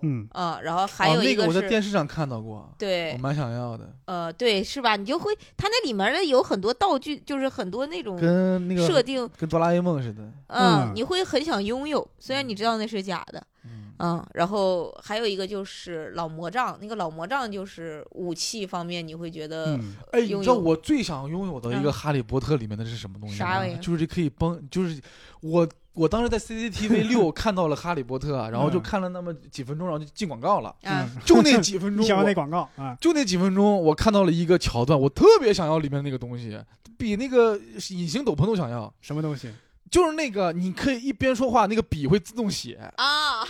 Speaker 1: 嗯
Speaker 2: 啊，然后还有
Speaker 3: 哦
Speaker 2: 一
Speaker 3: 那个我
Speaker 2: 是、
Speaker 3: 在电视上看到过，
Speaker 2: 对
Speaker 3: 我蛮想要的，
Speaker 2: 呃，对，是吧？你就会，它那里面的有很多道具，就是很多那种
Speaker 3: 跟那个
Speaker 2: 嗯设定，
Speaker 3: 跟哆啦 A 梦似的。
Speaker 1: 嗯
Speaker 2: 嗯，你会很想拥有，虽然你知道那是假的，
Speaker 3: 嗯，
Speaker 2: 嗯。然后还有一个就是老魔杖，那个老魔杖就是武器方面，你会觉得
Speaker 1: 嗯，
Speaker 3: 哎，你
Speaker 2: 拥
Speaker 3: 知道
Speaker 2: 有
Speaker 3: 我最想拥有的一个《哈利波特》里面的是什么东西吗？
Speaker 2: 啥玩意儿
Speaker 3: 就是可以帮，就是我我当时在 CCTV 六看到了《哈利波特》，啊然后就
Speaker 1: 嗯
Speaker 3: 看了那么几分钟，然后就进广告了，
Speaker 2: 啊，
Speaker 3: 就那几 分
Speaker 1: 你
Speaker 3: 钟
Speaker 1: 想要那
Speaker 3: 我。
Speaker 1: 广告啊？
Speaker 3: 就那几分钟，我看到了一个桥段，我特别想要里面那个东西，比那个隐形斗篷都想要。
Speaker 1: 什么东西？
Speaker 3: 就是那个，你可以一边说话，那个笔会自 动写。
Speaker 2: 啊，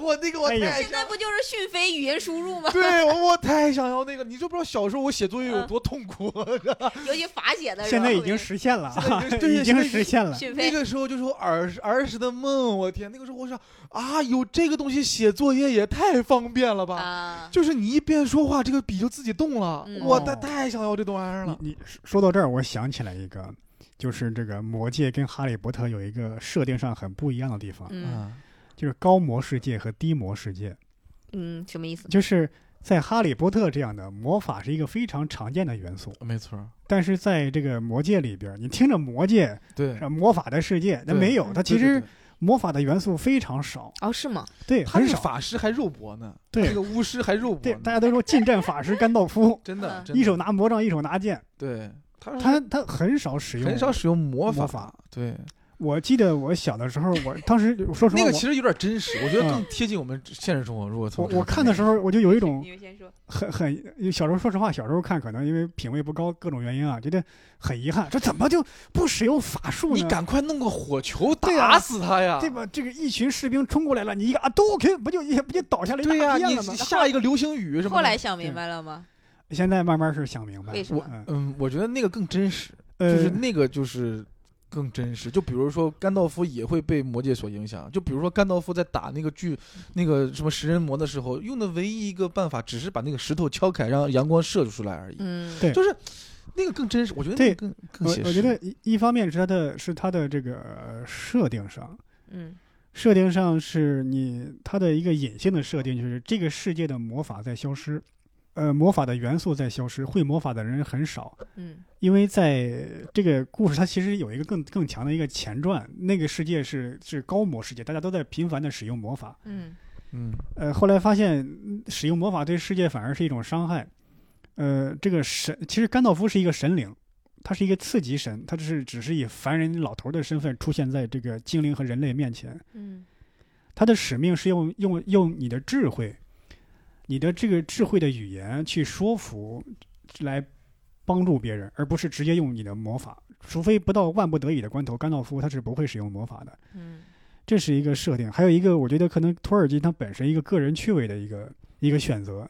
Speaker 3: 我那个我
Speaker 1: 哎呦
Speaker 3: 太
Speaker 2: 现在
Speaker 3: 想，
Speaker 2: 不就是讯飞语音输入吗？
Speaker 3: 对我我太想要那个，你知不知道小时候我写作业有
Speaker 2: 嗯
Speaker 3: 多痛苦？
Speaker 2: 尤其法写的时
Speaker 1: 现
Speaker 2: 候，
Speaker 1: 在已经实现了，
Speaker 3: 现在已经对
Speaker 1: 啊已
Speaker 3: 现
Speaker 1: 经
Speaker 3: 在已经
Speaker 1: 实现了。
Speaker 2: 讯
Speaker 3: 那
Speaker 2: 飞，
Speaker 3: 个时候就是我儿儿时的梦，我天，那个时候我想啊，有这个东西写作业也太方便了吧！
Speaker 2: 啊，
Speaker 3: 就是你一边说话，这个笔就自己动了，
Speaker 2: 嗯
Speaker 3: 我
Speaker 1: 哦
Speaker 3: 太太想要这玩意儿了。
Speaker 1: 你你说到这儿，我想起来一个，就是这个《魔戒》跟《哈利波特》有一个设定上很不一样的地方，
Speaker 3: 啊
Speaker 2: 嗯
Speaker 1: 就是高魔世界和低魔世界。
Speaker 2: 嗯，什么意思？
Speaker 1: 就是在《哈利波特》这样的魔法是一个非常常见的元素，
Speaker 2: 嗯
Speaker 3: 没错，
Speaker 1: 但是在这个《魔戒》里边儿，你听着魔戒
Speaker 3: 对
Speaker 1: 呃魔法的世界，那
Speaker 3: 对
Speaker 1: 没有，它其实
Speaker 3: 对
Speaker 1: 魔法的元素非常少，
Speaker 2: 哦，是吗？
Speaker 1: 对，
Speaker 3: 对他
Speaker 1: 很
Speaker 3: 是
Speaker 1: 少，
Speaker 3: 法师还肉搏呢，那
Speaker 1: 对
Speaker 3: 个巫师还肉搏
Speaker 1: 对，
Speaker 3: 呢，
Speaker 1: 大家都说近战法师甘道夫，
Speaker 3: 真的
Speaker 2: 嗯
Speaker 3: 真的
Speaker 1: 一手拿魔杖，一手拿剑，
Speaker 3: 对他是
Speaker 1: 他他很少使用
Speaker 3: 很少使用魔
Speaker 1: 魔
Speaker 3: 法
Speaker 1: 法
Speaker 3: 对
Speaker 1: 我记得我小的时候，我当时 说实话，
Speaker 3: 那个
Speaker 1: 我
Speaker 3: 其实有点真实，我觉
Speaker 1: 嗯
Speaker 3: 得更贴近我们现实生活。如果从
Speaker 1: 我我看的时候，我就有一种
Speaker 2: 你们先说，
Speaker 1: 很很小时候，说实话，小时候看可能因为品味不高，各种原因啊，觉得很遗憾，这怎么就不使用法术
Speaker 3: 你
Speaker 1: 呢？
Speaker 3: 赶快弄个火球
Speaker 1: 对啊
Speaker 3: 打死他呀！
Speaker 1: 对吧？这个一群士兵冲过来了，你一个啊都 OK，不就也不就倒下来一
Speaker 3: 对呀、
Speaker 1: 大片
Speaker 3: 你
Speaker 1: 了吗？
Speaker 3: 下一个流星雨什么的？
Speaker 2: 后来想明白了吗？
Speaker 1: 现在慢慢是想明白了，
Speaker 2: 为什么
Speaker 1: 嗯
Speaker 3: 嗯，我觉得那个更真实，就
Speaker 1: 呃，
Speaker 3: 是那个就是更真实。就比如说甘道夫也会被魔界所影响，就比如说甘道夫在打那个巨那个什么食人魔的时候，用的唯一一个办法只是把那个石头敲开，让阳光射出来而已。
Speaker 2: 嗯，
Speaker 1: 对
Speaker 3: 就是那个更真实，我觉得那
Speaker 1: 对
Speaker 3: 个更更
Speaker 1: 我
Speaker 3: 写实。
Speaker 1: 我觉得一一方面是它的是它的这个呃设定上，
Speaker 2: 嗯
Speaker 1: 设定上是你它的一个隐性的设定，就是这个世界的魔法在消失，呃，魔法的元素在消失，会魔法的人很少。
Speaker 2: 嗯
Speaker 1: 因为在这个故事，它其实有一个更更强的一个前传，那个世界是是高魔世界，大家都在频繁的使用魔法。
Speaker 2: 嗯
Speaker 3: 嗯，
Speaker 1: 呃，后来发现嗯使用魔法对世界反而是一种伤害。呃，这个神其实甘道夫是一个神灵，他是一个次级神，他只是只是以凡人老头的身份出现在这个精灵和人类面前。
Speaker 2: 嗯
Speaker 1: 他的使命是用用用你的智慧，你的这个智慧的语言去说服，来帮助别人，而不是直接用你的魔法。除非不到万不得已的关头，甘道夫他是不会使用魔法的。
Speaker 2: 嗯
Speaker 1: 这是一个设定，还有一个我觉得可能土耳其它本身一个个人趣味的一个一个选择。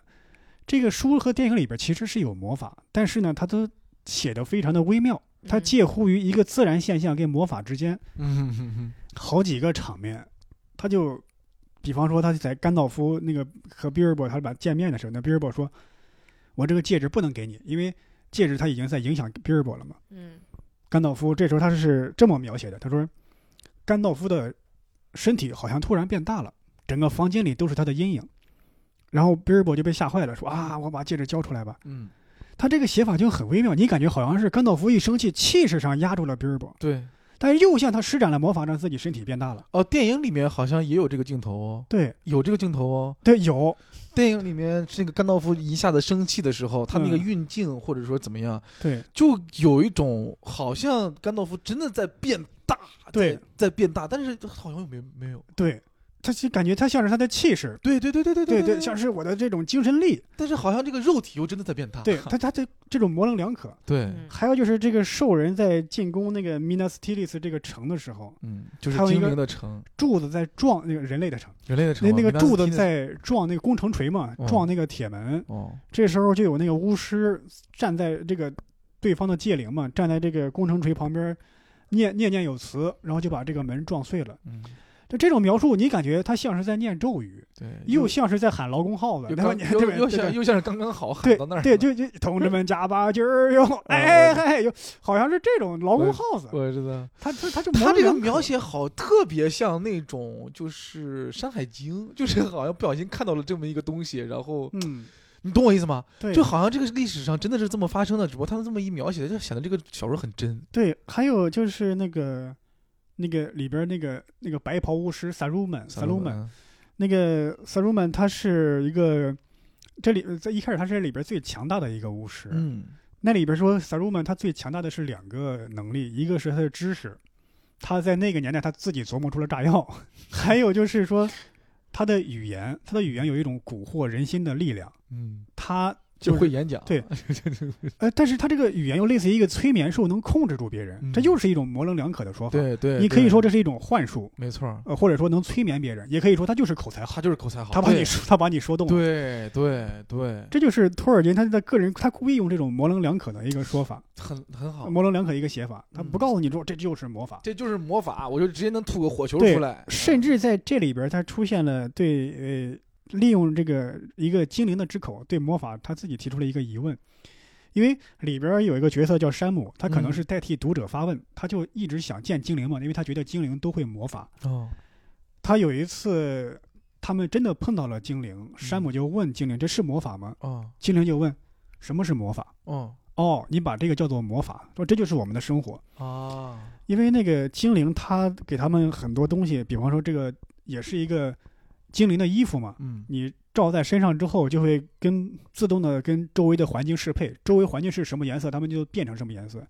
Speaker 1: 这个书和电影里边其实是有魔法，但是呢，它都写的非常的微妙，它
Speaker 2: 嗯
Speaker 1: 介乎于一个自然现象跟魔法之间，
Speaker 3: 嗯哼哼
Speaker 1: 好几个场面，他就，比方说他在甘道夫那个和比尔博他俩见面的时候，那比尔博说：“我这个戒指不能给你，因为戒指它已经在影响比尔博了嘛。”
Speaker 2: 嗯
Speaker 1: 甘道夫这时候他是这么描写的：“他说，甘道夫的身体好像突然变大了，整个房间里都是他的阴影。”然后比尔博就被吓坏了，说：“啊，我把戒指交出来吧。”
Speaker 3: 嗯，
Speaker 1: 他这个写法就很微妙，你感觉好像是甘道夫一生气，气势上压住了比尔博，
Speaker 3: 对。
Speaker 1: 但又像他施展了魔法，让自己身体变大了。
Speaker 3: 哦，电影里面好像也有这个镜头哦，
Speaker 1: 对
Speaker 3: 有这个镜头哦。
Speaker 1: 对，有
Speaker 3: 电影里面这个甘道夫一下子生气的时候，他那个
Speaker 1: 嗯
Speaker 3: 运镜或者说怎么样，
Speaker 1: 对
Speaker 3: 就有一种好像甘道夫真的在变大，
Speaker 1: 对
Speaker 3: 在，在变大，但是好像又没没有。
Speaker 1: 对，他其实感觉他像是他的气势，
Speaker 3: 对对对对对
Speaker 1: 对
Speaker 3: 对，
Speaker 1: 像是我的这种精神力，
Speaker 3: 但是好像这个肉体又真的在变大。
Speaker 1: 对他他这这种模棱两可。
Speaker 3: 对，
Speaker 2: 嗯
Speaker 1: 还有就是这个兽人在进攻那个 Minas Tirith 这个城的时候，
Speaker 3: 嗯，就是
Speaker 1: 还有一
Speaker 3: 精
Speaker 1: 个
Speaker 3: 灵的城，
Speaker 1: 柱子在撞那个人类的城，
Speaker 3: 人类的城
Speaker 1: 那
Speaker 3: 啊，
Speaker 1: 那个
Speaker 3: 米兰
Speaker 1: 柱
Speaker 3: 斯
Speaker 1: 子
Speaker 3: 基的
Speaker 1: 在撞那个工程锤嘛，
Speaker 3: 哦
Speaker 1: 撞那个铁门。
Speaker 3: 哦，
Speaker 1: 这时候就有那个巫师站在这个对方的界灵嘛，站在这个工程锤旁边，念念念有词，然后就把这个门撞碎了。
Speaker 3: 嗯，
Speaker 1: 就这种描述，你感觉他像是在念咒语，
Speaker 3: 对，
Speaker 1: 又像是在喊劳工号子，
Speaker 3: 又
Speaker 1: 对吧？
Speaker 3: 刚
Speaker 1: 你
Speaker 3: 又
Speaker 1: 对吧
Speaker 3: 又
Speaker 1: 对吧
Speaker 3: 像又像是刚刚好喊
Speaker 1: 对
Speaker 3: 到那儿了，
Speaker 1: 对，就就同志们加把劲儿 哟，哎
Speaker 3: 我
Speaker 1: 嗨，就好像是这种劳
Speaker 3: 我
Speaker 1: 工号子，
Speaker 3: 我知道。
Speaker 1: 他他他就模
Speaker 3: 他
Speaker 1: 棱
Speaker 3: 这个
Speaker 1: 两可
Speaker 3: 描，写好特别像那种，就是《山海经》，就是好像不小心看到了这么一个东西，然后
Speaker 1: 嗯，
Speaker 3: 你懂我意思吗？
Speaker 1: 对，
Speaker 3: 就好像这个历史上真的是这么发生的，只不过他们这么一描写，就显得这个小说很真。
Speaker 1: 对，还有就是那个那个里边那个那个白袍巫师萨鲁曼，萨鲁曼，那个萨鲁曼他是一个。这里在一开始他是里边最强大的一个巫师，
Speaker 3: 嗯，
Speaker 1: 那里边说萨鲁曼他最强大的是两个能力，一个是他的知识，他在那个年代他自己琢磨出了炸药， 还有就是说他的语言，他的语言有一种蛊惑人心的力量。
Speaker 3: 嗯，
Speaker 1: 他
Speaker 3: 就
Speaker 1: 就是
Speaker 3: 会演讲，
Speaker 1: 对呃，但是他这个语言又类似于一个催眠术，能控制住别人，
Speaker 3: 嗯
Speaker 1: 这又是一种模棱两可的说法。
Speaker 3: 对对，
Speaker 1: 你可以说
Speaker 3: 这
Speaker 1: 这是一种幻术，
Speaker 3: 没错儿，
Speaker 1: 呃，或者说能催眠别人，也可以说他就是口才
Speaker 3: 他
Speaker 1: 好，
Speaker 3: 就是口才好，
Speaker 1: 他把你说他把你说动了。
Speaker 3: 对对对，
Speaker 1: 这就是托尔金他的个人，他故意用这种模棱两可的一个说法，
Speaker 3: 很很好，
Speaker 1: 模棱两可一个写法，他不
Speaker 3: 哦嗯
Speaker 1: 告诉你说这就是魔法，
Speaker 3: 这就是魔法，我就直接能吐个火球
Speaker 1: 对
Speaker 3: 出来，
Speaker 1: 甚至在这里边，他出现了对呃利用这个一个精灵的之口对魔法，他自己提出了一个疑问，因为里边有一个角色叫山姆，他可能
Speaker 3: 嗯
Speaker 1: 是代替读者发问，他就一直想见精灵嘛，因为他觉得精灵都会魔法。
Speaker 3: 哦，
Speaker 1: 他有一次他们真的碰到了精灵，山姆就问精灵这是魔法吗？
Speaker 3: 哦
Speaker 1: 精灵就问什么是魔法？
Speaker 3: 哦
Speaker 1: 哦，你把这个叫做魔法，说这就是我们的生活。
Speaker 3: 啊，
Speaker 1: 因为那个精灵他给他们很多东西，比方说这个也是一个精灵的衣服嘛，
Speaker 3: 嗯
Speaker 1: 你罩在身上之后就会跟自动的跟周围的环境适配，周围环境是什么颜色，他们就变成什么颜色。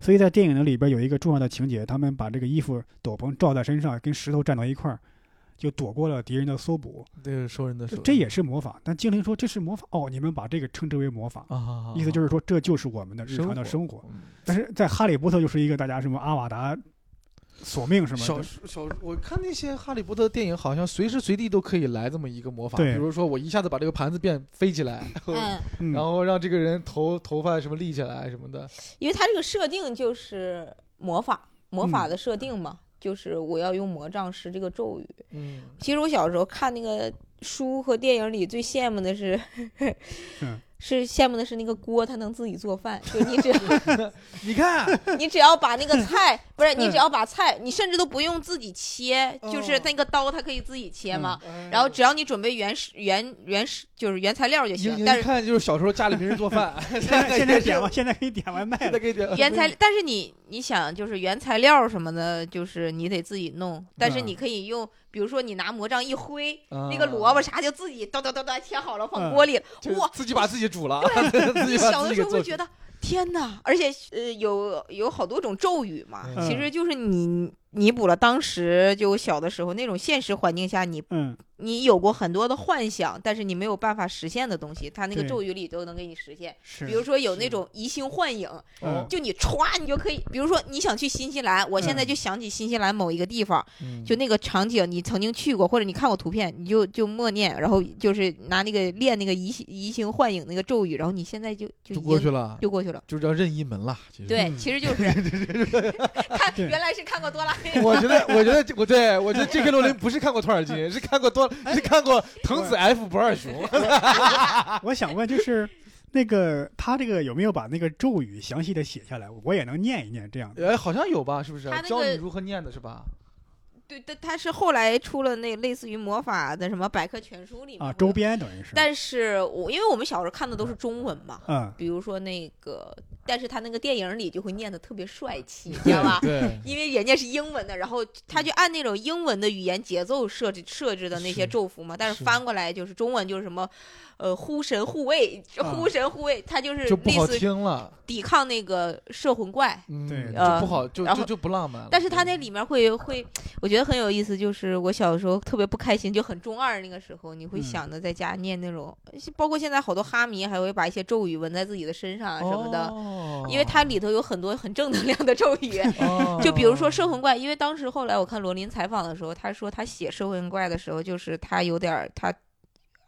Speaker 1: 所以在电影的里边有一个重要的情节，他们把这个衣服斗篷罩在身上，跟石头站到一块儿，就躲过了敌人的搜捕。
Speaker 3: 对，收人的手，
Speaker 1: 这也是魔法，但精灵说这是魔法哦，你们把这个称之为魔法，
Speaker 3: 啊，
Speaker 1: 意思就是是说这就是我们的日常的哦生活。
Speaker 3: 嗯
Speaker 1: 但是在哈利波特就是一个大家什么阿瓦达索命什么
Speaker 3: 小
Speaker 1: 的，
Speaker 3: 小，我看那些哈利波特电影，好像随时随地都可以来这么一个魔法，比
Speaker 1: 对
Speaker 3: 如说我一下子把这个盘子变飞起来，
Speaker 2: 嗯，
Speaker 1: 嗯
Speaker 3: 然，后让这个人头头发什么立起来什么的，
Speaker 2: 因为它这个设定就是魔法，魔法
Speaker 1: 嗯
Speaker 2: 的设定嘛，就是我要用魔杖施这个咒语。
Speaker 3: 嗯，
Speaker 2: 其实我小时候看那个书和电影里最羡慕的是，
Speaker 1: 嗯
Speaker 2: 是羡慕的是那个锅，它能自己做饭。就你只
Speaker 3: 你看，
Speaker 2: 你只要把那个菜，不是你只要把菜，你甚至都不用自己切，就是
Speaker 3: 哦
Speaker 2: 那个刀它可以自己切嘛。
Speaker 3: 哎
Speaker 2: 然后只要你准备原始原原始就是原材料就
Speaker 3: 一
Speaker 2: 行，
Speaker 3: 一
Speaker 2: 但是
Speaker 3: 哎看就是小时候家里没人做 饭，现
Speaker 1: 现在现在点
Speaker 3: 点
Speaker 1: 完，现在可以点外卖
Speaker 3: 现
Speaker 1: 了
Speaker 3: 在。给点
Speaker 2: 原材，但是你你想就是原材料什么的，就是你得自己弄，但
Speaker 3: 嗯
Speaker 2: 是你可以用，比如说你拿魔杖一挥，
Speaker 3: 那
Speaker 2: 那个
Speaker 3: 嗯
Speaker 2: 萝卜啥就自己叨叨叨叨切好了放锅里了， 哇！
Speaker 3: 自己把自己煮了，自己
Speaker 2: 你
Speaker 3: 把
Speaker 2: 小
Speaker 3: 自
Speaker 2: 的时
Speaker 3: 己给
Speaker 2: 候
Speaker 3: 做
Speaker 2: 会觉得天哪，而且呃有有好多种咒语嘛，
Speaker 3: 嗯
Speaker 2: 其实就是你弥补了当时就小的时候那种现实环境下你
Speaker 1: 嗯，
Speaker 2: 你有过很多的幻想，但是你没有办法实现的东西，它那个
Speaker 1: 对
Speaker 2: 咒语里都能给你实现。
Speaker 1: 是
Speaker 2: 比如说有
Speaker 3: 是
Speaker 2: 那种移形换影，
Speaker 1: 嗯
Speaker 2: 就你歘，你就可以，比如说你想去新西兰，我现在
Speaker 1: 嗯
Speaker 2: 就想起新西兰某一个地方，
Speaker 3: 嗯
Speaker 2: 就那个场景你曾经去过，或者你看过图片，你就就默念，然后就是拿那个练那个移形移形换影那个咒语，然后你现在就就
Speaker 3: 就
Speaker 2: 已
Speaker 3: 过
Speaker 2: 经
Speaker 3: 去了，
Speaker 2: 就过去了。
Speaker 3: 就叫任意门了。其实，
Speaker 2: 对，
Speaker 1: 嗯
Speaker 2: 其实就是看，
Speaker 1: 对
Speaker 2: 原来是看过哆啦 A 梦。
Speaker 3: 我觉得，我觉得，我对我 觉得 J.K. 罗琳不是看过托尔金，是看过多，是看 过藤子 F 不二雄。
Speaker 1: 我想问，就是那个他这个有没有把那个咒语详细的写下来？我也能念一念这 样的。
Speaker 3: 哎，好像有吧？是不是
Speaker 2: 他那？个
Speaker 3: 教你如何念的是吧？
Speaker 2: 对，但他是后来出了那类似于魔法的什么百科全书里面
Speaker 1: 啊，
Speaker 2: 会
Speaker 1: 周
Speaker 2: 有。
Speaker 1: 边等于是。
Speaker 2: 但是我因为我们小时候看的都是中文嘛，
Speaker 1: 嗯，
Speaker 2: 比如说那个，但是他那个电影里就会念的特别帅气，你知
Speaker 3: 对
Speaker 2: 道吧？
Speaker 3: 对，
Speaker 2: 因为人家是英文的，然
Speaker 3: 嗯
Speaker 2: 后他就按那种英文的语言节奏设置设置的那些
Speaker 3: 是
Speaker 2: 咒符嘛，但是
Speaker 3: 是
Speaker 2: 翻过来就是中文就是什么，呃，护神护卫，
Speaker 1: 啊
Speaker 2: 护神护卫，他就是
Speaker 3: 就不
Speaker 2: 类
Speaker 3: 好
Speaker 2: 似于
Speaker 3: 听了，
Speaker 2: 抵抗那个摄魂怪，
Speaker 3: 嗯，
Speaker 1: 对
Speaker 3: 就不好，就
Speaker 2: 然
Speaker 3: 就
Speaker 2: 后
Speaker 3: 就不浪漫了。
Speaker 2: 但是他那
Speaker 3: 嗯对
Speaker 2: 里面会会，我觉得很有意思，就是我小时候特别不开心，就很中二那个时候，你会
Speaker 1: 嗯
Speaker 2: 想着在家念那种，包括现在好多哈迷还会把一些咒语纹在自己的身上啊什么的，
Speaker 3: 哦
Speaker 2: 因为它里头有很多很正能量的咒语。
Speaker 3: 哦
Speaker 2: 就比如说摄魂怪，因为当时后来我看罗琳采访的时候，他说他写摄魂怪的时候，就是他有点儿他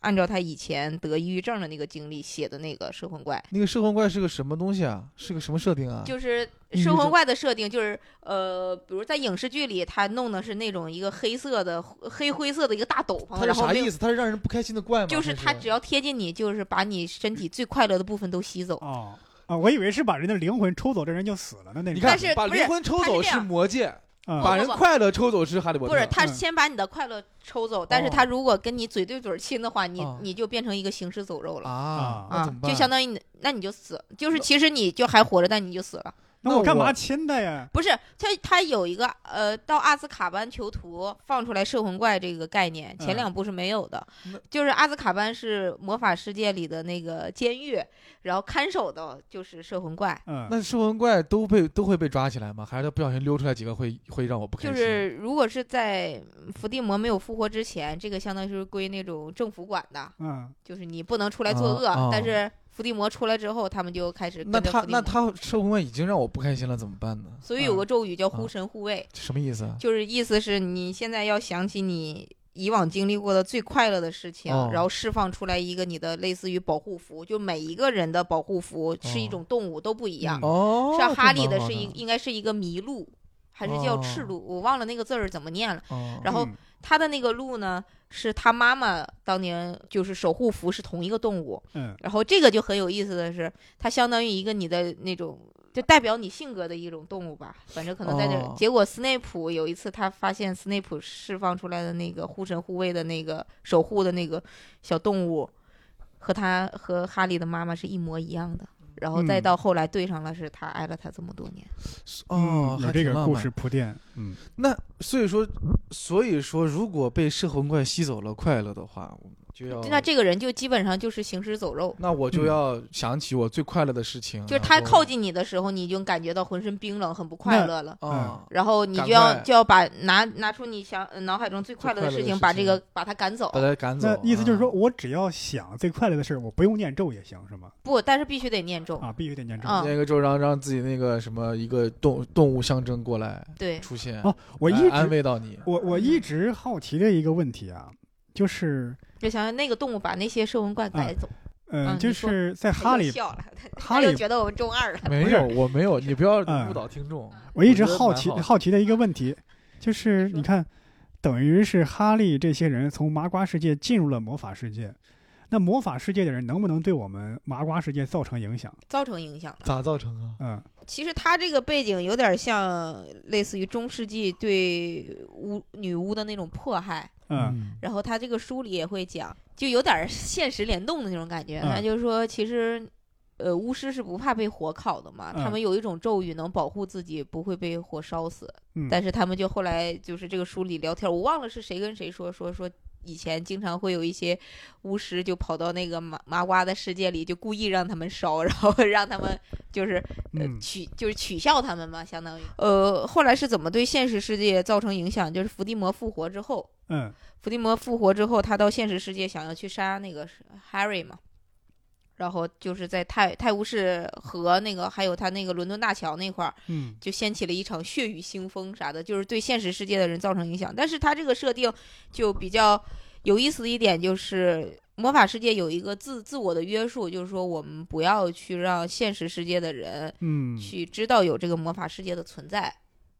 Speaker 2: 按照他以前得抑郁症的那个经历写的那个摄魂怪，
Speaker 3: 那个摄魂怪是个什么东西啊？是个什么设定啊？
Speaker 2: 就是
Speaker 3: 抑郁
Speaker 2: 摄魂
Speaker 3: 症
Speaker 2: 怪的设定，就是呃，比如在影视剧里，他弄的是那种一个黑色的、黑灰色的一个大斗篷，
Speaker 3: 它是
Speaker 2: 然后
Speaker 3: 啥
Speaker 2: 没有
Speaker 3: 意思？它啊是让人不开心的怪吗？
Speaker 2: 就是
Speaker 3: 它
Speaker 2: 他只要贴近你，就是把你身体最快乐的部分都吸走。
Speaker 1: 哦啊，我以为是把人的灵魂抽走，这人就死了呢。那种
Speaker 3: 你看
Speaker 2: 但是
Speaker 3: 把
Speaker 2: 不是
Speaker 3: 灵魂抽
Speaker 2: 它是
Speaker 3: 走
Speaker 2: 这
Speaker 3: 是
Speaker 2: 样
Speaker 3: 魔戒，
Speaker 1: 嗯
Speaker 3: 把
Speaker 2: 不
Speaker 3: 人
Speaker 2: 不
Speaker 3: 快乐抽走是哈利波特。
Speaker 2: 不是，他
Speaker 1: 嗯
Speaker 2: 先把你的快乐抽走，但是
Speaker 3: 哦
Speaker 2: 他如果跟你嘴对嘴亲的话，你
Speaker 3: 哦
Speaker 2: 你就变成一个行尸走肉了
Speaker 3: 啊
Speaker 1: 啊，
Speaker 3: 那
Speaker 2: 啊
Speaker 3: 怎么，办？
Speaker 2: 就相当于你，那你就死，就是其实你就还活着，但你就死了。
Speaker 1: 那
Speaker 3: 那
Speaker 1: 我干
Speaker 3: 我
Speaker 1: 嘛亲他呀？
Speaker 2: 不是，他他有一个呃，到阿兹卡班囚徒放出来摄魂怪这个概念，前
Speaker 1: 嗯
Speaker 2: 两部是没有的，
Speaker 3: 那
Speaker 2: 就是阿兹卡班是魔法世界里的那个监狱，然后看守的就是摄魂怪。
Speaker 1: 嗯，
Speaker 3: 那摄魂怪都被都会被抓起来吗？还是他不小心溜出来几个会会让我不开
Speaker 2: 就
Speaker 3: 心？
Speaker 2: 是如果是在伏地魔没有复活之前，这个相当于是归那种政府管的，
Speaker 1: 嗯，
Speaker 2: 就是你不能出来作恶。
Speaker 3: 啊啊
Speaker 2: 但是伏地魔出来之后，他们就开始跟
Speaker 3: 那
Speaker 2: 着
Speaker 3: 他
Speaker 2: 伏地
Speaker 3: 那
Speaker 2: 魔。
Speaker 3: 他摄魂怪已经让我不开心了，怎么办呢？
Speaker 2: 所以有个咒语叫护
Speaker 3: 啊
Speaker 2: 神护卫。
Speaker 3: 这什么意思啊？
Speaker 2: 就是意思是你现在要想起你以往经历过的最快乐的事情，
Speaker 3: 哦
Speaker 2: 然后释放出来一个你的类似于保护服，就每一个人的保护服是一种动物都不一
Speaker 1: 嗯
Speaker 2: 样，
Speaker 3: 哦，
Speaker 2: 像哈利
Speaker 3: 这蛮
Speaker 2: 的
Speaker 3: 哦好
Speaker 2: 是
Speaker 3: 的
Speaker 2: 一应该是一个麋鹿，还是叫
Speaker 3: 哦
Speaker 2: 赤鹿，我忘了那个字儿怎么念了。
Speaker 3: 哦
Speaker 2: 然后
Speaker 1: 嗯
Speaker 2: 他的那个鹿呢，是他妈妈当年就是守护服是同一个动物，
Speaker 1: 嗯
Speaker 2: 然后这个就很有意思的是，它相当于一个你的那种，就代表你性格的一种动物吧。反正可能在这儿。
Speaker 3: 哦
Speaker 2: 结果斯内普有一次，他发现斯内普释放出来的那个护神护卫的那个守护的那个小动物，和他和哈利的妈妈是一模一样的。然后再
Speaker 1: 嗯
Speaker 2: 到后来对上了，是他爱了他这么多年。
Speaker 3: 哦，
Speaker 1: 嗯有
Speaker 3: 还
Speaker 1: 这
Speaker 3: 挺
Speaker 1: 个
Speaker 3: 浪
Speaker 1: 故
Speaker 3: 漫
Speaker 1: 事。铺垫，嗯，
Speaker 3: 那所以说，所以说，如果被摄魂怪吸走了快乐的话，我就要
Speaker 2: 那这个人就基本上就是行尸走肉，
Speaker 3: 那
Speaker 1: 嗯
Speaker 3: 我就要想起我最快乐的事情，
Speaker 2: 就是他靠近你的时候，你已经感觉到浑身冰冷，很不快乐了。
Speaker 1: 嗯
Speaker 3: 啊，
Speaker 2: 然后你就
Speaker 3: 赶
Speaker 2: 要
Speaker 3: 快
Speaker 2: 就要把拿拿出你想脑海中最快乐
Speaker 3: 快
Speaker 2: 的
Speaker 3: 乐
Speaker 2: 事
Speaker 3: 的
Speaker 2: 情，
Speaker 3: 事
Speaker 2: 把这
Speaker 3: 情
Speaker 2: 个把他赶走
Speaker 3: 把。他赶走。
Speaker 1: 那意思就是说
Speaker 3: 啊，
Speaker 1: 我只要想最快乐的事儿，我不用念咒也行，是吗？
Speaker 2: 不，但是必须得念
Speaker 3: 哦
Speaker 2: 咒。
Speaker 1: 啊，必须得念咒。
Speaker 2: 啊
Speaker 3: 那个就让让自己那个什么一个动动物象征过来
Speaker 2: 对，
Speaker 3: 出现，
Speaker 1: 哦，我一
Speaker 3: 来哎安
Speaker 1: 直
Speaker 3: 慰到你。
Speaker 1: 我我一直好奇的一个问题啊，就是
Speaker 2: 就想想那个动物把那些圣文罐带走，
Speaker 1: 嗯，
Speaker 2: 啊
Speaker 1: 就
Speaker 2: 你说
Speaker 1: 是在
Speaker 2: 他
Speaker 1: 哈
Speaker 2: 就
Speaker 1: 利，
Speaker 2: 笑了，
Speaker 1: 哈
Speaker 2: 他就
Speaker 1: 利
Speaker 2: 觉得我们中二了。
Speaker 3: 没
Speaker 1: 不
Speaker 3: 有，
Speaker 1: 是
Speaker 3: 我没有，你不要
Speaker 1: 嗯
Speaker 3: 误导听众。
Speaker 1: 我一
Speaker 3: 我
Speaker 1: 直
Speaker 3: 觉得
Speaker 1: 好
Speaker 3: 蛮
Speaker 1: 奇
Speaker 3: 好的
Speaker 1: 好奇的一个问题，就是
Speaker 2: 你说
Speaker 1: 你看，等于是哈利这些人从麻瓜世界进入了魔法世界，那魔法世界的人能不能对我们麻瓜世界造成影响？
Speaker 2: 造成影响了。
Speaker 3: 咋造成啊？
Speaker 1: 嗯，
Speaker 2: 其实他这个背景有点像类似于中世纪对巫女巫的那种迫害，
Speaker 1: 嗯，
Speaker 2: 然后他这个书里也会讲，就有点现实联动的那种感觉。
Speaker 1: 嗯
Speaker 2: 他就是说，其实。呃，巫师是不怕被火烤的嘛？
Speaker 1: 嗯
Speaker 2: 他们有一种咒语能保护自己不会被火烧死，
Speaker 1: 嗯
Speaker 2: 但是他们就后来就是这个书里聊天，我忘了是谁跟谁说说说。以前经常会有一些巫师就跑到那个麻麻瓜的世界里，就故意让他们烧，然后让他们就是、呃
Speaker 1: 嗯
Speaker 2: 取就是取笑他们嘛，相当于呃后来是怎么对现实世界造成影响？就是伏地魔复活之后，
Speaker 1: 嗯
Speaker 2: 伏地魔复活之后，他到现实世界想要去杀那个是 Harry 嘛，然后就是在泰泰晤士河那个还有他那个伦敦大桥那块儿。
Speaker 1: 嗯
Speaker 2: 就掀起了一场血雨腥风啥的，就是对现实世界的人造成影响。但是它这个设定就比较有意思的一点就是，魔法世界有一个自自我的约束，就是说我们不要去让现实世界的人
Speaker 1: 嗯，
Speaker 2: 去知道有这个魔法世界的存在。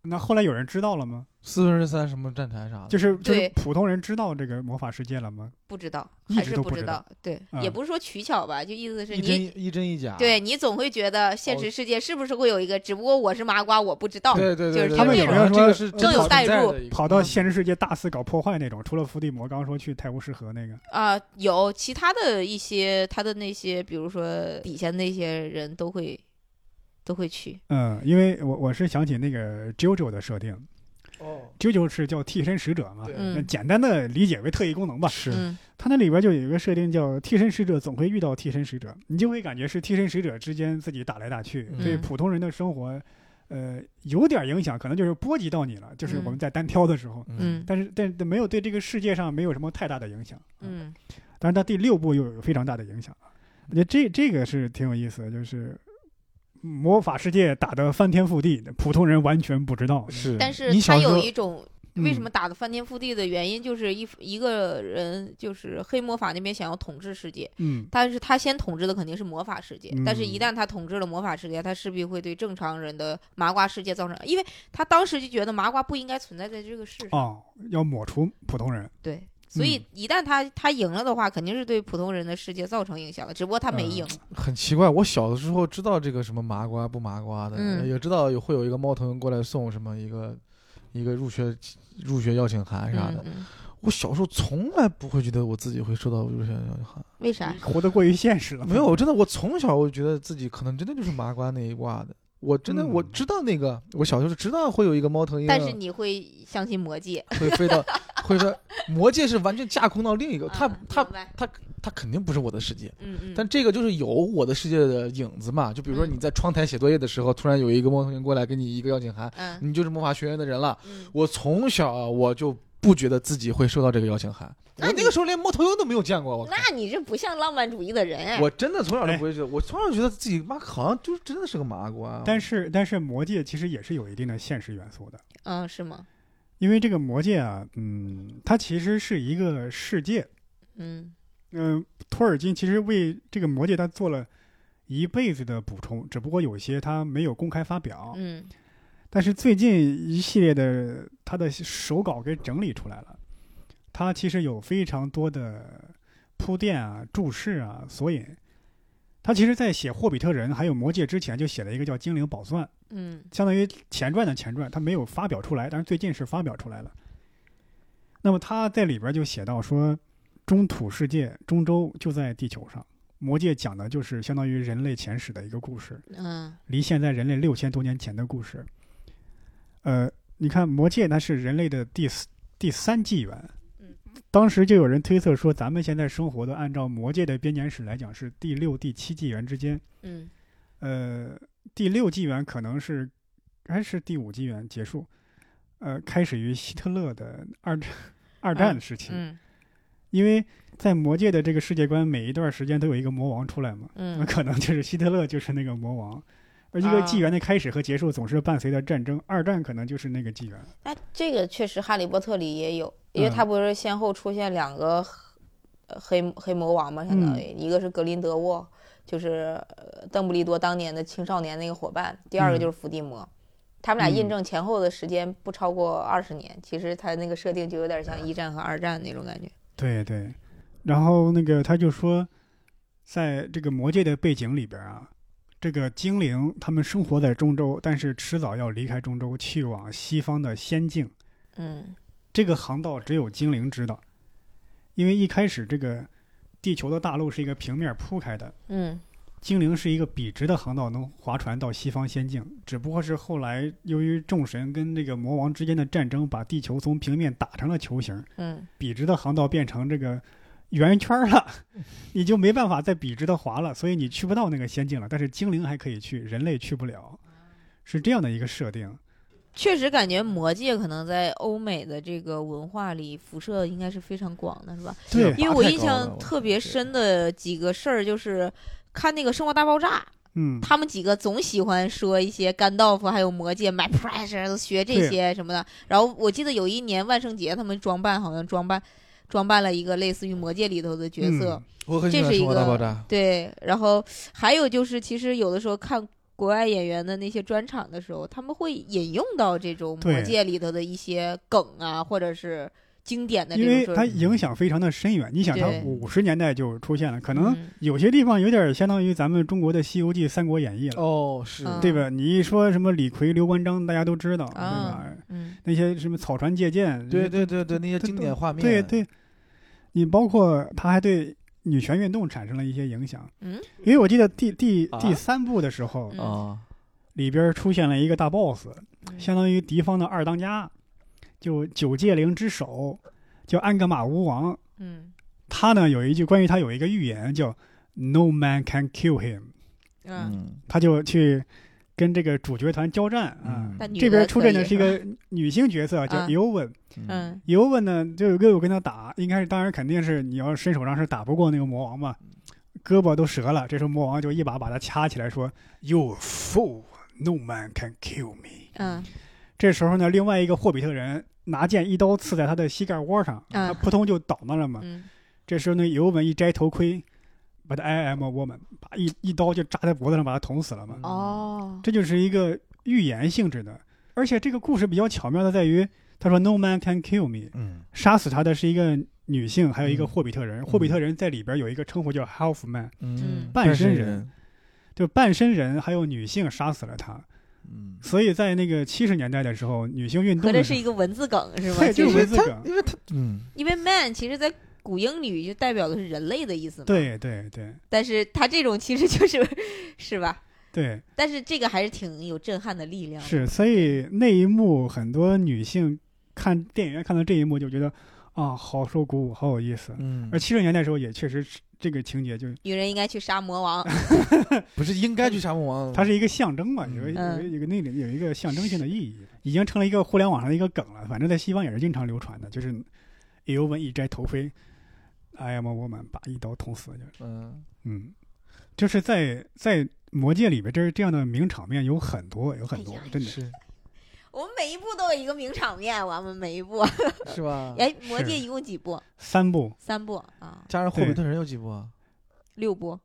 Speaker 1: 那后来有人知道了吗？
Speaker 3: 四分之三什么站台啥的，
Speaker 1: 就是就是
Speaker 2: 对
Speaker 1: 普通人知道这个魔法世界了吗？
Speaker 2: 不知道，
Speaker 1: 一
Speaker 2: 还
Speaker 1: 直
Speaker 2: 是
Speaker 1: 都
Speaker 2: 不
Speaker 1: 不
Speaker 2: 知
Speaker 1: 知道
Speaker 2: 道。对，
Speaker 1: 嗯
Speaker 2: 也不是说取巧吧，就意思是
Speaker 3: 一真
Speaker 2: 你
Speaker 3: 一真一假。
Speaker 2: 对你总会觉得现实世界是不是会有一个，只不过我是麻瓜，我不知道。
Speaker 3: 哦对对
Speaker 2: 就是
Speaker 3: 对，
Speaker 1: 他们有没有
Speaker 3: 这
Speaker 1: 说
Speaker 3: 个是
Speaker 1: 更
Speaker 2: 有代入
Speaker 1: 跑到现实世界大肆搞破坏那种，除了伏地魔，刚刚说去泰晤士河那个，
Speaker 2: 啊、有其他的一些他的那些，比如说底下那些人都会都会去，
Speaker 1: 嗯，因为我我是想起那个 JoJo 的设定
Speaker 3: 哦，
Speaker 1: ，JoJo 是叫替身使者嘛，
Speaker 3: 对
Speaker 2: 嗯
Speaker 1: 简单的理解为特异功能吧。
Speaker 3: 是
Speaker 2: 嗯，
Speaker 1: 它那里边就有一个设定叫替身使者总会遇到替身使者，你就会感觉是替身使者之间自己打来打去，
Speaker 3: 嗯
Speaker 1: 对普通人的生活，呃，有点影响，可能就是波及到你了，就是我们在单挑的时候，
Speaker 2: 嗯
Speaker 1: 但是但是没有对这个世界上没有什么太大的影响。，
Speaker 2: 嗯，
Speaker 1: 但是到第六部又有非常大的影响啊。我觉得这这个是挺有意思的，就是魔法世界打得翻天覆地，普通人完全不知道。
Speaker 3: 是，
Speaker 2: 但是
Speaker 3: 你
Speaker 2: 他
Speaker 3: 小时
Speaker 2: 有
Speaker 3: 候
Speaker 2: 一种为什
Speaker 1: 嗯
Speaker 2: 么打的翻天覆地的原因，就是一一个人就是黑魔法那边想要统治世界，
Speaker 1: 嗯
Speaker 2: 但是他先统治的肯定是魔法世界，但是一
Speaker 1: 嗯
Speaker 2: 旦他统治了魔法世界，他势必会对正常人的麻瓜世界造成，因为他当时就觉得麻瓜不应该存在在这个世上，
Speaker 1: 哦，要抹除普通人。
Speaker 2: 对。嗯所以一旦他他赢了的话，肯定是对普通人的世界造成影响了。只不过他没
Speaker 1: 嗯
Speaker 2: 赢，
Speaker 3: 很奇怪，我小的时候知道这个什么麻瓜不麻瓜的，
Speaker 2: 嗯
Speaker 3: 也知道有会有一个猫头鹰过来送什么一个一个入学入学邀请函啥的。
Speaker 2: 嗯嗯
Speaker 3: 我小时候从来不会觉得我自己会收到入学邀请函，
Speaker 2: 为啥？
Speaker 1: 活得过于现实了。
Speaker 3: 没，有，真的，我从小我就觉得自己可能真的就是麻瓜那一挂的。我真的
Speaker 1: 嗯
Speaker 3: 我知道那个，我小时候知道会有一个猫头鹰，啊
Speaker 2: 但是你会相信魔戒？
Speaker 3: 会飞到，会飞。魔界是完全架空到另一个，它
Speaker 2: 嗯
Speaker 3: 它
Speaker 2: 明白
Speaker 3: 它肯定不是我的世界。
Speaker 2: 嗯嗯，
Speaker 3: 但这个就是有我的世界的影子嘛，就比如说
Speaker 2: 嗯
Speaker 3: 你在窗台写作业的时候，突然有一个猫头鹰过来给你一个邀请函，
Speaker 2: 嗯
Speaker 3: 你就是魔法学院的人了。
Speaker 2: 嗯，
Speaker 3: 我从小啊我就不觉得自己会收到这个邀请函，我
Speaker 2: 那你
Speaker 3: 那个时候连猫头鹰都没有见过，我靠
Speaker 2: 那你这不像浪漫主义的人哎。
Speaker 3: 我真的从小就不会觉得，我从小就觉得自己妈好像就是真的是个麻瓜。
Speaker 1: 但
Speaker 3: 是
Speaker 1: 是但是魔戒其实也是有一定的现实元素的，
Speaker 2: 嗯，是吗？
Speaker 1: 因为这个魔戒啊，嗯，它其实是一个世界。
Speaker 2: 嗯
Speaker 1: 嗯、托尔金其实为这个魔戒他做了一辈子的补充，只不过有些他没有公开发表。
Speaker 2: 嗯
Speaker 1: 但是最近一系列的他的手稿给整理出来了，他其实有非常多的铺垫啊、注释啊、索引。他其实，在写《霍比特人》还有《魔戒》之前，就写了一个叫《精灵宝钻》，
Speaker 2: 嗯
Speaker 1: 相当于前传的前传，他没有发表出来，但是最近是发表出来了。那么他在里边就写到说，中土世界中州就在地球上，《魔戒》讲的就是相当于人类前史的一个故事。
Speaker 2: 嗯
Speaker 1: 离现在人类六千多年前的故事。呃，你看《魔戒》，它是人类的第四第三纪元
Speaker 2: 嗯，
Speaker 1: 当时就有人推测说，咱们现在生活的按照魔界的编年史来讲是第六、第七纪元之间，
Speaker 2: 嗯
Speaker 1: 呃，第六纪元可能是还是第五纪元结束，呃，开始于希特勒的二战二战时期，
Speaker 2: 嗯
Speaker 1: 因为在魔界的这个世界观，每一段时间都有一个魔王出来嘛，那
Speaker 2: 嗯
Speaker 1: 可能就是希特勒就是那个魔王，而一个
Speaker 2: 啊
Speaker 1: 纪元的开始和结束总是伴随着战争，二战可能就是那个纪元。
Speaker 2: 那这个确实《哈利波特》里也有，因为
Speaker 3: 嗯
Speaker 2: 他不是先后出现两个呃黑黑黑魔王嘛，相当于、一个是格林德沃，就是呃邓布利多当年的青少年那个伙伴，第二个
Speaker 1: 嗯
Speaker 2: 就是伏地魔。他们俩
Speaker 1: 嗯
Speaker 2: 印证前后的时间不超过二十年，其实他那个设定就有点像一战和二战那种感觉。
Speaker 1: 对对，然后那个他就说，在这个魔界的背景里边啊，这个精灵他们生活在中州，但是迟早要离开中州，去往西方的仙境。
Speaker 2: 嗯
Speaker 1: 这个航道只有精灵知道，因为一开始这个地球的大陆是一个平面铺开的，
Speaker 2: 嗯
Speaker 1: 精灵是一个笔直的航道，能划船到西方仙境。只不过是后来由于众神跟这个魔王之间的战争，把地球从平面打成了球形，
Speaker 2: 嗯
Speaker 1: 笔直的航道变成这个圆圈儿了， 你就没办法再笔直的滑了，所以你去不到那个仙境了。但是精灵还可以去，人类去不了，是这样的一个设定。
Speaker 2: 确实感觉魔界可能在欧美的这个文化里辐射应该是非常广的，是吧？
Speaker 1: 对
Speaker 2: 因为我印象特别
Speaker 3: 深。
Speaker 2: 深的几个事儿就是。看那个《生活大爆炸》，
Speaker 1: 嗯，
Speaker 2: 他们几个总喜欢说一些甘道夫还有魔戒 My Precious 都学这些什么的。然后我记得有一年万圣节，他们装扮好像装扮装扮了一个类似于魔戒里头的角色，
Speaker 1: 嗯
Speaker 3: 我很喜
Speaker 2: 这
Speaker 3: 欢
Speaker 2: 是
Speaker 3: 《
Speaker 2: 一
Speaker 3: 生活
Speaker 2: 个
Speaker 3: 大爆炸》。
Speaker 2: 对，然后还有就是，其实有的时候看国外演员的那些专场的时候，他们会引用到这种魔
Speaker 1: 对
Speaker 2: 界里头的一些梗啊，或者是经典的这
Speaker 1: 因
Speaker 2: 种
Speaker 1: 为
Speaker 2: 说
Speaker 1: 它影响非常的深远。你想，它
Speaker 2: 对
Speaker 1: 五十年代就出现了，可能
Speaker 2: 嗯
Speaker 1: 有些地方有点相当于咱们中国的《西游记》《三国演义》了。
Speaker 3: 哦，是
Speaker 2: 嗯
Speaker 1: 对吧？你一说什么李逵、刘关张，大家都知道，对吧？
Speaker 2: 啊嗯
Speaker 1: 那些什么草船借箭，
Speaker 3: 对对对对，那些经典画面，
Speaker 1: 对对，你包括他还对女权运动产生了一些影响。
Speaker 2: 嗯，
Speaker 1: 因为我记得第第
Speaker 3: 啊
Speaker 1: 第三部的时候，
Speaker 2: 嗯
Speaker 3: 啊，
Speaker 1: 里边出现了一个大 boss，
Speaker 2: 嗯
Speaker 1: 相当于敌方的二当家，就九界灵之首，叫安格玛巫王。
Speaker 2: 嗯
Speaker 1: 他呢有一句关于他有一个预言叫 “No man can kill him”，
Speaker 2: 嗯，
Speaker 3: 嗯
Speaker 1: 他就去跟这个主角团交战啊。
Speaker 2: 但女
Speaker 1: 这边
Speaker 2: 的
Speaker 1: 出
Speaker 2: 可
Speaker 1: 阵
Speaker 2: 以
Speaker 1: 的是一个女性角色，叫
Speaker 2: 啊
Speaker 1: Eowyn。
Speaker 3: 嗯
Speaker 2: 嗯
Speaker 1: 尤文呢，就有队友跟他打，应该是当然肯定是你要伸手上是打不过那个魔王嘛，胳膊都折了。这时候魔王就一把把他掐起来，说：“You fool, no man can kill me。
Speaker 2: 嗯”
Speaker 1: 这时候呢，另外一个霍比特人拿剑一刀刺在他的膝盖窝上，
Speaker 2: 嗯
Speaker 1: 他扑通就倒那了嘛。
Speaker 2: 嗯
Speaker 1: 这时候呢，尤文一摘头盔，But I am a woman，把一一刀就扎在脖子上，把他捅死了嘛。
Speaker 2: 哦
Speaker 1: 这就是一个预言性质的，而且这个故事比较巧妙的在于，他说 “No man can kill me”。
Speaker 3: 嗯
Speaker 1: 杀死他的是一个女性，还有一个霍比特人。
Speaker 3: 嗯
Speaker 1: 霍比特人在里边有一个称呼叫 Half Man，
Speaker 3: 嗯，
Speaker 1: 半身
Speaker 3: 身
Speaker 1: 人，就半身人还有女性杀死了他。
Speaker 3: 嗯，
Speaker 1: 所以在那个七十年代的时候，女性运
Speaker 2: 合
Speaker 1: 动
Speaker 2: 着
Speaker 1: 的
Speaker 2: 是
Speaker 1: 时
Speaker 2: 一个文字梗是吧？
Speaker 1: 对
Speaker 2: 其
Speaker 1: 这个
Speaker 2: 实
Speaker 1: 文字
Speaker 3: 他
Speaker 1: 梗
Speaker 3: 因为他嗯，
Speaker 2: 因为 man 其实在古英语就代表的是人类的意思
Speaker 1: 候，，
Speaker 2: 嘛。
Speaker 1: 对对对
Speaker 2: 但是它这种其实就是是吧？
Speaker 1: 对
Speaker 2: 但是这个还是挺有震撼的力量的。
Speaker 1: 是，所以那一幕很多女性看电影院看到这一幕就觉得啊，好受鼓舞，好有意思。
Speaker 3: 嗯
Speaker 1: 而七十年代的时候也确实是这个情节就，
Speaker 2: 女人应该去杀 魔王。
Speaker 3: 不是应该去杀魔王，
Speaker 1: 它是一个象征嘛，有一有
Speaker 2: 嗯
Speaker 1: 一有一个那里有一个象征性的意义，已经成了一个互联网上的一个梗了。反正在西方也是经常流传的，就是尤文一摘头盔，I 哎 am a woman，把一刀捅死就是。
Speaker 3: 嗯
Speaker 1: 嗯，就是在在魔界里边，这这样的名场面有很多，有很多
Speaker 2: 哎呀，
Speaker 1: 真的。
Speaker 3: 是
Speaker 2: 我们每一部都有一个名场面，我们每一部。
Speaker 3: 是吧？
Speaker 2: 哎，魔戒
Speaker 1: 啊是
Speaker 2: 一共几部？
Speaker 1: 三部，
Speaker 2: 三部啊，
Speaker 3: 加上霍比特人有几部？啊？
Speaker 2: 六部。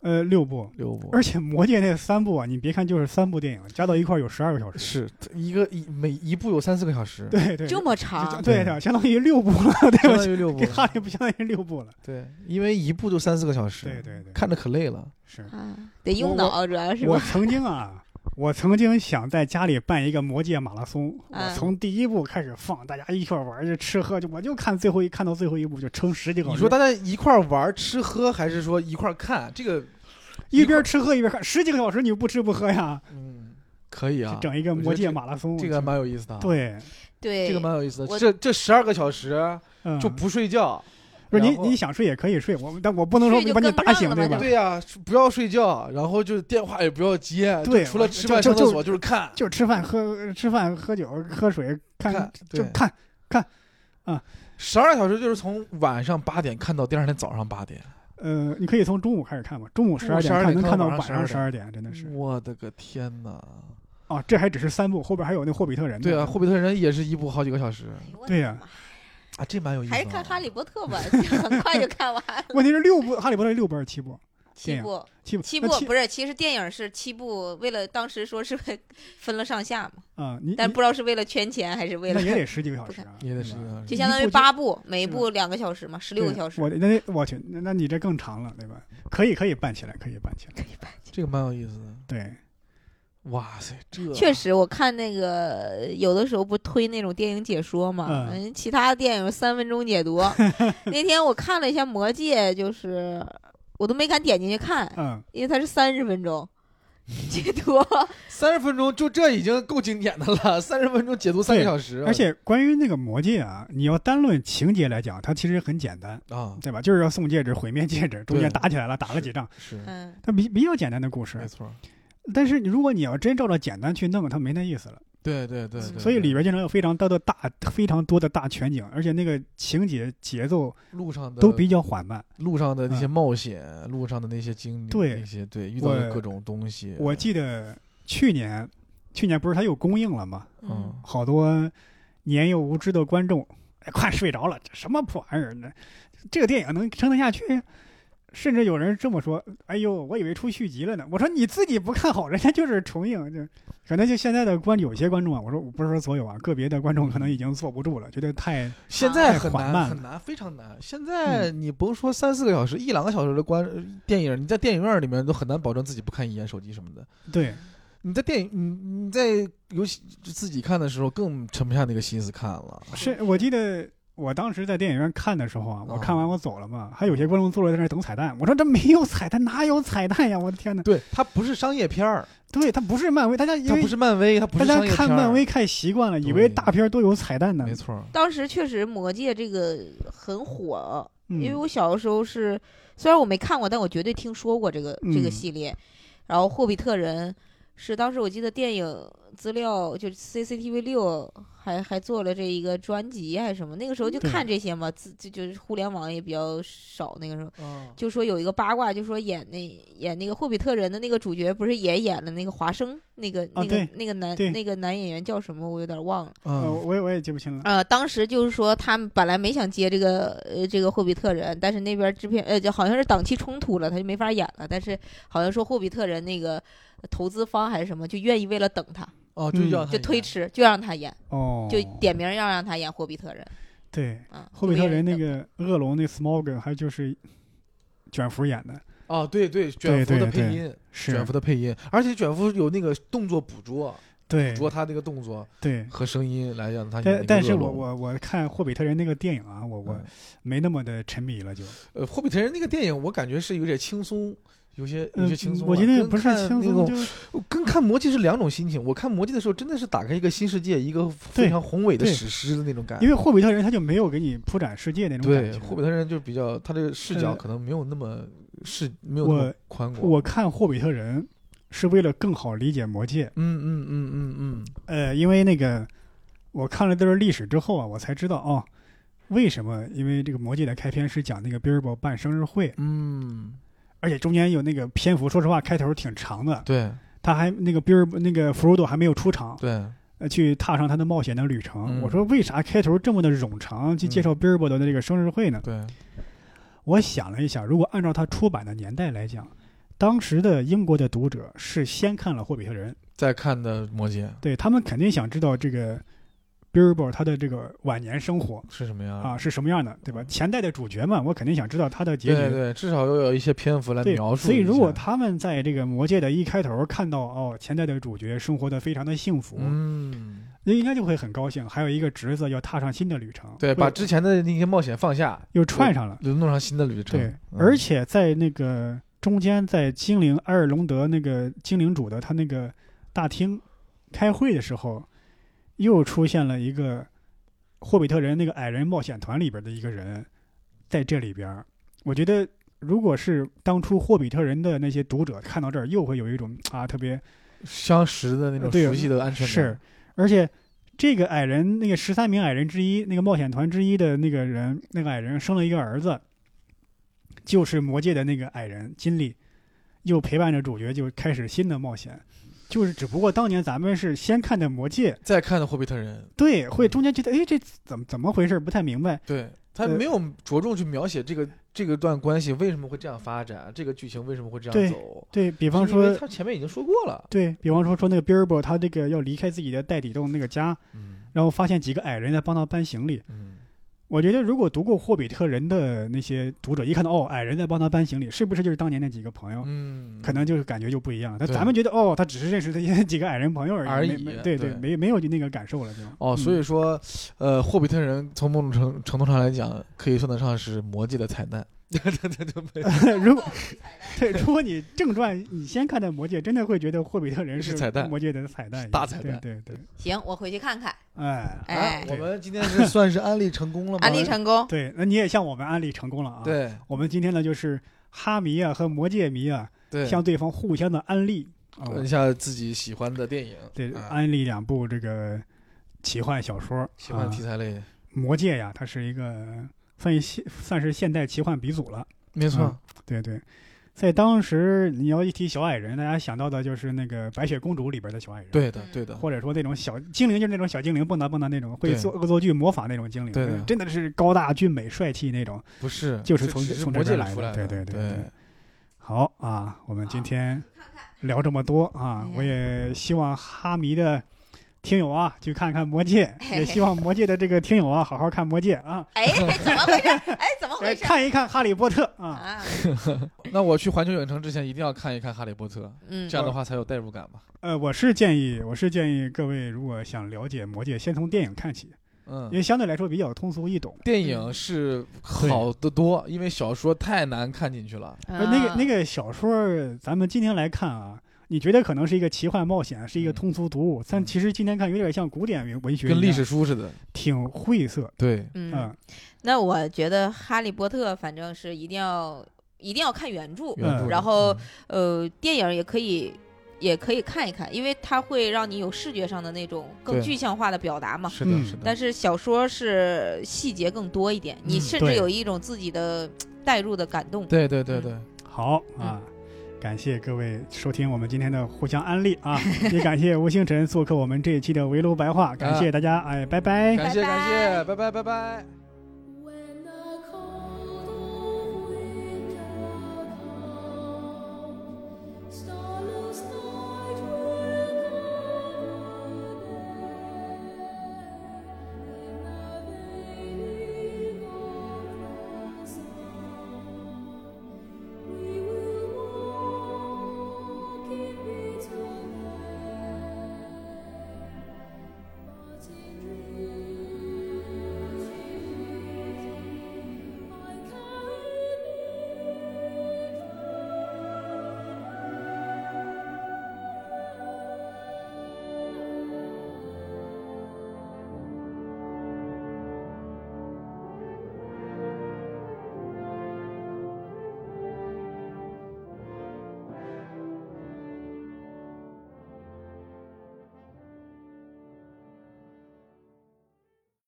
Speaker 1: 呃，六部。
Speaker 3: 六部
Speaker 1: 而且魔界那三部啊，你别看就是三部电影，加到一块儿有十二个小时。
Speaker 3: 是一个一每一部有三四个小时，
Speaker 1: 对对，
Speaker 2: 这么长
Speaker 1: 就对的，相当于六部了，对
Speaker 3: 相
Speaker 1: 吧
Speaker 3: 当？于六 部
Speaker 1: 给。哈利不相当于六部了。
Speaker 3: 对，因为一部就三四个小时，
Speaker 1: 对对对，
Speaker 3: 看着可累了。
Speaker 1: 是。
Speaker 2: 啊，得用脑，主要是
Speaker 1: 我
Speaker 2: 吧？
Speaker 1: 曾经啊，我曾经想在家里办一个魔界马拉松，我
Speaker 2: 嗯
Speaker 1: 从第一部开始放，大家一块儿玩儿，就吃喝，就我就看最后一看到最后一部就撑十几个小
Speaker 3: 你
Speaker 1: 时。
Speaker 3: 说大家一块儿玩儿吃喝，还是说一块儿看？这个
Speaker 1: 一边吃喝一边看，十几个小时你不吃不喝呀？
Speaker 3: 嗯，可以啊，
Speaker 1: 整一个
Speaker 3: 我觉得
Speaker 1: 魔界
Speaker 3: 这
Speaker 1: 马拉松，
Speaker 3: 这个还蛮有意思的啊，
Speaker 1: 对，
Speaker 2: 对，
Speaker 3: 这个蛮有意思的。
Speaker 2: 我
Speaker 3: 这这十二个小时
Speaker 1: 嗯，
Speaker 3: 就不睡觉，
Speaker 1: 不是你
Speaker 3: 然后
Speaker 1: 你想睡也可以睡，我但我不能说
Speaker 2: 睡就
Speaker 1: 把你
Speaker 2: 跟不
Speaker 1: 打
Speaker 2: 上
Speaker 1: 醒
Speaker 2: 了
Speaker 1: 对
Speaker 2: 嘛
Speaker 1: 吧？
Speaker 3: 对呀，不要睡觉，然后就是电话也不要接，
Speaker 1: 对
Speaker 3: 就除了吃饭
Speaker 1: 就
Speaker 3: 上
Speaker 1: 就
Speaker 3: 厕所就是看，
Speaker 1: 就是吃饭喝吃饭喝酒喝水看
Speaker 3: 看
Speaker 1: 就
Speaker 3: 对
Speaker 1: 看，
Speaker 3: 十二小时就是从晚上八点看到第二天早上八点。
Speaker 1: 呃，你可以从中午开始看嘛，中午十
Speaker 3: 中午
Speaker 1: 二点看
Speaker 3: 12点
Speaker 1: 能
Speaker 3: 看
Speaker 1: 看
Speaker 3: 到
Speaker 1: 到
Speaker 3: 晚
Speaker 1: 晚
Speaker 3: 上
Speaker 1: 上
Speaker 3: 12
Speaker 1: 十二点，真的
Speaker 2: 嗯
Speaker 1: 是
Speaker 3: 我的个天哪！
Speaker 1: 啊，这还只是三部，后边还有那霍比特人呢。
Speaker 3: 对啊，《霍比特人》也是一部好几个小时
Speaker 2: 哎呦我
Speaker 1: 对
Speaker 2: 的
Speaker 1: 呀
Speaker 2: 妈
Speaker 3: 啊，这蛮有意思的。
Speaker 2: 还是看《哈利波特》吧，很快就看完 了。
Speaker 1: 问题是六部《哈利波特》六部还是七部？
Speaker 2: 七部，
Speaker 1: 七部，
Speaker 2: 七
Speaker 1: 那
Speaker 2: 部不是，其实电影是七部，为 了当时说是分了上下嘛，
Speaker 1: 啊，你
Speaker 2: 但
Speaker 1: 你
Speaker 2: 不知道是为了圈钱还是为
Speaker 1: 那
Speaker 2: 了，
Speaker 1: 也 得十几个小
Speaker 2: 不
Speaker 1: 时啊，
Speaker 3: 也得
Speaker 1: 对
Speaker 3: 是
Speaker 1: 吧
Speaker 3: 个小
Speaker 2: 就
Speaker 3: 时
Speaker 2: 相当
Speaker 1: 一
Speaker 2: 于
Speaker 1: 部就
Speaker 2: 八部，每
Speaker 1: 是
Speaker 2: 一
Speaker 1: 吧
Speaker 2: 部两个小时嘛，十六
Speaker 1: 对
Speaker 2: 个小时。
Speaker 1: 我那我去，那那你这更长了，对吧？可以可以办起来，可以办起来。
Speaker 3: 这个蛮有意思的。
Speaker 1: 对，
Speaker 3: 哇塞，这
Speaker 2: 确实，我看那个有的时候不推那种电影解说嘛，
Speaker 1: 嗯
Speaker 2: 嗯，其他的电影三分钟 解读。那天我看了一下《魔戒》，就是我都没敢点进去看，
Speaker 1: 嗯，
Speaker 2: 因为它是三十分钟解读。
Speaker 3: 三十分钟就这已经够经典的了，三十分钟解读三个
Speaker 1: 对
Speaker 3: 小时，
Speaker 1: 而且关于那个魔戒啊，你要单论情节来讲，它其实很简单，
Speaker 3: 啊
Speaker 1: 对吧？就是要送戒指、毁灭戒指，中间
Speaker 3: 对
Speaker 1: 打起来了，打了几仗，
Speaker 3: 是
Speaker 2: 嗯，
Speaker 1: 它比比较简单的故
Speaker 3: 没
Speaker 1: 事。
Speaker 3: 错，
Speaker 1: 但是你如果你要真照着简单去弄，它没那意思了。
Speaker 3: 对对对对，
Speaker 1: 所以
Speaker 3: 对
Speaker 1: 里边经常有非常多的大、非常多的大全景，而且那个情节节奏
Speaker 3: 路上的
Speaker 1: 都比较缓慢。
Speaker 3: 路上的那些冒险，路上的那些经历，
Speaker 1: 对
Speaker 3: 那些对遇到
Speaker 1: 我
Speaker 3: 的各种东西，
Speaker 1: 我记得去年，去年不是它又公映了吗？
Speaker 3: 嗯
Speaker 1: 好多年幼无知的观众，哎，快睡着了，这什么破玩意儿呢？这个电影能撑得下去？甚至有人这么说：“哎呦，我以为出续集了呢。”我说：“你自己不看好，人家就是重映。”就可能就现在的观有些观众啊，我说我不是说所有啊，个别的观众可能已经坐不住了，觉得太
Speaker 3: 现在
Speaker 1: 太
Speaker 3: 很
Speaker 1: 缓
Speaker 3: 难
Speaker 1: 慢嗯
Speaker 3: 很难，非常难。现在你甭说三四个小时，一两个小时的观电影，你在电影院里面都很难保证自己不看一眼手机什么的。
Speaker 1: 对
Speaker 3: 你在电影，你你在尤其自己看的时候，更沉不下那个心思看了。
Speaker 1: 是我记得我当时在电影院看的时候啊，
Speaker 3: 哦
Speaker 1: 我看完我走了嘛，还有些观众坐在那儿等彩蛋。我说这没有彩蛋，哪有彩蛋呀？我的天哪！
Speaker 3: 对，它不是商业片儿，
Speaker 1: 对，它不是漫威，大家因
Speaker 3: 它
Speaker 1: 为
Speaker 3: 不是漫威，它不
Speaker 1: 大
Speaker 3: 是
Speaker 1: 家
Speaker 3: 商业片
Speaker 1: 看
Speaker 3: 儿
Speaker 1: 漫威，看习惯了，以为大片儿都有彩蛋呢
Speaker 3: 没。错儿。
Speaker 2: 当时确实《魔戒》这个很火，
Speaker 1: 嗯
Speaker 2: 因为我小的时候是，虽然我没看过，但我绝对听说过这个这
Speaker 1: 嗯
Speaker 2: 个系列。然后《霍比特人》是当时我记得电影资料，就是 CCTV 六还还做了这一个专辑还是什么，那个时候就
Speaker 1: 对
Speaker 2: 看这些嘛，自就就是互联网也比较少，那个时候
Speaker 3: 嗯
Speaker 2: 就说有一个八卦，就说演那演那个霍比特人的那个主角，不是也演了那个华生那个那
Speaker 1: 啊
Speaker 2: 个
Speaker 1: 对
Speaker 2: 那个男
Speaker 1: 对
Speaker 2: 那个男演员叫什么，我有点忘了。
Speaker 1: 呃，
Speaker 3: 嗯，
Speaker 1: 我也我也记不清了。
Speaker 2: 呃，当时就是说他们本来没想接这个呃这个霍比特人，但是那边制片呃就好像是档期冲突了，他就没法演了。但是好像说霍比特人那个投资方还是什么，就愿意为了等他，
Speaker 3: 哦，就
Speaker 1: 嗯
Speaker 3: 要
Speaker 2: 就推迟，就让他演，
Speaker 1: 哦，
Speaker 2: 就点名要让他演霍比特人。
Speaker 1: 对
Speaker 2: 啊，
Speaker 1: 霍比特人那个恶龙那 Smog，还有就是卷福演的，
Speaker 3: 哦，对对，
Speaker 1: 对
Speaker 3: 卷福
Speaker 1: 对
Speaker 3: 的配
Speaker 1: 对
Speaker 3: 音，
Speaker 1: 是
Speaker 3: 卷福的配音，而且卷福有那个动作捕捉，
Speaker 1: 对
Speaker 3: 捕捉他那个动作
Speaker 1: 对。
Speaker 3: 和声音来让他演那
Speaker 1: 但
Speaker 3: 个
Speaker 1: 但是
Speaker 3: 恶
Speaker 1: 我
Speaker 3: 龙
Speaker 1: 我我看霍比特人那个电影啊，我我
Speaker 3: 嗯
Speaker 1: 没那么的沉迷了，就
Speaker 3: 呃，《霍比特人》那个电影，我感觉是有点轻松，有些有
Speaker 1: 嗯
Speaker 3: 些轻松啊、
Speaker 1: 我觉得
Speaker 3: 跟
Speaker 1: 不是
Speaker 3: 看
Speaker 1: 轻
Speaker 3: 那
Speaker 1: 松，
Speaker 3: 种
Speaker 1: 就
Speaker 3: 跟看《魔戒》是两种心情。我看《魔戒》的时候，真的是打开一个新世界，一个非
Speaker 1: 对
Speaker 3: 常宏伟的
Speaker 1: 对
Speaker 3: 史诗的那种感
Speaker 1: 因为霍比特人他就没有给你铺展世界那种感
Speaker 3: 对，
Speaker 1: 觉。
Speaker 3: 《霍比特人》就比较他这个视角
Speaker 1: 呃
Speaker 3: 可能没有那么视没有那么
Speaker 1: 我
Speaker 3: 宽广。
Speaker 1: 我看霍比特人是为了更好理解魔戒，
Speaker 3: 嗯嗯嗯嗯嗯，
Speaker 1: 呃，因为那个我看了这段历史之后啊，我才知道哦，为什么？因为这个《魔戒》的开篇是讲那个 Bilbo 办生日会，
Speaker 3: 嗯，
Speaker 1: 而且中间有那个篇幅，说实话开头挺长的，
Speaker 3: 对
Speaker 1: 他还那个 Bilbo 那个 Frodo 还没有出场，
Speaker 3: 对，
Speaker 1: 呃，去踏上他的冒险的旅程。
Speaker 3: 嗯
Speaker 1: 我说为啥开头这么的冗长，去介绍 Bilbo 的这个生日会呢？
Speaker 3: 对，
Speaker 1: 我想了一想，如果按照他出版的年代来讲。当时的英国的读者是先看了《霍比特人》，
Speaker 3: 在看的《魔戒》
Speaker 1: 对他们肯定想知道这个 Bilbo 他的这个晚年生活，
Speaker 3: 是什么样
Speaker 1: 啊？是什么样的，对吧？前代的主角嘛，我肯定想知道他的结局。
Speaker 3: 对对，至少要有一些篇幅来
Speaker 1: 对
Speaker 3: 描述一下。
Speaker 1: 所以如果他们在这个魔界的一开头看到哦，前代的主角生活的非常的幸福，
Speaker 3: 嗯，
Speaker 1: 那、应该就会很高兴。还有一个侄子要踏上新的旅程，
Speaker 3: 对，
Speaker 1: 会
Speaker 3: 把之前的那些冒险放下，
Speaker 1: 又串上了。
Speaker 3: 又弄上新的旅程。
Speaker 1: 对，
Speaker 3: 嗯
Speaker 1: 而且在那个中间，在精灵埃尔隆德那个精灵主的他那个大厅，开会的时候，又出现了一个《霍比特人》那个矮人冒险团里边的一个人，在这里边儿，我觉得如果是当初《霍比特人》的那些读者看到这儿，又会有一种啊特别
Speaker 3: 相识的那种
Speaker 1: 对
Speaker 3: 熟悉的安全感。
Speaker 1: 是，而且这个矮人，那个十三名矮人之一，那个冒险团之一的那个人，那个矮人生了一个儿子，就是魔界的那个矮人金利，又陪伴着主角就开始新的冒险。就是，只不过当年咱们是先看的《魔戒》，
Speaker 3: 再看的《霍比特人》，
Speaker 1: 对，会中间觉得，哎，这怎么怎么回事？不太明白。
Speaker 3: 对他
Speaker 1: 对
Speaker 3: 没有着重去描写这个这个段关系为什么会这样发展，这个剧情为什么会这
Speaker 1: 对
Speaker 3: 样走。
Speaker 1: 对比方
Speaker 3: 就是因为
Speaker 1: 说，
Speaker 3: 他前面已经说过了，
Speaker 1: 对比方说说那个 Bilbo，他这个要离开自己的袋底洞那个家，
Speaker 3: 嗯
Speaker 1: 然后发现几个矮人在帮他搬行李，
Speaker 3: 嗯，
Speaker 1: 我觉得，如果读过《霍比特人》的那些读者，一看到哦，矮人在帮他搬行李，是不是就是当年那几个朋友？
Speaker 3: 嗯，
Speaker 1: 可能就是感觉就不一样。但
Speaker 3: 对
Speaker 1: 咱们觉得哦，他只是认识这些几个矮人朋友而已，
Speaker 3: 而
Speaker 1: 没
Speaker 3: 已
Speaker 1: 没对
Speaker 3: 对
Speaker 1: 没没有那个感受了就。嗯
Speaker 3: 哦，所以说，呃，《霍比特人》从某种程程度上来讲，可以算得上是魔界的彩蛋。对对对对，
Speaker 1: 如果对，如果你正传你先看的《魔戒》，真的会觉得《霍比特人》
Speaker 3: 是彩蛋
Speaker 1: 魔戒的彩蛋一样，
Speaker 3: 大彩蛋
Speaker 1: 对对对，
Speaker 2: 行，我回去看看。
Speaker 1: 哎，
Speaker 2: 哎
Speaker 3: 啊，我们今天是算是安利成功了吗？
Speaker 2: 安利成功，
Speaker 1: 对，那你也向我们安利成功了啊。，
Speaker 3: 对
Speaker 1: 我们今天呢就是哈迷啊和魔戒迷啊
Speaker 3: 对，
Speaker 1: 向对方互相的安利啊。
Speaker 3: 问一下自己喜欢的电影，
Speaker 1: 对，
Speaker 3: 啊
Speaker 1: 安利两部这个奇幻小说，
Speaker 3: 喜欢的题
Speaker 1: 啊
Speaker 3: 材类，
Speaker 1: 魔戒》呀，它是一个算现算是现代奇幻鼻祖了。
Speaker 3: 没错
Speaker 1: 嗯，对对，在当时你要一提小矮人，大家想到的就是那个《白雪公主》里边的小矮人，，
Speaker 3: 对的
Speaker 2: 嗯
Speaker 3: 对的，
Speaker 1: 或者说那种小精灵，就是那种小精灵蹦跶蹦跶那种，会
Speaker 3: 对
Speaker 1: 做恶作剧魔法那种精灵，
Speaker 3: 对的
Speaker 1: 真的是高大俊美帅气那种。
Speaker 3: 不是，
Speaker 1: 就是
Speaker 3: 这
Speaker 1: 从
Speaker 3: 只是
Speaker 1: 从这
Speaker 3: 魔界
Speaker 1: 边来
Speaker 3: 里出
Speaker 1: 的
Speaker 3: 来
Speaker 1: 对
Speaker 3: 的，
Speaker 1: 对对
Speaker 3: 对
Speaker 1: 对好啊，我们今
Speaker 2: 好
Speaker 1: 天聊这么多啊
Speaker 2: 哎，
Speaker 1: 我也希望哈迷的听友啊去看看《魔戒》，也希望《魔戒》的这个听友啊好好看《魔戒》啊，
Speaker 2: 哎，怎么回事？哎，怎么
Speaker 1: 来
Speaker 2: 回事？
Speaker 1: 看一看《哈利波特》啊。
Speaker 2: 啊，
Speaker 3: 那我去环球影城之前一定要看一看《哈利波特》，
Speaker 2: 嗯
Speaker 3: 这，样的话才有代入感吧。
Speaker 1: 呃，我是建议，我是建议各位如果想了解《魔戒》，先从电易看起，因
Speaker 3: 嗯，
Speaker 1: 为相对来说比较通俗易懂。
Speaker 3: 电影是好的多，因为小说太难看进去了。
Speaker 1: 而哎那个那
Speaker 2: 个，
Speaker 1: 个小说儿，咱们今天来看啊。你觉得可能是一个奇幻冒险，是一个
Speaker 3: 嗯
Speaker 1: 通俗读物，但其实今天看有点像古典文文学一样，
Speaker 3: 跟历史书似的，
Speaker 1: 挺晦涩。
Speaker 3: 对，
Speaker 2: 嗯，
Speaker 1: 嗯，
Speaker 2: 那我觉得《哈利波特》反正是一定要一定要看原著，
Speaker 3: 原著
Speaker 2: 然后
Speaker 3: 嗯
Speaker 2: 呃，电影也可以也可以看一看，因为它会让你有视觉上的那种更
Speaker 3: 对
Speaker 2: 具象化的表达嘛。
Speaker 3: 是的，
Speaker 1: 嗯
Speaker 3: 是的，
Speaker 2: 但是小说是细节更多一点，你
Speaker 3: 嗯
Speaker 2: 甚至
Speaker 1: 对
Speaker 2: 有一种自己的代入的感动。
Speaker 3: 对对对对，
Speaker 1: 好啊，感谢各位收听我们今天的互相安利啊， 也感谢吴啊星辰做客我们这一期的围炉白话，感谢大家，哎，拜拜。
Speaker 3: 嗯感谢
Speaker 2: 拜拜
Speaker 3: 感谢，拜拜拜拜。